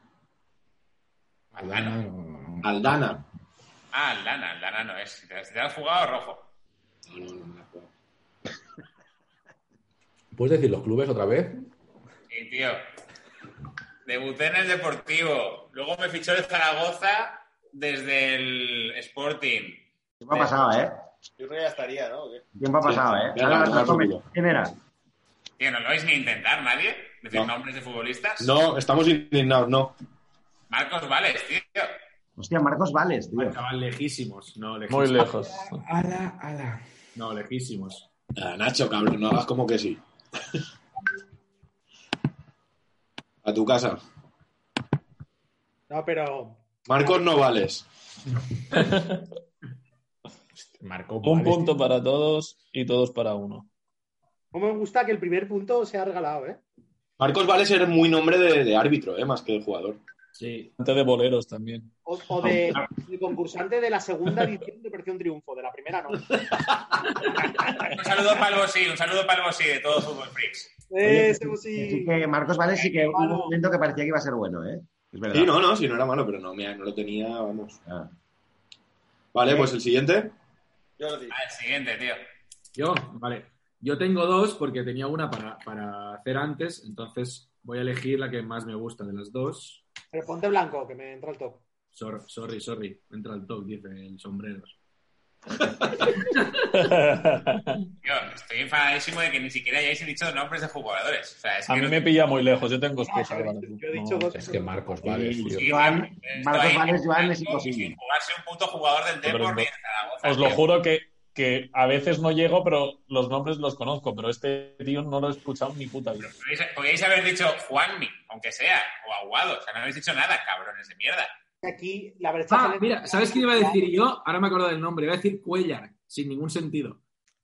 Aldana, no, no, no.
Aldana.
Ah, lana, lana no es. Si te, si te has jugado, rojo.
¿Puedes decir los clubes otra vez?
Sí, tío. Debuté en el Deportivo. Luego me fichó el Zaragoza desde el Sporting.
Tiempo ha pasado, ¿eh?
Yo creo que ya estaría, ¿no? ¿O qué?
Tiempo ha pasado, ¿eh?
Ya, ya, ya, ya.
¿Quién era?
Tío, no lo vais ni intentar nadie. Decir
No.
nombres de futbolistas.
No, estamos indignados, no.
Marcos Vales, tío.
Hostia, Marcos Vales, tío.
Estaban lejísimos, no, lejísimos.
Muy lejos.
Ala, ala.
No, lejísimos.
Ah, Nacho, cabrón, no hagas como que sí. A tu casa.
No, pero
Marcos no vales.
Marcó
Un
Vales.
punto para todos y todos para uno.
cómo me gusta que el primer punto se ha regalado, ¿eh?
Marcos Vales era muy nombre de, de árbitro, eh, más que de jugador.
Sí.
Antes de boleros también.
O, o de, de concursante de la segunda edición de Operación Triunfo, de la primera no.
Un saludo para el Bosí, un saludo para el Bosí de todo Fútbol Freaks.
Eh,
Oye,
Ese, pues, sí.
Así que Marcos Vales sí que hubo un momento que parecía que iba a ser bueno, ¿eh? Es verdad.
Sí, no, no, sí, no era malo, pero no, mira, no lo tenía, vamos.
Ah.
Vale, pues el siguiente.
Jordi.
Al siguiente, tío.
Yo, vale. Yo tengo dos porque tenía una para, para hacer antes, entonces voy a elegir la que más me gusta de las dos.
Pero ponte blanco, que me entra el top.
Sor- sorry, sorry. Entra el top, dice el sombrero.
Tío, estoy enfadadísimo de que ni siquiera hayáis dicho nombres de jugadores. O sea, es
A
que
mí
no-
me pilla muy lejos, yo tengo
Ah,
excusa.
yo he
Álvaro.
dicho- yo he dicho
No,
dos.
Es que Marcos Vales, tío.
Sí, Joan,
estoy
Marcos
ahí
Vales, Joan es
sin
imposible.
Jugarse un puto jugador del
Pero
Depor
no-
ni de Zaragoza.
Os lo
tío.
juro que, que a veces no llego, pero los nombres los conozco. Pero este tío no lo he escuchado ni puta vida.
Podéis, podíais haber dicho Juanmi, aunque sea, o Aguado. O sea, no habéis dicho nada, cabrones de mierda.
Aquí la brecha.
Ah,
salarial-
mira, ¿sabes qué iba a decir yo? Ahora me acuerdo del nombre. Iba a decir Cuellar, sin ningún sentido.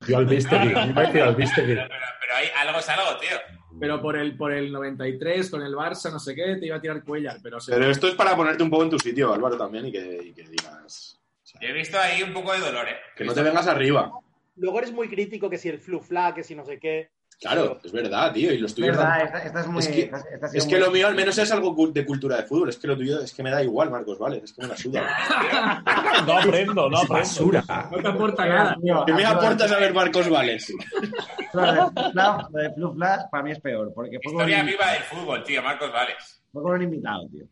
Yo al Vistegui, yo iba a decir al Vistegui.
Pero, pero, pero hay, algo es algo, tío.
Pero por el, por el 93, con el Barça, no sé qué, te iba a tirar Cuellar. Pero, se-
Pero esto es para ponerte un poco en tu sitio, Álvaro, también, y que, y que digas.
Yo he visto ahí un poco de dolor, ¿eh?
Que no te vengas arriba.
Luego eres muy crítico que si el flu fla, que si no sé qué.
Claro, es verdad, tío, y los tuyos.
verdad,
dan-
Ah, esta, esta es muy.
Es que-
esta- esta ha sido
Es que
muy-
lo mío al menos es algo cul- de cultura de fútbol. Es que lo tuyo es que me da igual, Marcos, vale. Es que me la suda.
No aprendo, no
Es
aprendo.
basura.
no te aporta
Dios
nada.
mío,
¿Qué me
ha sido-
aporta saber Marcos Vales?
Lo de Flu Flav- lo de Flu Flav para mí es peor, porque fue con,
Historia
un,
viva del fútbol, tío, Marcos Vales.
fue con un invitado, tío.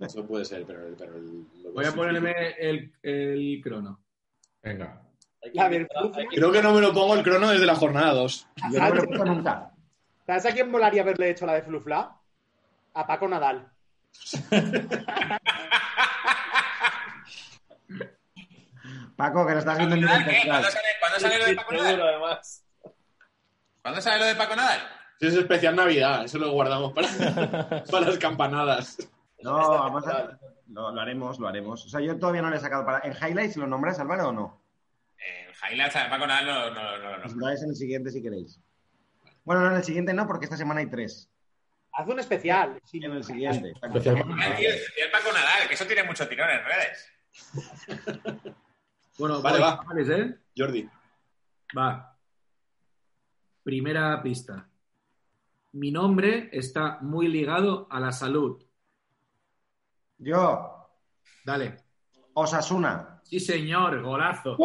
Eso puede ser, pero, pero el- lo
Voy a ponerme el, el crono.
Venga.
Hay
A ver,
inventar- hay que-
Creo que no me lo pongo el crono desde la jornada 2.
Yo Ah, no me lo pongo nunca.
¿Sabes a quién molaría haberle hecho la de flu fla? A Paco Nadal.
Paco, que lo estás viendo en
Nadal, ¿qué?
el
¿Cuándo sale, cuándo sale lo de Paco
Seguro,
Nadal?
además.
¿Cuándo sale lo de Paco Nadal?
Es especial Navidad, eso lo guardamos para, para las campanadas.
No, vamos a. Lo, lo haremos, lo haremos. O sea, yo todavía no le he sacado para. ¿En Highlights lo nombras, Álvaro, o no?
Eh, Highlights a Paco Nadal no, no, no, no.
Os Lo dais en el siguiente si queréis. Bueno, no, en el siguiente no, porque esta semana hay tres.
Haz un especial. Sí,
En el siguiente.
Especial-
Ah, tío, y el Paco Nadal, que eso tiene mucho tirón en redes.
Bueno,
Vale,
voy,
va.
chavales, ¿eh?
Jordi,
Va. Primera pista. Mi nombre está muy ligado a la salud.
Yo,
Dale.
Osasuna.
Sí, señor, golazo.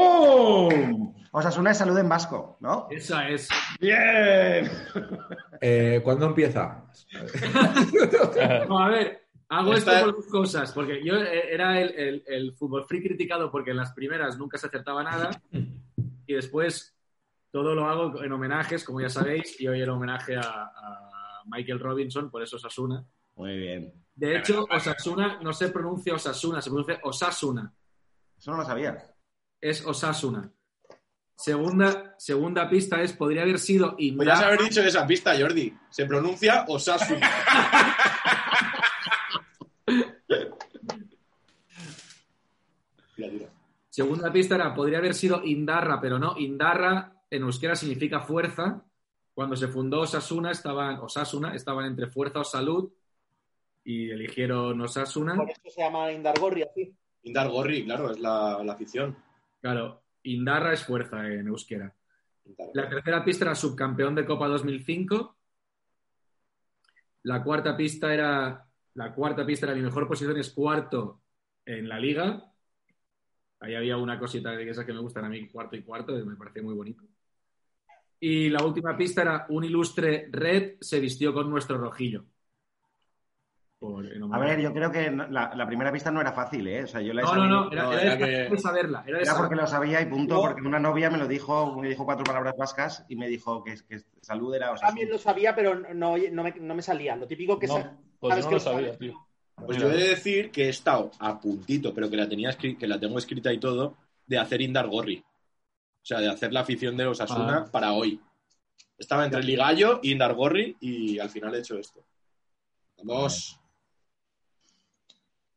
Osasuna es salud en vasco, ¿no?
Esa es.
Bien.
Eh, ¿Cuándo empieza?
No, a ver, hago esto
Esta-
por dos cosas, porque yo eh, era el, el- el fútbol free criticado porque en las primeras nunca se acertaba nada y después todo lo hago en homenajes, como ya sabéis, y hoy el homenaje a, a Michael Robinson, por eso Osasuna.
Muy bien.
De hecho, Osasuna no se pronuncia Osasuna, se pronuncia Osasuna.
Eso no lo sabía.
Es Osasuna. Segunda, segunda pista es, podría haber sido Imra-
podrías haber dicho esa pista, Jordi. Se pronuncia Osasuna. Tira, tira.
Segunda pista era, podría haber sido Indarra, pero no. Indarra en euskera significa fuerza. Cuando se fundó Osasuna, estaban, Osasuna, estaban entre fuerza o salud y eligieron Osasuna.
Por eso se llama Indargorri, así.
Indar Gorri, claro, es la, la afición.
Claro, Indarra es fuerza en euskera.
Indar Gorri.
La tercera pista era subcampeón de Copa 2005. La cuarta pista era, la cuarta pista era mi mejor posición es cuarto en la liga. Ahí había una cosita de esas que me gustan a mí, cuarto y cuarto, y me parecía muy bonito. Y la última pista era un ilustre red se vistió con nuestro rojillo. Por- en
A
homenaje.
ver, yo creo que no- la, la primera pista no era fácil, ¿eh? O sea, yo la he
No, no,
sabido-
no, era, era de saberla. Era, de
Era
saberla.
porque lo sabía y punto, porque una novia me lo dijo, me dijo cuatro palabras vascas y me dijo que, que salud era Osasuna.
También lo sabía, pero no, no me, no me salía. Lo típico que
No,
sa-
pues
sabes
yo no
que
lo sabía,
sabes.
tío.
Pues yo he de decir que he estado a puntito, pero que la tenía escri- que la tengo escrita y todo, de hacer Indargorri. O sea, de hacer la afición de Osasuna
Ah.
para hoy. Estaba entre Ligallo y Indargorri y al final he hecho esto. Vamos.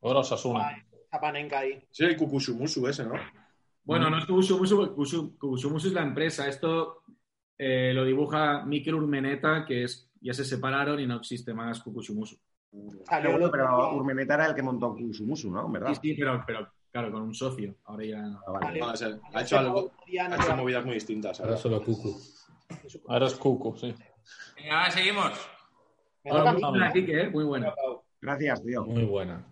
Ahora Osasuna.
Zapanenka ahí.
Sí, el Kukushumusu ese, ¿no?
Bueno, no es Kubusumusu, porque Kubusu- Kubusumusu es la empresa. Esto eh, lo dibuja Mikel Urmeneta, que es ya se separaron y no existe más Kukushumusu.
Ah,
Pero bueno, pero Urmeneta era el que montó Kusumusu, ¿no? ¿Verdad?
Sí, sí, pero, pero claro, con un socio. Ahora ya.
Ah, No, o sea, ha hecho algo. Ha hecho movidas muy distintas.
Ahora
ahora.
solo Cucu.
Ahora es Cucu, sí.
Venga, va, seguimos.
Me toca a mí.
¿eh? Muy buena.
Gracias, tío.
Muy buena.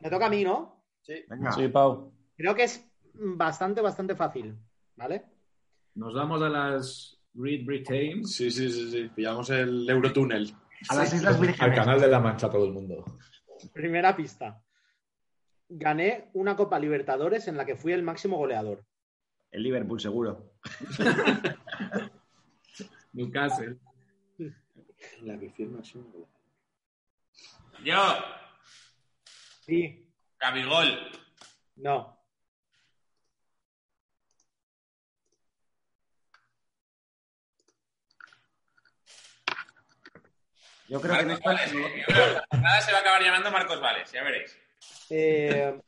Me toca a mí, ¿no?
Sí.
Venga.
Sí, Pau.
Creo que es bastante, bastante fácil. ¿Vale?
Nos damos a las Great Britain.
Sí, sí, sí, sí. Pillamos el Eurotúnel.
A las Islas
Al
Vírgenes.
canal de la Mancha todo el mundo.
Primera pista. Gané una Copa Libertadores en la que fui el máximo goleador.
El Liverpool, seguro.
Newcastle.
La que firma sí.
Yo,
Sí,
Cabigol.
no.
Yo creo que en
Marcos
esta...
Vales. eh, yo- Nada se va a acabar llamando Marcos Vales, ya veréis.
Eh,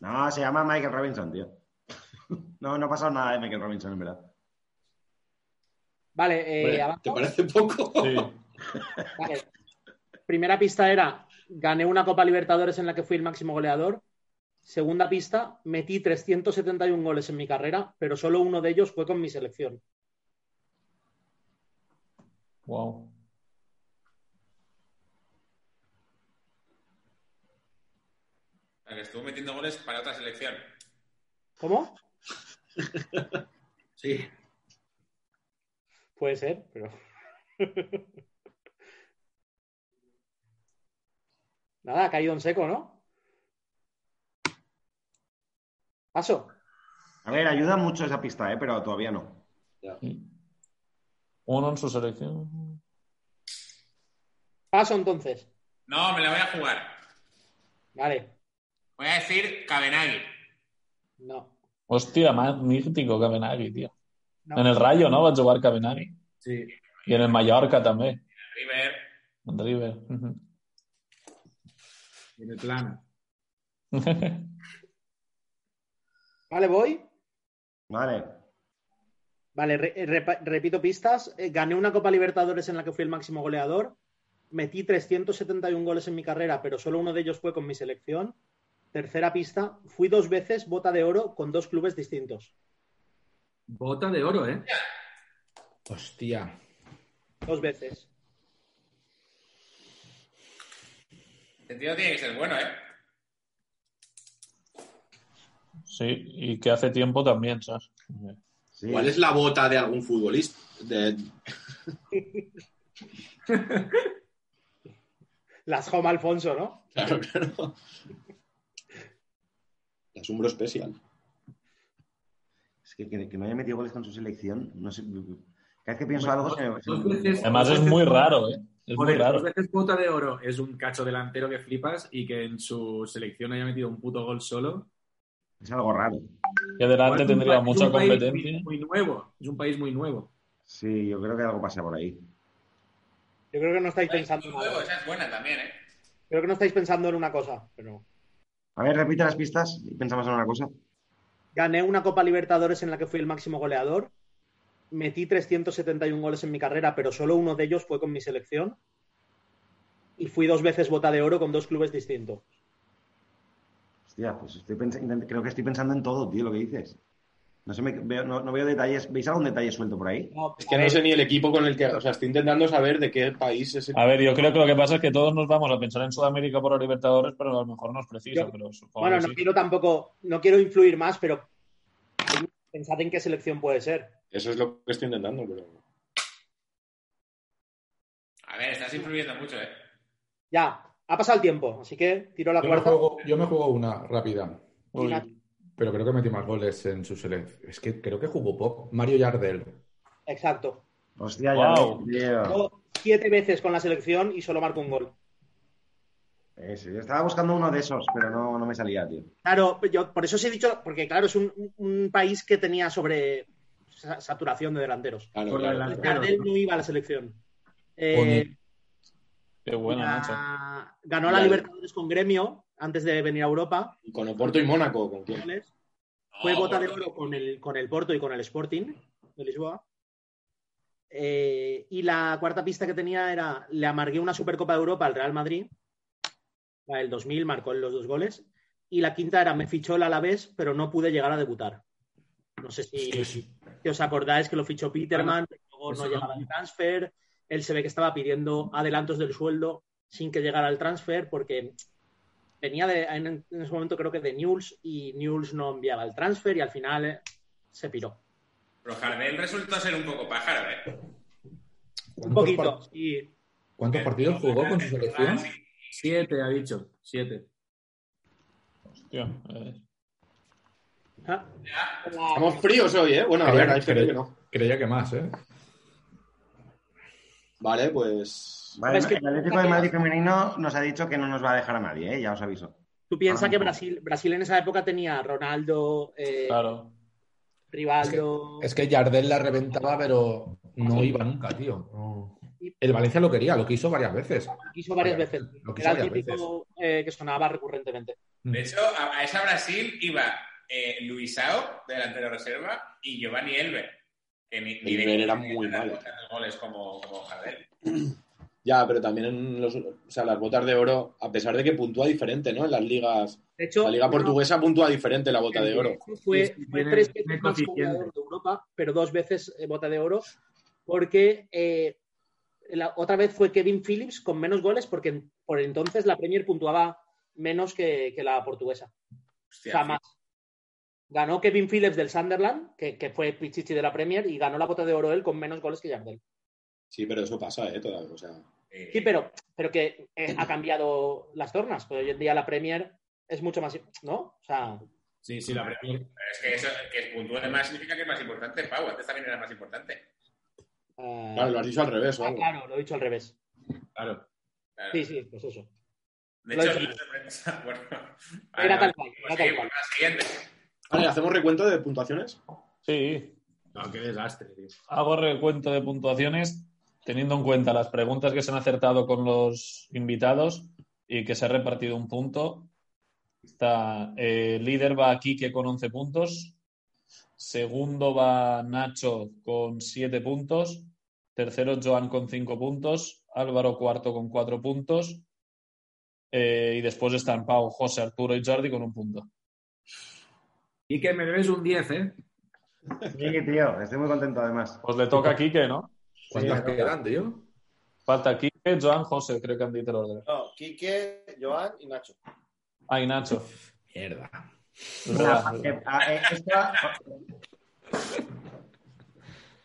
No, se llama Michael Robinson, tío. No, no ha pasado nada de Michael Robinson, en verdad.
vale, eh,
Hombre,
avanzo.
¿Te parece poco?
Sí.
Vale. Primera pista era, gané una Copa Libertadores en la que fui el máximo goleador. Segunda pista, metí 371 goles en mi carrera, pero solo uno de ellos fue con mi selección.
Wow.
O sea, que estuvo metiendo goles para otra selección.
¿Cómo?
Sí.
Puede ser, pero... Nada, ha caído en seco, ¿no? Paso.
A ver, ayuda mucho esa pista, ¿eh? Pero todavía no.
Uno en su selección.
Paso entonces.
No, me la voy a jugar.
Vale.
Voy a decir Cabenagui.
No.
Hostia, más mítico Cabenagui, tío.
No.
En el Rayo, ¿no? Va a jugar Cabenagui.
Sí.
Y en el Mallorca también.
River.
En River. Ujú.
En el plano.
Vale, voy.
Vale.
Vale, re- eh, repa- repito pistas. Eh, gané una Copa Libertadores en la que fui el máximo goleador. Metí 371 goles en mi carrera, pero solo uno de ellos fue con mi selección. Tercera pista, fui dos veces bota de oro con dos clubes distintos.
Bota de oro, ¿eh?
Hostia.
Dos veces.
El sentido Este tiene que ser bueno, ¿eh?
Sí, y que hace tiempo también, ¿sabes?
Sí.
¿Cuál es la bota de algún futbolista? De-
Las Home Alfonso, ¿no?
Claro, claro. La Sumbro especial.
Es que, que, que no haya metido goles con su selección. No sé. Cada vez que pienso algo se me. se
Dos
me-
veces-
Además
dos
es
veces-
muy raro, ¿eh? Es muy
Joder,
raro.
dos veces bota de oro es un cacho delantero que flipas y que en su selección haya metido un puto gol solo.
Es algo raro.
Que delante
Es un
tendría
pa- es
mucha
un país
competencia.
Muy, muy nuevo, es un país muy nuevo.
Sí, yo creo que algo pasa por ahí.
Yo creo que no estáis pensando
Muy
en nada.
nuevo, esa es buena también, ¿eh?
Creo que no estáis pensando en una cosa, pero...
A ver, repite las pistas y pensamos en una cosa.
Gané una Copa Libertadores en la que fui el máximo goleador. Metí 371 goles en mi carrera, pero solo uno de ellos fue con mi selección. Y fui dos veces bota de oro con dos clubes distintos.
Hostia, pues estoy pens- intent- creo que estoy pensando en todo, tío, lo que dices. No, sé, me- veo, no, no veo detalles. ¿Veis algún detalle suelto por ahí?
pues
Es que no sé ni el equipo con el que. O sea, estoy intentando saber de qué país es. el-
A ver, yo creo que lo que pasa es que todos nos vamos a pensar en Sudamérica por los Libertadores, pero a lo mejor no es preciso.
Yo-
pero supongo
Bueno,
que
no
sí.
quiero tampoco, no quiero influir más, pero pensad en qué selección puede ser.
Eso es lo que estoy intentando, pero.
A ver, estás influyendo mucho, ¿eh?
Ya, ha pasado el tiempo, así que tiro la
Yo me,
cuarta.
juego, yo me juego una rápida.
Uy.
Pero creo que metí más goles en su selección. Es que creo que jugó poco. Mario Yardel.
Exacto.
Hostia,
Wow.
ya lo
Yo siete veces con la selección y solo marco un gol.
Ese, Eh, Yo estaba buscando uno de esos, pero no, no me salía, tío.
Claro, yo por eso os he dicho, porque claro, es un, un país que tenía sobre sa- saturación de delanteros.
Claro, claro,
Entonces,
claro.
Gardel no iba a la selección. Eh,
Coño.
Qué bueno,
la-
macho.
Ganó la
Ya.
Libertadores con Gremio antes de venir a Europa.
Y Con Oporto y Mónaco, ¿con quién? Ah,
goles. Fue bota de oro con el, con el Porto y con el Sporting de Lisboa. Eh, y la cuarta pista que tenía era, le amargué una Supercopa de Europa al Real Madrid. La del 2000 marcó los dos goles. Y la quinta era, me fichó el Alavés, pero no pude llegar a debutar. No sé si, si os acordáis que lo fichó Peterman, pero luego no
Eso no.
llegaba al transfer. Él se ve que estaba pidiendo adelantos del sueldo sin que llegara al transfer porque venía de, en, en ese momento creo que de Newell's y Newell's no enviaba el transfer y al final eh, se piró.
Pero Jardel resultó ser un poco pájaro, ¿eh?
Un
¿Cuántos,
poquito.
par-
Y
cuántos
Eh,
partidos jugó con su selección?
Siete, eh, ha dicho. Siete.
Hostia, eh.
ah,
Estamos fríos hoy, ¿eh? Bueno, a ver, hay gente que no.
creía que más, ¿eh?
Vale, pues.
Vale,
Es que-
el Atlético de Madrid femenino nos ha dicho que no nos va a dejar a nadie, ¿eh? ya os aviso.
tú piensas
Ah,
que
no.
Brasil, Brasil en esa época tenía Ronaldo, eh,
Claro.
Rivaldo.
Es que Yardel la reventaba, pero no iba nunca, tío. No. El Valencia lo quería, lo quiso varias veces.
Quiso varias veces.
Lo
Era
quiso
el
varias
típico eh, que sonaba recurrentemente.
De hecho, a, a esa Brasil iba eh, Luisao, delantero reserva, y Giovanni Elber. Que ni, ni de-
Elber era muy
ni de-
malo.
Goles como, como Jardel.
Ya, pero también en los, o sea, las botas de oro, a pesar de que puntúa diferente, ¿no? En las ligas.
De hecho,
La liga
bueno,
portuguesa puntúa diferente la bota de oro.
Fue,
Sí, sí,
fue
tiene-
tres
tiene
veces más
coeficiente.
goleador de Europa, pero dos veces eh, bota de oro, porque eh, la- otra vez fue Kevin Phillips con menos goles, porque en- por entonces la Premier puntuaba menos que, que la portuguesa. o
Hostia,
sea, más. Ganó Kevin Phillips del Sunderland, que, que fue pichichi de la Premier, y ganó la bota de oro él con menos goles que Jardel.
Sí, pero eso pasa, ¿eh? Todavía, o sea,
eh,
Sí, pero, pero que eh, ha cambiado las tornas, pero hoy en día la Premier es mucho más, ¿no? O sea,
Sí, sí, la Premier.
pero es que eso, que puntúe más significa que es más importante, Pau. Antes también era más importante.
eh,
claro, lo has dicho al revés o
ah,
algo.
claro, lo he dicho al revés.
Claro.
Claro.
Sí, sí, pues eso.
De
lo
hecho,
he dicho.
la sorpresa- bueno,
Era
vale,
tal
vale.
cual, era
Pues
tal
sí,
cual.
pues la siguiente.
Vale, ¿hacemos recuento de puntuaciones?
Sí,
No, qué desastre, tío.
hago recuento de puntuaciones teniendo en cuenta las preguntas que se han acertado con los invitados y que se ha repartido un punto. Está, eh, líder va Quique con 11 puntos. Segundo va Nacho con 7 puntos. Tercero Joan con 5 puntos. Álvaro cuarto con 4 puntos. Eh, y después están Pau, José, Arturo y Jordi con un punto.
Y que me debes un 10, ¿eh?
Sí, tío, estoy muy contento además.
Pues le toca a Quique, ¿no?
¿Cuántas
Sí,
quedan, tío?
Falta Quique, Joan, José, creo que han dicho el orden.
No, Quique, Joan y Nacho.
Ay, Nacho.
Mierda.
Es verdad, es verdad.
Eh, ah, eh, esta-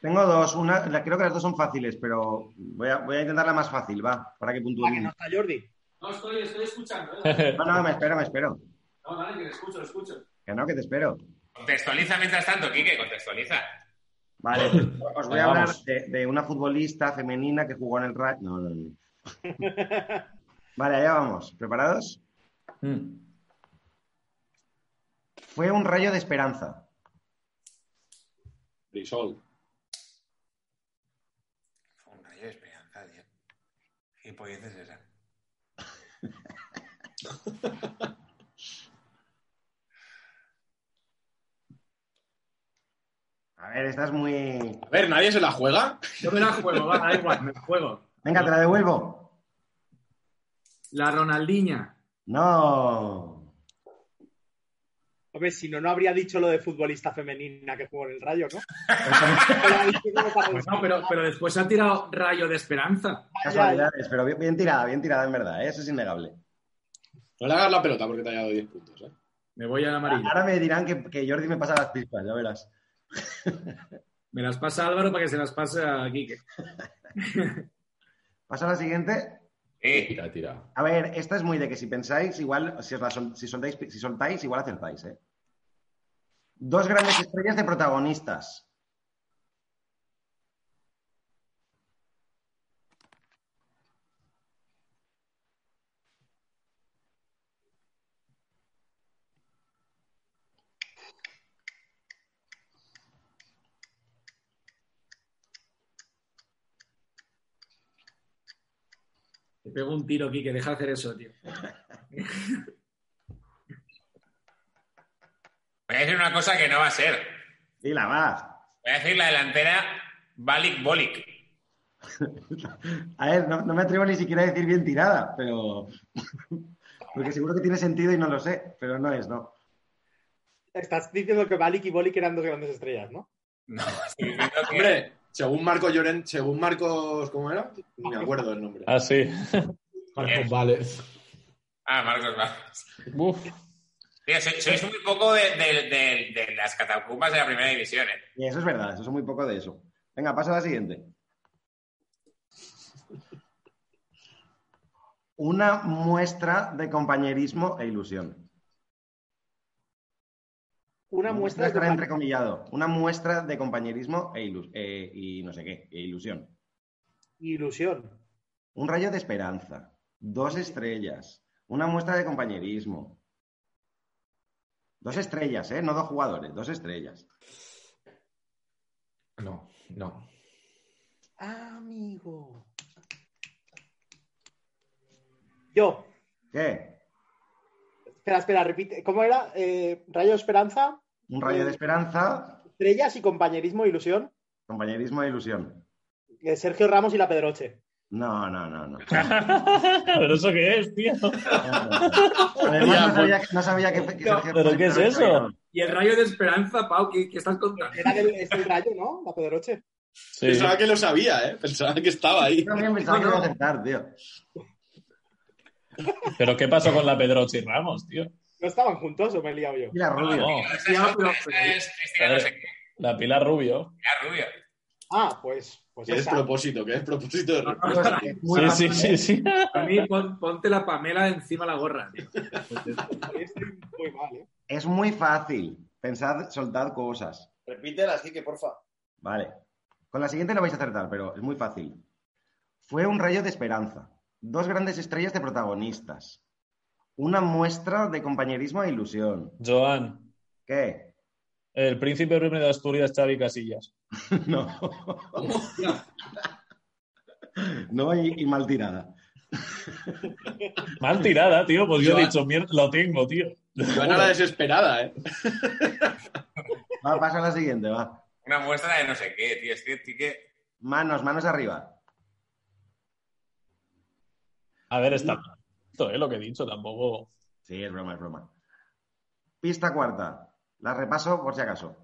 Tengo dos, una, la- creo que las dos son fáciles, pero voy a, voy a intentar la más fácil, va, para que
Ah, que
puntúen.
no está Jordi.
No, estoy, estoy escuchando. eh.
No, no, me espero, me espero.
No, dale, que lo escucho, lo escucho.
Que no, que te espero.
Contextualiza mientras tanto, Quique, contextualiza.
Vale, pues, os voy a
Vamos.
hablar de, de una futbolista femenina que jugó en el Ra- No, no, no. Vale, allá vamos. ¿Preparados?
Mm.
Fue un rayo de esperanza.
Risol.
Un rayo de esperanza, tío. ¿Qué pollez es esa?
A ver, estás muy.
A ver, ¿nadie se la juega?
Yo me la juego, va, da igual, me la juego.
Venga, te la devuelvo.
La Ronaldinha.
No.
Hombre, si no, no habría dicho lo de futbolista femenina que jugó en el Rayo, ¿no?
Bueno, pero, pero después se ha tirado rayo de esperanza.
Casualidades, pero bien, bien tirada, bien tirada en verdad, ¿eh? eso es innegable.
No le hagas la pelota porque te haya dado 10 puntos. ¿eh?
Me voy a la amarilla.
Ahora me dirán que, que Jordi me pasa las pistas, ya verás.
Me las pasa Álvaro para que se las pase a Quique.
¿Pasa a la siguiente?
Tira, tira.
A ver, esta es muy de que si pensáis, igual, si, os la sol- si soltáis, si soltáis, igual acertáis, ¿eh? Dos grandes estrellas de protagonistas.
Te pego un tiro, Quique, deja de hacer eso, tío.
Voy a decir una cosa que no va a ser.
Y la más.
Voy a decir la delantera Balik Bolik.
A ver, no, no me atrevo ni siquiera a decir bien tirada, pero. Porque seguro que tiene sentido y no lo sé, pero no es, ¿no?
Estás diciendo que Balik y Bolik eran dos grandes estrellas, ¿no?
Hombre, según Marco Llorente, según Marcos, ¿cómo era? Ni me acuerdo el nombre.
Ah, sí.
pues
Marcos Vales.
Ah, Marcos Vázquez.
Uf.
Tío, sois, sois muy poco de, de- de- de las catacumbas de la primera división, ¿eh?
Y eso es verdad, eso es muy poco de eso. Venga, pasa a la siguiente. Una muestra de compañerismo e ilusión.
Una muestra
estará
de...
entrecomillado. Una muestra de compañerismo e ilu- eh, y no sé qué, e ilusión.
ilusión.
Un rayo de esperanza. Dos estrellas. Una muestra de compañerismo. Dos estrellas, ¿eh? No dos jugadores, dos estrellas.
No, no.
Amigo. Yo.
¿Qué?
Espera, espera, repite. ¿Cómo era? Eh, Rayo de Esperanza,
Un rayo de esperanza,
estrellas y compañerismo e ilusión.
compañerismo e ilusión.
Eh, Sergio Ramos y la Pedroche.
No, no, no, no.
¿Pero eso qué es, tío?
Además, no sabía, no sabía que, que Sergio
pues. ¿Pero qué es eso?
Y el rayo de esperanza, Pau, ¿qué, qué estás contando?
Era del- es el rayo, ¿no? La Pedroche.
Sí.
Pensaba que lo sabía, ¿eh? Pensaba que estaba ahí.
Yo también pensaba que iba a acertar, tío.
¿Pero qué pasó con la Pedroche y Ramos, tío?
No estaban juntos, o me he liado yo.
Mira, Rubio.
No,
Esa es otra, esa es Cristina, no sé qué,
la Pilar Rubio.
la rubia.
Ah, pues, pues
Que es
esa.
propósito, que es propósito de
Pues,
respuesta.
eh, muy
Sí,
rápido.
sí, sí, sí.
A mí pon- ponte la Pamela encima la gorra, tío.
Estoy muy mal, ¿eh?
Es muy fácil. Pensad, soltad cosas.
Repítela, así que porfa.
Vale. Con la siguiente lo vais a acertar, pero es muy fácil. Fue un rayo de esperanza. Dos grandes estrellas de protagonistas. Una muestra de compañerismo e ilusión.
Joan,
¿Qué?
el príncipe primero de Asturias, Xavi Casillas.
No. No, y, y mal tirada.
Mal tirada, tío. Pues yo he
Joan.
dicho, mierda, lo tengo, tío.
Joana la desesperada, ¿eh?
Va, pasa a la siguiente, va.
Una muestra de no sé qué, tío. Es que, tío, que-
Manos, manos arriba.
A ver, está mal. Esto es lo que he dicho, tampoco.
Sí, es broma, es broma. Pista cuarta. La repaso por si acaso.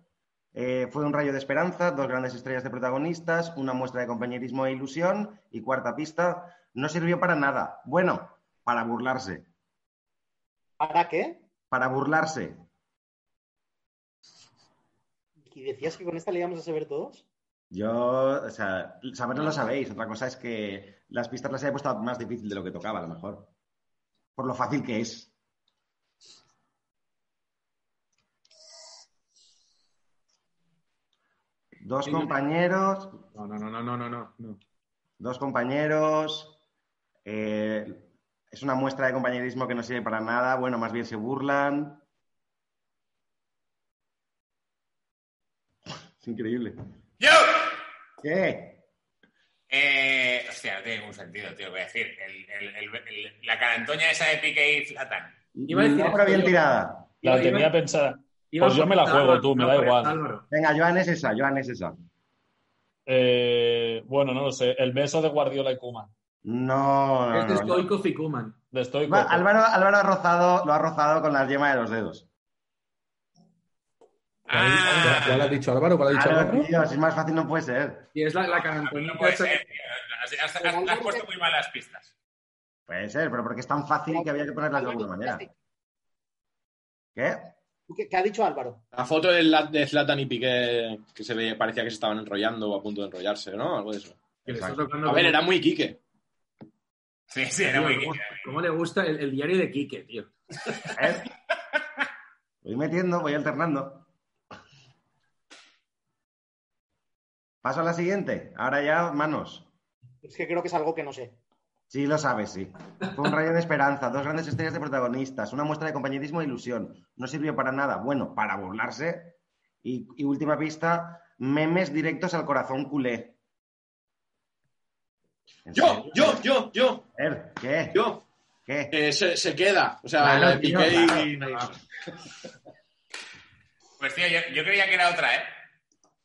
Eh, fue un rayo de esperanza, dos grandes estrellas de protagonistas, una muestra de compañerismo e ilusión. Y cuarta pista, no sirvió para nada. Bueno, para burlarse.
¿Para qué?
Para burlarse.
¿Y decías que con esta le íbamos a saber todos?
Yo, o sea, saberlo lo sabéis. Otra cosa es que las pistas las he puesto más difícil de lo que tocaba, a lo mejor. Por lo fácil que es. Dos compañeros,
No, no, no, no, no, no, no, no.
dos compañeros. eh, es una muestra de compañerismo que no sirve para nada. Bueno, más bien se burlan. Es increíble.
¡Yo!
¿Qué?
Eh, hostia, no tiene ningún sentido, tío. Voy a decir, el- el- el- el- la carantoña esa de Piqué y Zlatan.
Iba a decir
No,
esto
pero bien
yo.
tirada.
La
Iba-
tenía
iba-
pensada.
iba
Pues yo
por
me la
Álvaro,
juego, tú, me
no
da
por
igual.
Álvaro.
Venga, Joan es esa, Joan es esa.
Eh, bueno, no lo sé. El beso de Guardiola y Kuma.
No, no,
Es de
no, no.
Stoico Ficuman.
De Stoico.
Va, Álvaro, Álvaro ha rozado, lo ha rozado con la yema de los dedos.
¿Cuál, cuál ha dicho Álvaro? ¿Cuál ha dicho
Claro,
Álvaro?
tío, si más fácil no puede ser.
Y es la, la cara
No puede ser, tío. Has, has- has- has puesto muy malas pistas.
Puede ser, pero porque es tan fácil que había que ponerlas de alguna manera. ¿Qué?
¿Qué, qué ha dicho Álvaro?
La foto de La- de Zlatan y Piqué que se le parecía que se estaban enrollando o a punto de enrollarse, ¿no? Algo de eso. A ver, era muy Quique.
Sí, sí, era muy Quique.
¿Cómo le gusta el, el diario de Quique, tío?
¿Eh? Voy metiendo, voy alternando. Paso a la siguiente. Ahora ya manos.
Es que creo que es algo que no sé.
Sí, lo sabes, sí. Fue un rayo de esperanza, dos grandes estrellas de protagonistas, una muestra de compañerismo e ilusión. No sirvió para nada. Bueno, para burlarse. Y, y última pista, memes directos al corazón culé.
Yo, yo, yo, yo.
¿Qué?
Yo. Eh,
¿Qué?
se, se queda. O sea,
Claro,
la de
tío,
Piqué
claro,
y.
Pues tío, yo, yo creía que era otra, ¿eh?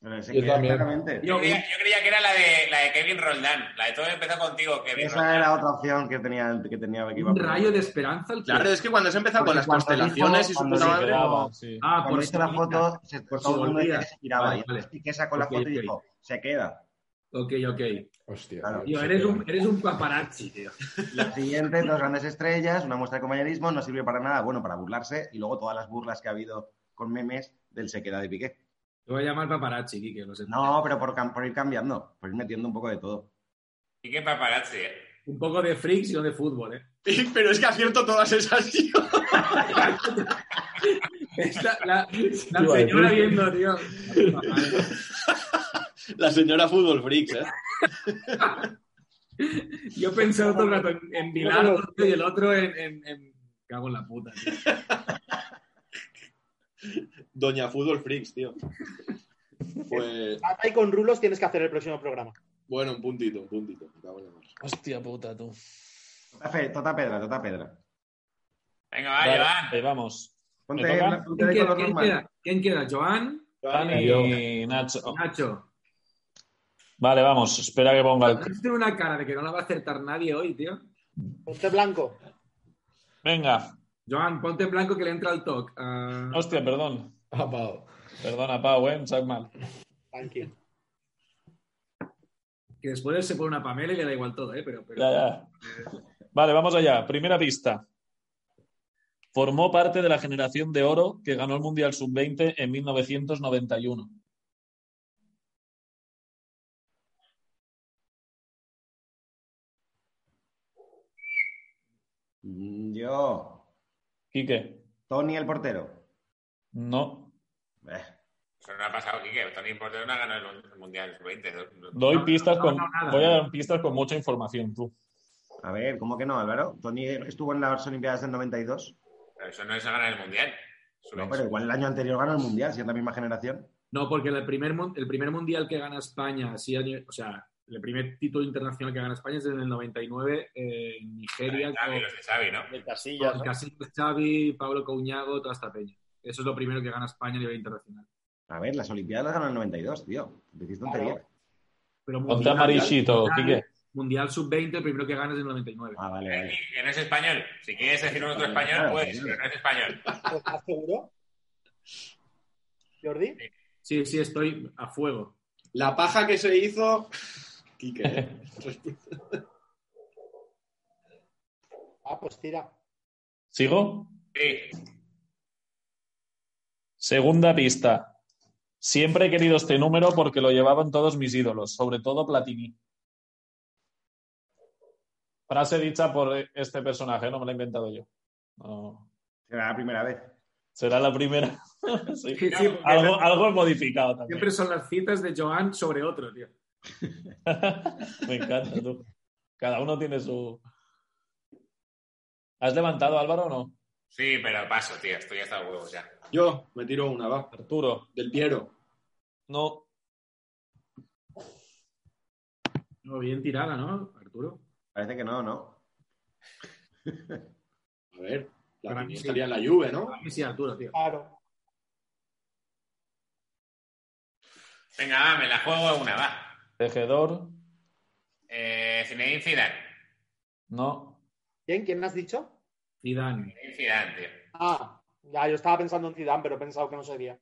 Pero se
Yo
queda
también.
claramente.
Yo creía, yo creía que era la de, la de Kevin Roldán. La de todo empezó contigo, Kevin
Esa
Roldán.
era otra opción que tenía que tenía que iba a
Un
poner.
rayo de esperanza al
Claro, es que cuando se empezó con las
Porque cuando
constelaciones
dijo-
y su
cuando
puta
se
madre.
quedaba, sí.
Ah,
Cuando hizo la foto, se,
por
todo
si
el mundo decía que
volvías.
se giraba.
Vale,
y entonces
vale.
Piqué sacó la
Ok,
foto y
ok.
dijo, se queda.
Ok, ok.
Hostia.
Claro.
Tío,
se
eres
queda.
un, eres un paparazzi, tío.
La siguiente, dos grandes estrellas, una muestra de compañerismo, no sirvió para nada, bueno, para burlarse, y luego todas las burlas que ha habido con memes del se queda de Piqué. Pues
Te voy a llamar paparazzi, Quique, lo sé.
No, pero por, cam- por ir cambiando, por ir metiendo un poco de todo.
Y qué paparazzi, ¿eh?
Un poco de freaks y no de fútbol, ¿eh?
Pero es que acierto todas esas, tío.
Es la, la- la
Tío,
señora
tío.
viendo, tío.
La señora Fútbol Freaks, ¿eh?
Yo pensaba todo el rato en, en Bilardo, tío, y el otro en, en- en- Cago en la puta, tío.
Doña Fútbol Freaks, tío. Pues.
Ata y con rulos tienes que hacer el próximo programa.
Bueno, un puntito, un puntito. Me cago en la mar.
Hostia puta, tú.
Tota, fe- tota pedra, tota pedra.
Venga, va,
Vale,
Iván.
ahí vamos. ¿Me
Ponte,
toca?
la- ponte
¿Quién
de
queda?
color
¿Quién
normal.
queda? ¿Quién queda? ¿Joan? Eh,
Dani y Nacho.
Nacho.
Vale, vamos. Espera que ponga el.
Nacho tiene una cara de que no la va a acertar nadie hoy, tío.
Ponte blanco.
Venga.
Joan, ponte en blanco que le entra el toque. Ah,
Hostia, perdón.
Ah, Pau.
Perdona, Pau, eh. Sac mal.
Tranquilo.
que después él se pone una Pamela y le da igual todo, ¿eh? Pero, pero-
Ya, ya. Vale, vamos allá. Primera pista. Formó parte de la generación de oro que ganó el Mundial Sub-20 en 1991.
Mm, Yo,
Quique,
Tony el portero.
no.
Eh,
Eso no ha pasado, Quique. Tony Portero no ha ganado el Mundial Sub-20.
Doy
No,
pistas
no,
con,
no, nada.
voy a dar pistas con mucha información, tú.
a ver, ¿cómo que no, Álvaro? Tony estuvo en las Olimpiadas del 92.
Pero eso no es ganar el Mundial.
No, pero igual el año anterior ganó el Mundial, si es la misma generación.
No, porque el primer, mun- el primer mundial que gana España, así, año- o sea, el primer título internacional que gana España es en el 99, eh, en Nigeria,
Xavi, los de Xavi, ¿no?
De
con,
Casillas,
con
¿no?
Casillas, Xavi, Pablo Couñago, toda esta peña. Eso es lo primero que gana España a nivel internacional.
A ver, las Olimpiadas las ganó el 92, tío. Decís tontería.
Pero
Ponte amarillito, Quique.
mundial sub-20, el primero que gana es en el 99.
Ah, vale, vale.
Que no es español. Si quieres decir un otro español,
Claro,
puedes, pero
claro.
no es español.
¿Estás seguro? ¿Jordi?
Sí, sí, estoy a fuego.
La paja que se hizo. Quique, ¿eh?
Ah, pues tira.
¿Sigo?
Sí.
Segunda pista. Siempre he querido este número porque lo llevaban todos mis ídolos, sobre todo Platini. Frase dicha por este personaje, no me la he inventado yo.
Oh.
No.
Será la primera vez.
Será la primera. Sí.
Sí, sí, porque
Algo, algo he modificado también.
siempre son las citas de Joan sobre otro, tío.
Me encanta tú. Cada uno tiene su. ¿Has levantado, Álvaro, o no?
Sí, pero paso, tío. Estoy hasta el huevo ya.
Yo, me tiro una, va.
Arturo,
Del Piero.
no.
No, bien tirada, ¿no, Arturo?
Parece que no, ¿no?
A ver. La
Para mí sí.
estaría en la Juve, ¿no?
A mí sí, Arturo, tío.
Claro.
Venga, va, me la juego una, va.
Tejedor,
Eh, Zinedine Zidane.
no.
¿Quién? ¿Quién has dicho?
Zidane.
Zinedine Zidane, tío.
Ah, ya, yo estaba pensando en Zidane, pero he pensado que no sería.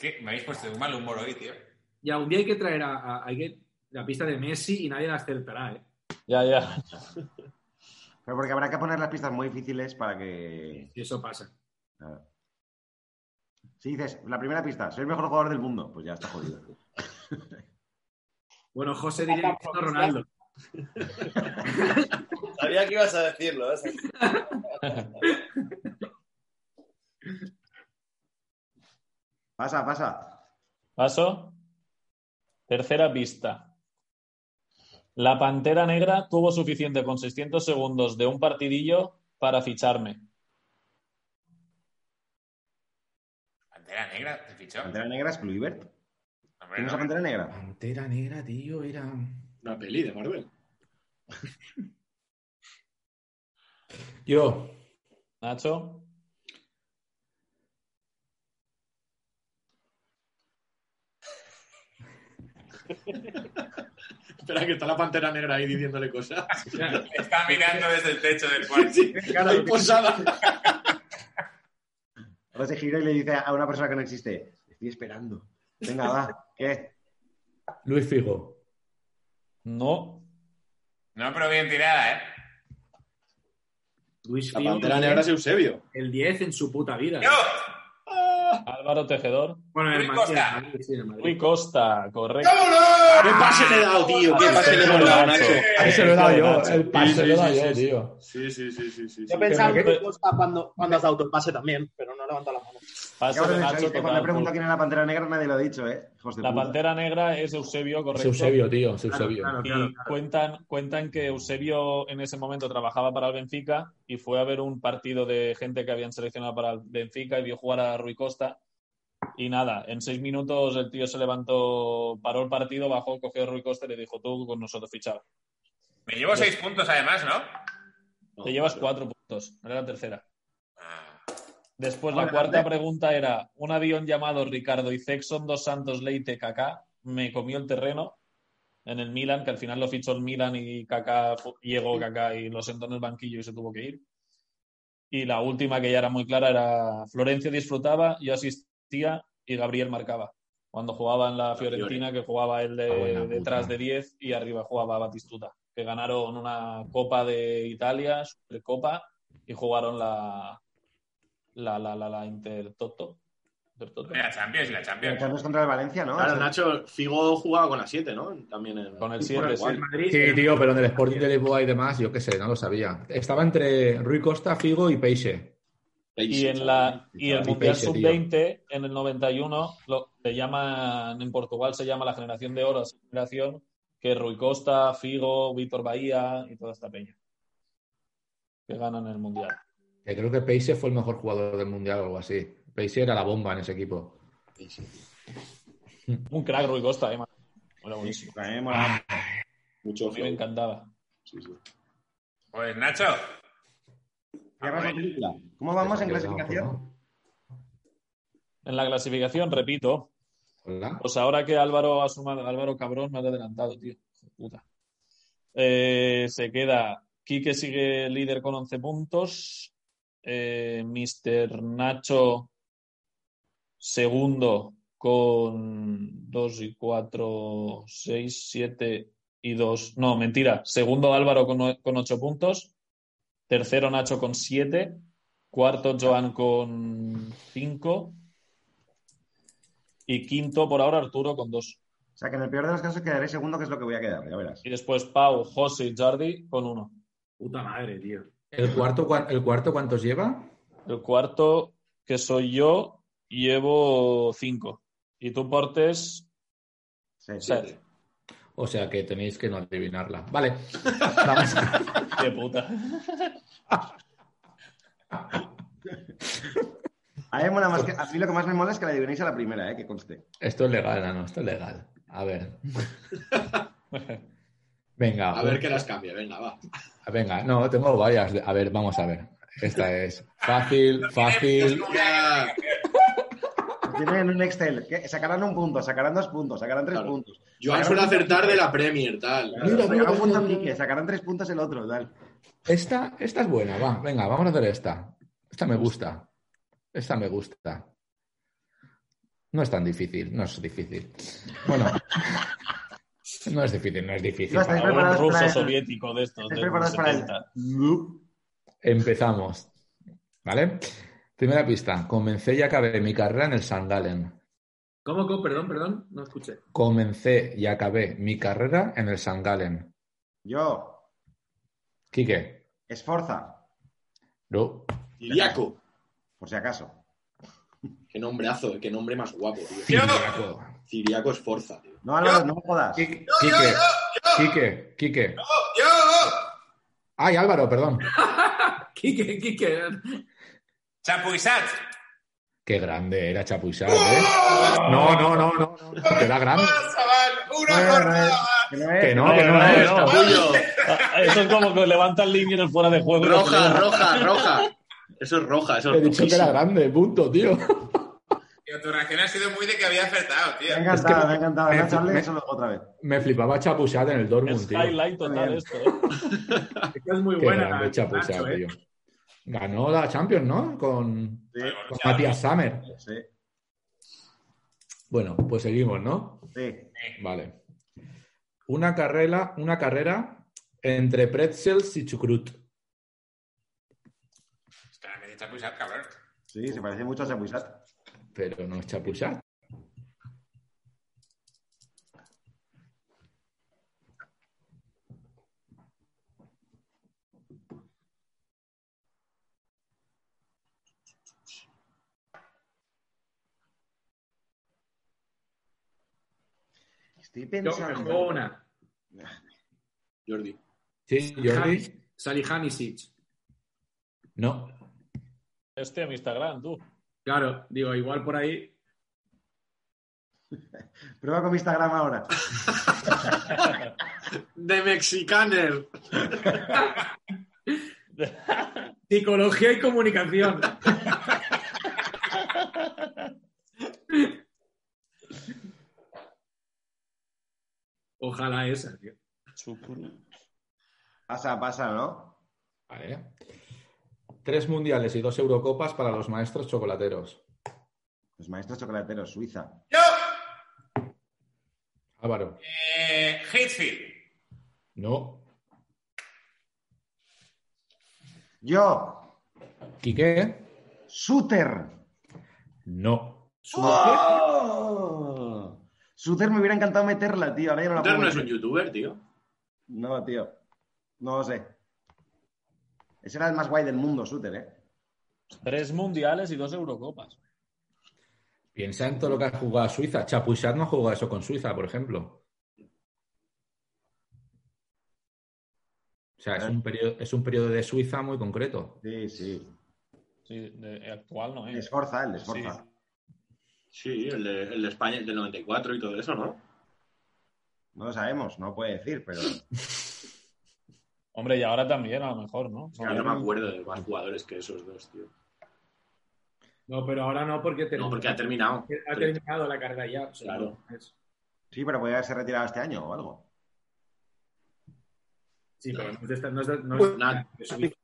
que me habéis puesto de un mal humor hoy, tío.
Ya, un día hay que traer a, a- hay que- la pista de Messi y nadie la acertará, ¿eh?
Ya, ya.
Pero porque habrá que poner las pistas muy difíciles para que.
Si eso pasa.
Si dices, la primera pista, soy el mejor jugador del mundo, pues ya está jodido.
Bueno, José diría Cristiano Ronaldo.
Sabía que ibas a decirlo. ¿eh?
Pasa, pasa.
Paso. Tercera pista. La Pantera Negra tuvo suficiente con 600 segundos de un partidillo para ficharme.
Pantera negra, te fichó.
¿Pantera negra es Kluivert?
Hombre,
¿Quién es la
no.
pantera negra?
Pantera negra, tío, era.
Una peli de Marvel.
Yo.
Nacho.
Espera, que está la pantera negra ahí diciéndole cosas.
Está mirando desde el techo del cuarto.
ahí posada.
Ahora se gira y le dice a una persona que no existe: Estoy esperando. Venga, va. ¿Qué?
Luis Figo.
No.
No, pero bien tirada, ¿eh?
Luis
La
Figo,
pantera
el
negra es
10,
Eusebio.
El 10 en su puta vida.
¡Yo!
Álvaro Tejedor.
Bueno, en el
Rui
Madrid,
Costa.
en el Madrid, sí, en el Madrid.
Rui Costa, correcto.
¡Qué pase le he dado, tío! ¡Qué pase le he dado,
Nacho.
Nacho!
A ese lo he dado yo,
Nacho.
el pase
Sí, sí,
lo he dado
sí,
yo,
sí, sí.
tío.
Sí, sí, sí, sí, sí. sí.
Yo pensaba
Pero
que
que-
te gusta cuando, cuando has dado tu pase también, pero no levanta la mano.
Pase
Acabas
de
de
Nacho,
salir, que
total,
Cuando he preguntado quién era la pantera negra, nadie lo ha dicho, ¿eh? Hijos de
La
puta.
Pantera Negra es Eusebio,
Es
correcto.
Eusebio, tío, es Eusebio.
Claro,
Y
claro, claro.
Cuentan, cuentan que Eusebio en ese momento trabajaba para el Benfica y fue a ver un partido de gente que habían seleccionado para el Benfica y vio jugar a Rui Costa. Y nada, en seis minutos el tío se levantó, paró el partido, bajó, cogió a Rui Costa y le dijo, tú con nosotros fichado.
Me llevo
Pues-
seis puntos además, ¿no?
Te llevas cuatro puntos, era la tercera.
Ah,
Después la cuarta pregunta era, un avión llamado Ricardo Izexon dos Santos Leite Kaká me comió el terreno en el Milan, que al final lo fichó el Milan y Kaká fu- llegó Kaká y lo sentó en el banquillo y se tuvo que ir. Y la última que ya era muy clara era Florencio disfrutaba, yo asistía y Gabriel marcaba. Cuando jugaba en la Fiorentina, que jugaba él de-
Ah, buena puta.
detrás de 10 y arriba jugaba Batistuta, que ganaron una Copa de Italia, Supercopa, y jugaron la, la, la, la, la Intertoto. Intertoto.
la Champions y la
Pero
Champions.
esto no es contra el Valencia, ¿no?
Claro,
Eso-
Nacho, Figo jugaba con la 7, ¿no? También en-
Con el
Bueno,
7, sí.
igual.
El Madrid,
Sí, tío, pero en el Sporting de Lisboa y demás, yo qué sé, no lo sabía. Estaba entre Rui Costa, Figo y Peixe.
Y, en la, y el
chaval,
Mundial
Peixe, tío.
Sub-20, en el 91, lo, le llaman, en Portugal se llama la generación de oro, esa generación que es Rui Costa, Figo, Víctor Bahía y toda esta peña. Que ganan el Mundial.
Que creo que Peixe fue el mejor jugador del mundial o algo así. Peixe era la bomba en ese equipo.
Un crack Rui Costa, eh, man. Era buenísimo.
A mí me mola.
Mucho
A mí me
flow.
encantaba.
Sí, sí.
Pues Nacho,
Cierras la película. ¿Cómo vamos en
Pero,
clasificación?
¿no?
En la clasificación, repito,
Hola.
pues ahora que Álvaro ha sumado, Álvaro cabrón me ha adelantado, tío. Hijo de Puta. Eh, se queda. Quique sigue líder con 11 puntos. Eh, Mr. Nacho, segundo, con 2 y 4, 6, 7 y 2. No, mentira. Segundo Álvaro con, nue- con 8 puntos. Tercero Nacho con 7. Cuarto Joan con 5. Y quinto por ahora Arturo con 2.
O sea, que en el peor de los casos quedaré segundo, que es lo que voy a quedar, ya verás.
Y después Pau, José y Jordi con 1.
Puta madre, tío.
¿El cuarto, cua- ¿El cuarto cuántos lleva?
El cuarto, que soy yo, llevo 5. Y tú portes
Sí.
7.
O sea que tenéis que no adivinarla. Vale. Vamos.
Qué puta.
A, mí mola más que- a mí lo que más me mola es que la adivinéis a la primera, ¿eh? que conste.
Esto es legal, Nano, esto es legal. A ver. Venga,
A ver qué las cambia, venga, va.
venga, no, tengo varias. A ver, vamos a ver. Esta es fácil, fácil.
Ya,
Tienen un Excel. que Sacarán un punto, sacarán dos puntos, sacarán tres
Claro.
puntos.
Joan suele acertar de la Premier, tal.
Mira, mira,
sacarán un punto
mira,
Quique, sacarán tres puntos el otro, tal.
Esta, esta es buena, va. Venga, vamos a hacer esta. Esta me gusta. Esta me gusta. No es tan difícil, no es difícil. Bueno, no es difícil, no es difícil.
No, estáis Para un preparados ruso para el- soviético de estos, estáis de los preparados para el- 70.
Empezamos. ¿Vale? Primera pista. Comencé y acabé mi carrera en el San Galen.
¿Cómo, cómo? Perdón, perdón, no escuché.
Comencé y acabé mi carrera en el San Galen.
Yo,
Quique.
Esforza.
No.
Iliaco.
Por si acaso.
Qué nombrazo, qué nombre más guapo, tío.
Ciriaco.
Ciriaco es forza, tío.
No, Álvaro, no jodas.
Quique. Quique. Quique. Ay, Álvaro, perdón.
Quique, Quique.
Chapuisat.
Qué grande era Chapuisat, ¿eh? No, no, no, no. no. Te da grande.
eh,
Que no, que no es, capullo.
Ah, Eso es como que levanta el link en el fuera de juego.
Roja, roja, roja. Eso es roja, eso
Te he
es
dicho que era
rojísimo.
grande, punto, tío.
Tío, tu reacción ha sido muy de que había acertado, tío.
Me ha encantado,
Es que-
me ha encantado.
me-
No, Charlie,
me-
eso lo- otra vez.
Me flipaba Chapusat en el Dortmund, tío.
Highlight total esto. ¿eh?
Esta es muy
Qué
buena.
grande Chapusat,
Nacho, ¿eh?
tío. Ganó la Champions, ¿no? Con,
eh.
Sí,
con Matías Summer.
sí,
Bueno, pues seguimos, ¿no?
sí.
Vale. Una carrera, una carrera entre pretzels y chucrut.
Espera, me he dicho Chapuisat, cabrón.
Sí, se parece mucho a Sepuisat.
Pero no es Chapusat.
Estoy
Yo me juego
pensando.
una.
Jordi.
Sí, Jordi.
Salihamidzic.
No.
Este a mi Instagram, tú.
Claro, digo, igual por ahí.
Prueba con mi Instagram ahora.
De Mexicaner. Psicología y comunicación. Ojalá esa, tío.
Pasa, pasa, ¿no?
Vale. Tres mundiales y dos eurocopas para los maestros chocolateros.
Los maestros chocolateros, Suiza.
¡Yo!
Álvaro.
Eh, Hitfield.
No.
Yo,
Quique.
Suter.
No.
Ah.
¡Oh! Suter me hubiera encantado meterla, tío. Ahora ya no la
Hunter
puedo.
no es un
meter.
youtuber, tío.
No, tío. No lo sé. Ese era el más guay del mundo, Suter, ¿eh?
Tres mundiales y dos eurocopas.
Piensa en todo lo que ha jugado a Suiza. Chapuisat no ha jugado eso con Suiza, por ejemplo. O sea, es un periodo, es un periodo de Suiza muy concreto.
Sí, sí.
Sí, de- actual no
El
es.
Esforza, el Esforza.
Sí, el de, el de España, el del 94 y todo eso, ¿no?
No lo sabemos, no puede decir, pero.
Hombre, y ahora también, a lo mejor, ¿no?
Yo no me acuerdo de más jugadores que esos dos, tío.
No, pero ahora no, porque, termina-
No, porque ha terminado.
ha terminado la carrera ya. o sea,
Claro.
no, es-
Sí, pero podría haberse retirado este año o algo.
Sí, pero no es de esta- no es de- no es
Pues
de-
nada.
de Suiza.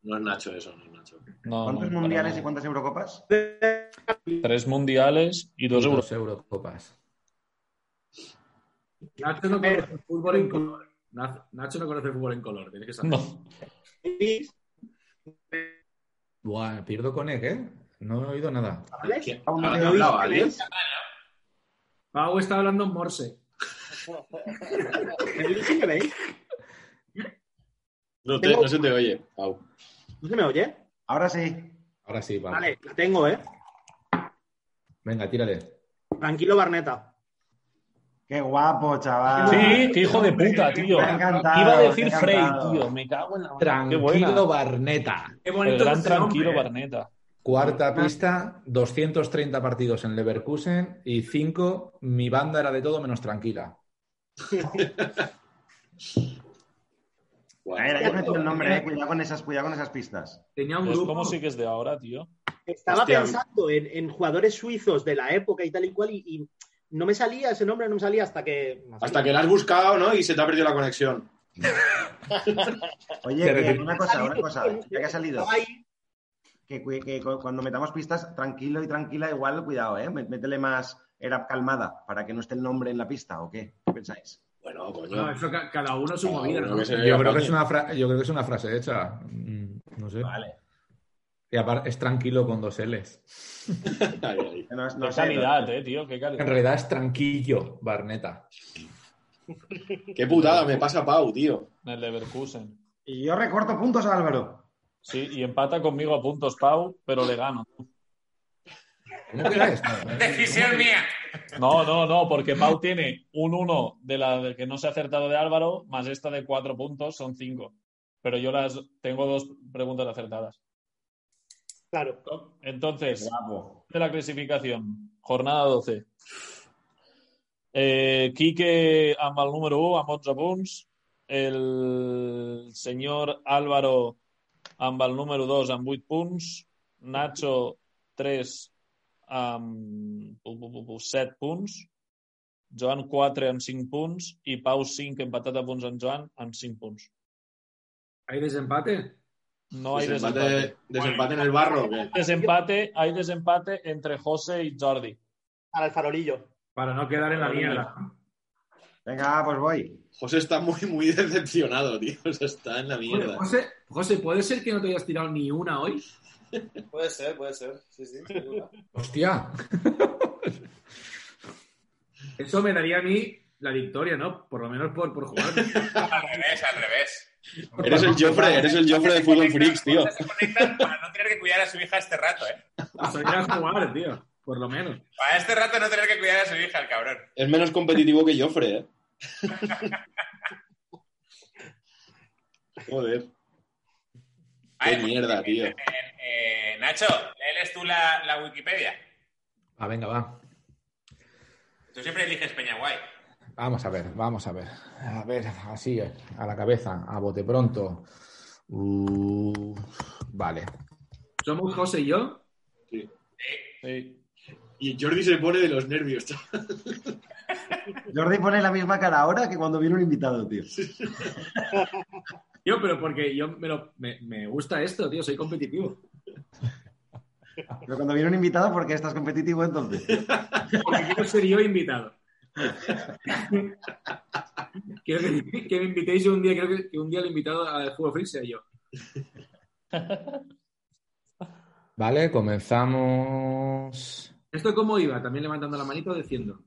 No es Nacho eso, no es Nacho.
No,
¿Cuántos
no, para
mundiales
nada.
y cuántas Eurocopas?
Tres mundiales y dos
Dos
eurocopas.
Eurocopas.
Nacho no conoce el fútbol en color. Nacho- Nacho no conoce el fútbol en color, tiene que saber.
No.
Buah, pierdo con Ek, ¿eh? No he oído nada.
¿Quién?
Ah, un
¿Ahora te
tío,
hablaba, Alex?
Pau está hablando en morse.
¿Me oís? ¿Me veis?
No, te- no se te oye, Pau.
¿No se me oye?
Ahora Ah, sí.
Ahora sí, vamos.
Vale, la tengo, ¿eh?
Venga, tírale.
Tranquilo, Barneta.
Qué guapo, chaval.
Sí, qué hijo de puta, tío.
Me ha encantado,
Iba a decir
me ha
Frey,
encantado.
tío. Me cago en la Qué buena.
Tranquilo, Barneta.
Qué
El
bonito
gran
es ese
tranquilo
hombre, ¿eh?
Barneta.
Ah.
Cuarta pista, 230 partidos en Leverkusen y 5, mi banda era de todo menos tranquila.
A ver, hay que meter el nombre, eh. Cuidado con esas, cuidado con esas pistas.
Tenía un
Pues,
grupo.
¿Cómo sí que es de ahora, tío?
Estaba
Hostia.
pensando en, en jugadores suizos de la época y tal y cual, y, y no me salía ese nombre, no me salía hasta que.
Hasta que la has buscado, ¿no? Y se te ha perdido la conexión.
Oye,
Te
que
retiro.
una cosa, una cosa. eh, Ya que ha salido.
Estaba ahí,
que, cu- que cu- cuando metamos pistas, tranquilo y tranquila, igual, cuidado, ¿eh? Mé- Métele más, era calmada, para que no esté el nombre en la pista, ¿o qué? ¿Qué pensáis?
Bueno,
No, eso ca- cada uno su movida. ¿no?
Yo creo, que es una fra- yo creo que es una frase hecha. Mm, No sé.
Vale.
Y aparte es tranquilo con dos L's.
No, es- no
qué
sé,
calidad,
no-
eh, tío, qué calidad.
En realidad es tranquillo, Barneta.
Qué putada me pasa Pau, tío.
El Leverkusen.
Y yo recorto puntos a Álvaro.
Sí, y empata conmigo a puntos, Pau, pero le gano.
¿Cómo que es?
Decisión mía.
No, no, no, porque Pau tiene un 1 de la de que no se ha acertado de Álvaro, más esta de 4 puntos, son 5. Pero yo las tengo dos preguntas acertadas.
Claro.
Entonces,
Guapo.
de la clasificación, jornada 12. Eh, Quique amb el número 1 amb 11 punts, el senyor Álvaro amb el número 2 amb 8 punts, Nacho 3 amb pu, pu, pu, pu, 7 punts, Joan 4 amb 5 punts i Pau 5 empatat a punts amb Joan amb 5 punts.
¿Hay desempate?
No hay
Desempate-
desempate.
desempate en el barro, ¿o qué?
Desempate, hay desempate entre José y Jordi.
Para el farolillo.
Para no quedar en la mierda.
Venga, pues voy.
José está muy, muy decepcionado, tío. O sea, está en la
Oye,
mierda.
José, José, ¿puede ser que no te hayas tirado ni una hoy?
Puede ser, puede ser. Sí, sí. seguro.
Hostia.
Eso me daría a mí la victoria, ¿no? Por lo menos por, por jugar.
Al revés, al revés.
Eres el Joffre, eres el Joffre de Fútbol Freaks, tío.
Se conectan para no tener que cuidar a su hija este rato, ¿eh?
A salir a jugar, tío. Por lo menos.
Para este rato no tener que cuidar a su hija, el cabrón.
Es menos competitivo que Joffre, ¿eh? Joder. Qué
Ay,
mierda, tío.
Eh, Nacho, léeles tú la, la Wikipedia.
Ah, venga, va.
Tú siempre eliges Peñaguay.
Vamos a ver, vamos a ver. A ver, así, a la cabeza, a bote pronto. Uh, vale.
Somos José y yo.
Sí.
Y Jordi se pone de los nervios. chaval.
Jordi pone la misma cara ahora que cuando viene un invitado, tío.
Yo, pero porque yo me, lo- me, me gusta esto, tío. Soy competitivo.
Pero cuando viene un invitado, porque estás competitivo entonces?
Porque quiero ser yo invitado. quiero que, que me invitéis un día. Creo que, que un día el invitado al Fútbol Freak sea yo.
Vale, comenzamos.
¿Esto cómo iba? También levantando la manito diciendo.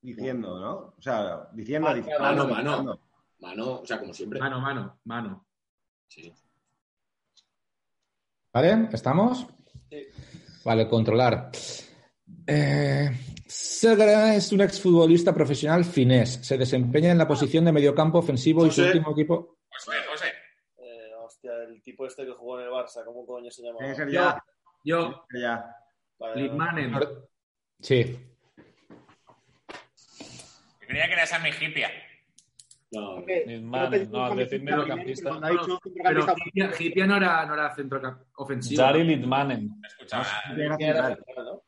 Diciendo, ¿no? O sea, diciendo,
Ah,
diciendo.
mano,
diciendo.
mano. Mano, o sea, como siempre.
Mano, mano, mano.
Sí.
¿Vale? ¿Estamos?
Sí.
Vale, controlar. Eh, Segra es un exfutbolista profesional finés. Se desempeña en la posición de mediocampo ofensivo y su
José.
último equipo.
José, José.
Eh, hostia, el tipo este que jugó en el Barça, ¿cómo coño se llama?
Tiene que ser
Yo,
ya.
yo,
ya.
Litmanen.
Sí.
Yo creía que era Sammy Hippia.
No,
Nisman, no, decir mediocampista.
Cuando ha dicho
Pero
centrocampista,
Hipia- Hipia no era, no era centrocamp- ofensivo.
Jari Litmanen,
No escuchaba
eh,
nada.
Tiene que ser
Era
ya.
central, ¿no?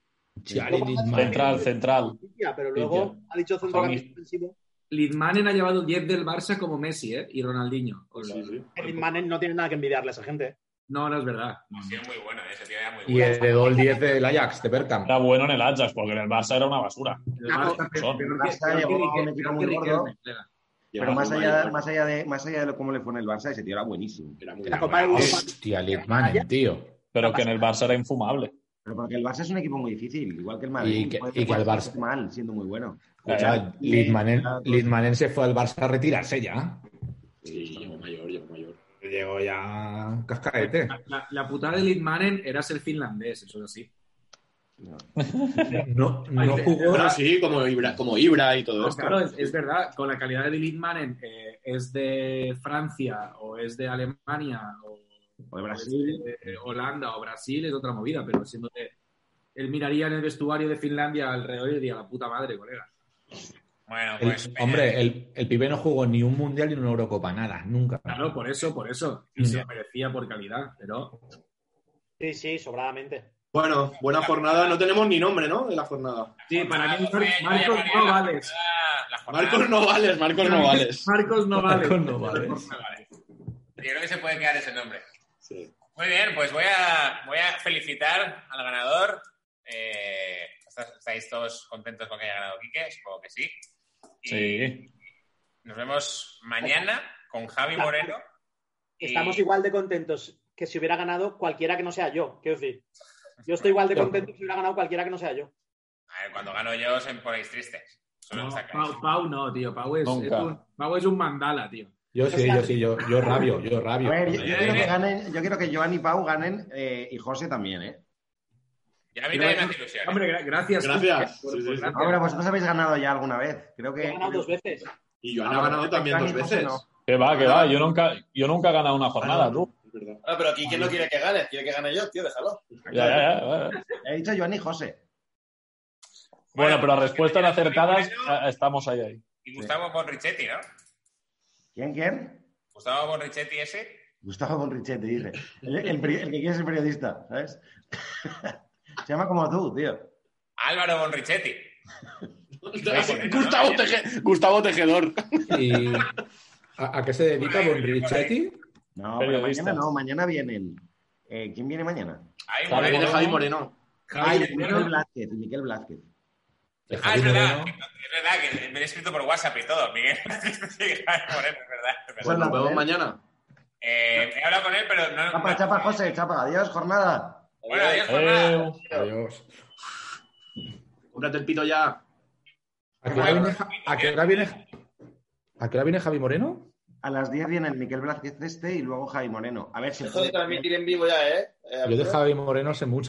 Chiari Lidman.
central, central.
pero luego ha dicho centrocampista ofensivo.
Lidmanen ha llevado 10 del Barça como Messi, ¿eh? Y Ronaldinho. O sea,
Sí, sí.
El Manen no tiene nada que envidiarle a esa gente.
No, no es verdad.
Ha sido muy bueno, ¿eh? ese tío era muy
Y
bueno.
heredó el 10 del Ajax, de Bergkamp.
Era bueno en el Ajax, porque en el Barça era una basura.
El Barça, pe-
son.
peor que-
Barça
peor que
llevó a un
Riquelme,
equipo
peor
muy
que
gordo.
Riquelme, claro.
Pero más
Llevaba
allá,
un
más allá de, más allá de lo- cómo le fue en el Barça, ese tío era buenísimo.
Era muy
La
bueno.
Copa de Europa.
Hostia, Lidman, tío.
Pero que en el Barça era infumable.
Pero porque el Barça es un equipo muy difícil, igual que el Madrid.
Y que-
Puede
y que el
jugar
Barça-
mal, siendo muy bueno. eh,
Escucha, Lidmanen, Lidmanen se fue al Barça a retirarse ya.
Sí, llegó mayor, llegó mayor.
Llegó ya cascarete.
La, la- la putada de Lidmanen era ser finlandés, eso es así.
No, no jugó.
Bueno, sí, como Ibra, como Ibra y todo
No,
esto.
Ah, claro, es, es verdad, con la calidad de Lidmanen, eh, es de Francia o es de Alemania o,
O de Brasil.
es de Holanda o Brasil, es otra movida, pero siendo de... Él miraría en el vestuario de Finlandia alrededor y diría, la puta madre, colega.
Bueno,
El-
pues. Peña,
hombre, el, el pibe no jugó ni un mundial ni una Eurocopa, nada, nunca.
Claro, por eso, por eso.
Mm.
Y se lo merecía por calidad, pero...
Sí, sí, sobradamente.
Bueno, buena jornada. No tenemos ni nombre, ¿no? De la jornada.
Sí, para mí
José, yo
Marcos
llamaría
no
la
vales.
jornada- Ah, la jornada-
Marcos no vales, Marcos no vales.
Marcos no vales.
Marcos no vales.
Yo creo que se puede quedar ese nombre.
Sí.
Muy bien, pues voy a, voy a felicitar al ganador. Eh, ¿estás- ¿Estáis todos contentos con que haya ganado Quique? Supongo que sí. Y
Sí.
Nos vemos mañana con Javi Moreno. y-
Estamos igual de contentos que si hubiera ganado cualquiera que no sea yo. Quiero decir, yo estoy igual de contento que si hubiera ganado cualquiera que no sea yo.
A ver, cuando gano yo os ponéis tristes. Solo
No,
os sacáis.
Pau, Pau no, tío. Pau es,
Nunca.
es un, Pau es un mandala, tío.
Yo sí, yo sí, yo, yo rabio, yo
A
rabio. Eh,
ver, yo, yo quiero que ganen, yo quiero que Joan y Pau ganen eh, y José también, ¿eh?
Y a mí
Pero
también me
eso-
hace ilusión. ¿eh?
Hombre, gra- gracias.
Gracias.
Por-
Sí,
por-
sí, sí.
gracias.
Ahora, vosotros habéis ganado ya alguna vez. Creo
He
que.
ganado dos veces.
Y Joana ha ganado también dos veces.
Que va, que va. Yo nunca, yo nunca he ganado una jornada, tú.
Es verdad.
Ah, pero aquí, ¿quién no quiere que gane? ¿Quiere que gane yo? Tío, déjalo.
Ya, ya, ya, ya.
He dicho Joan y José.
Bueno, pero
porque
las respuestas
tenía Javi
acertadas
Moreno
ah, estamos ahí, ahí.
Y Gustavo Bonrichetti, ¿no?
¿Quién, quién?
Gustavo Bonrichetti ese.
Gustavo Bonrichetti, dije. El, el peri- el que quiere ser periodista, ¿sabes? Se llama como tú, tío.
Álvaro Bonrichetti.
Gustavo, Teje- Gustavo Tejedor.
¿Y a, a qué se dedica Bonrichetti?
No, pero
Periodista.
mañana no, mañana vienen. Eh, ¿Quién viene mañana?
Ahí
Ahora viene Javi Moreno.
Ay,
Javi,
Miquel Blázquez, Miquel Blázquez.
De
Ah,
Javi
es verdad.
Moreno.
Es verdad que me he escrito por WhatsApp y todo, Miguel. Sí, Javi Moreno, es verdad. es verdad.
Pues nos vemos mañana.
Eh, he hablado con él, pero no.
Chapa, chapa, José, chapa. Adiós, jornada.
Bueno, adiós, jornada.
Eh,
Adiós.
Cómprate el pito ya.
¿A qué hora viene, Ja- a qué hora viene- a qué hora viene Javi Moreno?
A las 10 vienen Miquel Blázquez este y luego Javi Moreno. A ver si
Esto de
puede.
transmitir en vivo ya, ¿eh? Eh,
Yo de
Arturo.
Javi Moreno sé mucho.